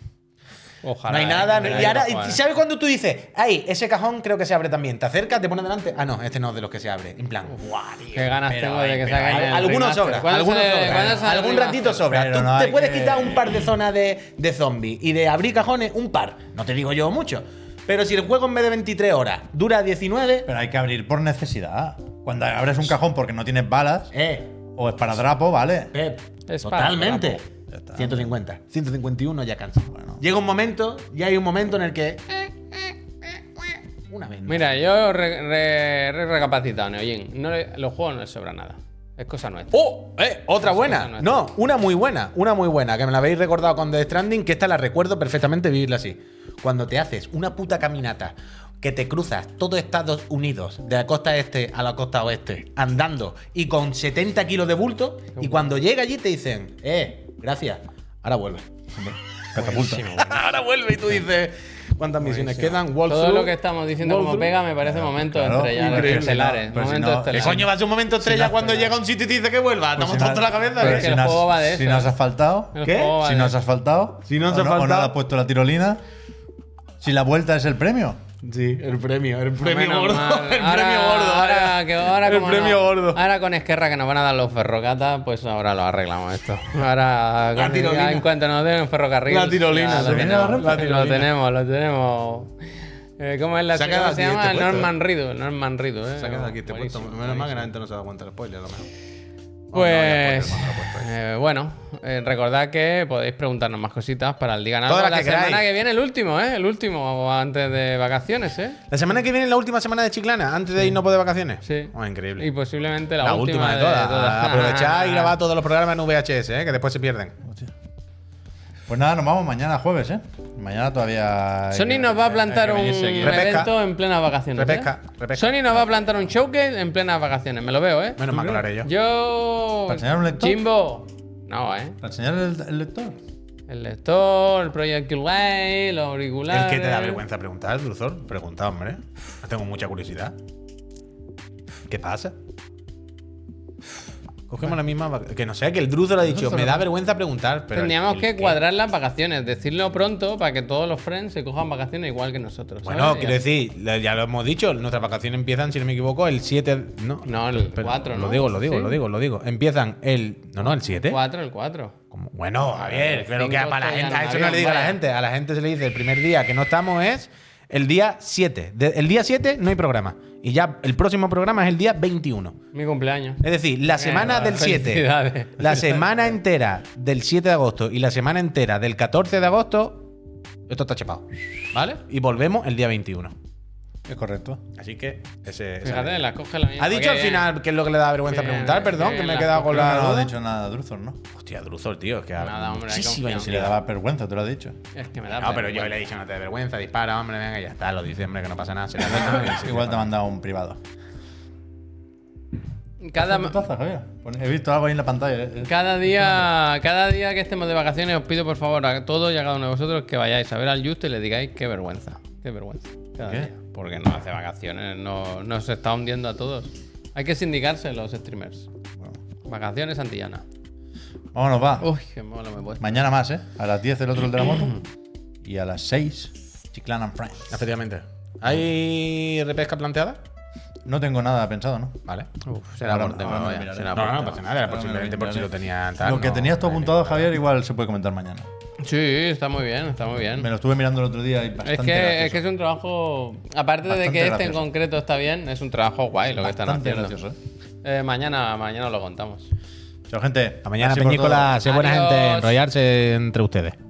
Speaker 3: Ojalá.
Speaker 2: No hay
Speaker 3: eh,
Speaker 2: nada.
Speaker 3: me
Speaker 2: no-
Speaker 3: da
Speaker 2: y ahora,
Speaker 3: igual,
Speaker 2: y
Speaker 3: eh.
Speaker 2: ¿sabes cuando tú dices, ay, ese cajón creo que se abre también? Te acercas, te pones delante. Ah, no, este no es de los que se abre. En plan, guau, tío.
Speaker 3: Qué ganas
Speaker 2: Pero
Speaker 3: tengo
Speaker 2: hay-
Speaker 3: de que
Speaker 2: pero
Speaker 3: saquen
Speaker 2: hay-
Speaker 3: el
Speaker 2: Algunos
Speaker 3: remaster.
Speaker 2: sobra.
Speaker 3: ¿Cuándo
Speaker 2: algunos
Speaker 3: sale-
Speaker 2: sobra.
Speaker 3: cuándo sale el
Speaker 2: Algún
Speaker 3: remaster?
Speaker 2: ratito sobra.
Speaker 1: Pero
Speaker 2: Tú
Speaker 1: no
Speaker 2: te
Speaker 1: hay
Speaker 2: puedes
Speaker 1: que-
Speaker 2: quitar un par de zonas de, de zombies y de abrir cajones, un par. No te digo yo mucho. Pero si el juego en vez de 23 horas dura 19.
Speaker 1: Pero hay que abrir por necesidad. Cuando abres un cajón porque no tienes balas
Speaker 2: Eh,
Speaker 1: o es para drapo, vale.
Speaker 2: Pep,
Speaker 3: Es para
Speaker 2: totalmente.
Speaker 3: el trapo.
Speaker 1: Ya está.
Speaker 2: 150. 151 ya cansa. Llega un momento, ya hay un momento en el que. Una vez. ¿no?
Speaker 3: Mira, yo re, re- re- recapacitado, Neoyin. No le- los juegos no les sobra nada. Es cosa nuestra.
Speaker 2: ¡Oh! ¡Eh! Otra buena. No, una muy buena. Una muy buena. Que me la habéis recordado con The Stranding, que esta la recuerdo perfectamente vivirla así. Cuando te haces una puta caminata que te cruzas todo Estados Unidos, de la costa este a la costa oeste, andando y con 70 kilos de bulto, y cuando llega allí te dicen, eh, gracias, ahora vuelve. (laughs)
Speaker 1: Catapulta.
Speaker 2: ahora vuelve y tú dices, ¿cuántas misiones quedan?
Speaker 3: Todo
Speaker 2: Walkthrough,
Speaker 3: lo que estamos diciendo como
Speaker 2: walkthrough.
Speaker 3: pega me parece momentos
Speaker 1: Claro,
Speaker 3: estrellados,
Speaker 1: increíble.
Speaker 3: estelares.
Speaker 1: Pero si
Speaker 3: momentos
Speaker 1: no-
Speaker 2: ¿Qué
Speaker 3: estelares.
Speaker 2: coño va a ser un momento estrella
Speaker 1: no,
Speaker 2: cuando
Speaker 1: pero-
Speaker 2: llega a un sitio y te dice que vuelva?
Speaker 1: Pues
Speaker 2: Estamos
Speaker 1: si no-
Speaker 2: tontos en la cabeza.
Speaker 1: pero
Speaker 2: ¿eh?
Speaker 3: que el
Speaker 1: no has-
Speaker 3: juego va de
Speaker 1: si
Speaker 3: eso. ¿eh?
Speaker 1: no has asfaltado.
Speaker 3: El
Speaker 2: ¿Qué?
Speaker 3: juego va
Speaker 1: Si
Speaker 3: de-
Speaker 1: no has asfaltado.
Speaker 2: Si no has
Speaker 1: o O no
Speaker 2: asfaltado.
Speaker 1: has puesto la tirolina. Si la vuelta es el premio.
Speaker 2: Sí, el premio, el premio
Speaker 3: Ah, Menos
Speaker 2: gordo. (laughs)
Speaker 3: mal.
Speaker 2: El
Speaker 3: Ahora-
Speaker 2: premio gordo.
Speaker 3: Ahora, que ahora
Speaker 2: el
Speaker 3: como
Speaker 2: premio
Speaker 3: no-
Speaker 2: gordo.
Speaker 3: Ahora con Esquerra que nos van a dar los ferrocatas, pues ahora lo arreglamos esto. Ahora,
Speaker 2: La
Speaker 3: con-
Speaker 2: tirolina.
Speaker 3: en cuanto nos den el ferrocarril.
Speaker 2: La tirolina,
Speaker 3: ya
Speaker 2: la
Speaker 3: Lo tenemos,
Speaker 2: tirolina.
Speaker 3: lo tenemos, lo tenemos. Eh, ¿Cómo es la
Speaker 2: Se ha quedado
Speaker 3: cómo se
Speaker 2: aquí
Speaker 3: llama?
Speaker 2: este puesto,
Speaker 3: Norman Riddle. Norman Riddle, eh.
Speaker 2: Se ha quedado aquí este puesto.
Speaker 3: Buenísimo,
Speaker 2: Menos mal que la
Speaker 3: buenísimo.
Speaker 2: gente no se da cuenta del spoiler, a lo mejor.
Speaker 3: Pues eh, bueno, eh, recordad que podéis preguntarnos más cositas para el Digan Algo.
Speaker 2: Todas
Speaker 3: La
Speaker 2: las que
Speaker 3: semana
Speaker 2: queráis.
Speaker 3: que viene el último, ¿eh? El último antes de vacaciones, ¿eh?
Speaker 2: La semana que viene es la última semana de Chiclana, antes de irnos de vacaciones.
Speaker 3: Sí.
Speaker 2: Oh, increíble.
Speaker 3: Y posiblemente la,
Speaker 2: la, última, de todas. (laughs) Ah,
Speaker 3: (laughs)
Speaker 2: Aprovechad y grabad todos los programas en VHS, ¿eh? que después se pierden.
Speaker 1: Hostia. Pues nada, nos vamos mañana jueves, ¿eh? Mañana todavía. hay
Speaker 3: Sony
Speaker 1: que-
Speaker 3: nos
Speaker 1: hay
Speaker 3: va a
Speaker 1: que
Speaker 3: plantar un,
Speaker 1: venirse aquí.
Speaker 3: un
Speaker 2: Repesca.
Speaker 3: evento en plenas vacaciones.
Speaker 2: Repesca,
Speaker 3: ¿eh?
Speaker 2: repesca.
Speaker 3: Sony nos va a plantar un showcase en plenas vacaciones, me lo veo, ¿eh?
Speaker 2: Menos mal que lo haré yo.
Speaker 3: Yo.
Speaker 1: ¿Para enseñar un lector?
Speaker 3: Chimbo. No, ¿eh?
Speaker 1: ¿Para enseñar el, el lector?
Speaker 3: El lector, el Project QA, los auriculares.
Speaker 2: ¿El que te da vergüenza preguntar, Druzor? Pregunta, hombre. Tengo mucha curiosidad. ¿Qué pasa? Cogemos la misma. vac- Que no sé, que el Druzor ha dicho, me da vergüenza preguntar. Pero
Speaker 3: Tendríamos
Speaker 2: el-
Speaker 3: que
Speaker 2: el-
Speaker 3: cuadrar las vacaciones, decirlo pronto para que todos los friends se cojan vacaciones igual que nosotros. ¿sabes?
Speaker 2: Bueno,
Speaker 3: Y
Speaker 2: quiero
Speaker 3: así.
Speaker 2: decir, la- ya lo hemos dicho, nuestras vacaciones empiezan, si no me equivoco, el 7. No,
Speaker 3: No, el
Speaker 2: espera,
Speaker 3: 4, ¿no?
Speaker 2: Lo digo, lo digo,
Speaker 3: Sí.
Speaker 2: lo digo, lo digo. Empiezan el. No, no, el 7.
Speaker 3: Cuatro, el 4.
Speaker 2: Como- Bueno, Javier,
Speaker 3: El
Speaker 2: pero que
Speaker 3: cinco
Speaker 2: para la
Speaker 3: estoy
Speaker 2: gente.
Speaker 3: en
Speaker 2: A
Speaker 3: un
Speaker 2: eso no
Speaker 3: avión,
Speaker 2: le digo a la
Speaker 3: vaya.
Speaker 2: gente. A la gente se le dice el primer día que no estamos es el día 7. De- el día 7 no hay programa. Y ya el próximo programa es el día 21.
Speaker 3: Mi cumpleaños.
Speaker 2: Es decir, la semana del 7.
Speaker 3: felicidades.
Speaker 2: La semana entera del 7 de agosto y la semana entera del 14 de agosto. Esto está chapado. ¿Vale? Y volvemos el día 21.
Speaker 1: Es correcto.
Speaker 2: Así que ese. esa-
Speaker 3: Fíjate, las coge la mía.
Speaker 2: ha dicho al final que es lo que le da vergüenza
Speaker 3: Bien,
Speaker 2: preguntar,
Speaker 3: bien,
Speaker 2: perdón,
Speaker 3: bien,
Speaker 2: que me he
Speaker 3: la
Speaker 2: quedado
Speaker 3: coge-
Speaker 2: con
Speaker 1: Creo que
Speaker 2: la.
Speaker 1: no lo
Speaker 2: duda.
Speaker 1: ha dicho nada, Druzor, ¿no?
Speaker 2: Hostia, Druzor, tío, es que
Speaker 3: Nada, hombre, hay
Speaker 2: muchísima
Speaker 3: confianza.
Speaker 1: Si le daba vergüenza, te lo has dicho.
Speaker 3: Es que me da
Speaker 2: No, pero yo
Speaker 3: vergüenza.
Speaker 2: le he dicho, no te dé vergüenza, dispara, hombre, venga, ya está, lo dice, hombre, que no pasa nada. se la
Speaker 1: (laughs)
Speaker 2: deja, y se
Speaker 1: Igual te ha
Speaker 2: va.
Speaker 1: mandado un privado.
Speaker 2: (laughs)
Speaker 3: Cada,
Speaker 1: Putazo, Javier. Pon- He visto algo ahí en la pantalla. eh, eh.
Speaker 3: Cada día, cada día que estemos de vacaciones, os pido por favor a todos y a cada uno de vosotros que vayáis a ver al Justo y le digáis qué vergüenza. Qué vergüenza. Cada
Speaker 1: ¿Qué?
Speaker 3: día. Porque no hace vacaciones, no, no se está hundiendo a todos. Hay que sindicarse los streamers.
Speaker 1: Bueno.
Speaker 3: Vacaciones antillana.
Speaker 1: Vámonos, va.
Speaker 3: Uy, qué mola me he puesto.
Speaker 1: Mañana más, ¿eh? A las 10 el otro el de la
Speaker 3: (clears throat)
Speaker 1: moto. y a las 6, Chiclana and Friends.
Speaker 2: Efectivamente. ¿Hay repesca planteada?
Speaker 1: No tengo nada pensado, ¿no?
Speaker 2: Vale.
Speaker 3: Uf, será
Speaker 1: Ahora-
Speaker 3: por tema,
Speaker 1: ahora me
Speaker 3: vaya,
Speaker 1: miraré.
Speaker 3: será
Speaker 2: No,
Speaker 3: por
Speaker 2: no, no
Speaker 3: tema.
Speaker 2: pasa nada, era
Speaker 1: Ahora me lo
Speaker 2: posiblemente por si
Speaker 1: miraré.
Speaker 2: lo tenían tal.
Speaker 1: Lo que
Speaker 2: no,
Speaker 1: tenías tú
Speaker 2: no hay
Speaker 1: apuntado, Javier, igual se puede comentar mañana.
Speaker 3: Sí, está muy bien, está muy bien.
Speaker 1: Me lo estuve mirando el otro día y bastante
Speaker 3: Es que, es que es
Speaker 1: gracioso.
Speaker 3: un trabajo, aparte de
Speaker 1: Bastante
Speaker 3: que este en
Speaker 1: gracioso.
Speaker 3: concreto está bien, es un trabajo guay lo que están
Speaker 1: Bastante
Speaker 3: haciendo.
Speaker 1: gracioso,
Speaker 3: Eh, mañana, mañana lo contamos.
Speaker 1: Chao, gente.
Speaker 2: Hasta mañana,
Speaker 1: Así por todo.
Speaker 2: Peñícola. Sé buena
Speaker 3: Adiós.
Speaker 2: gente enrollarse entre ustedes.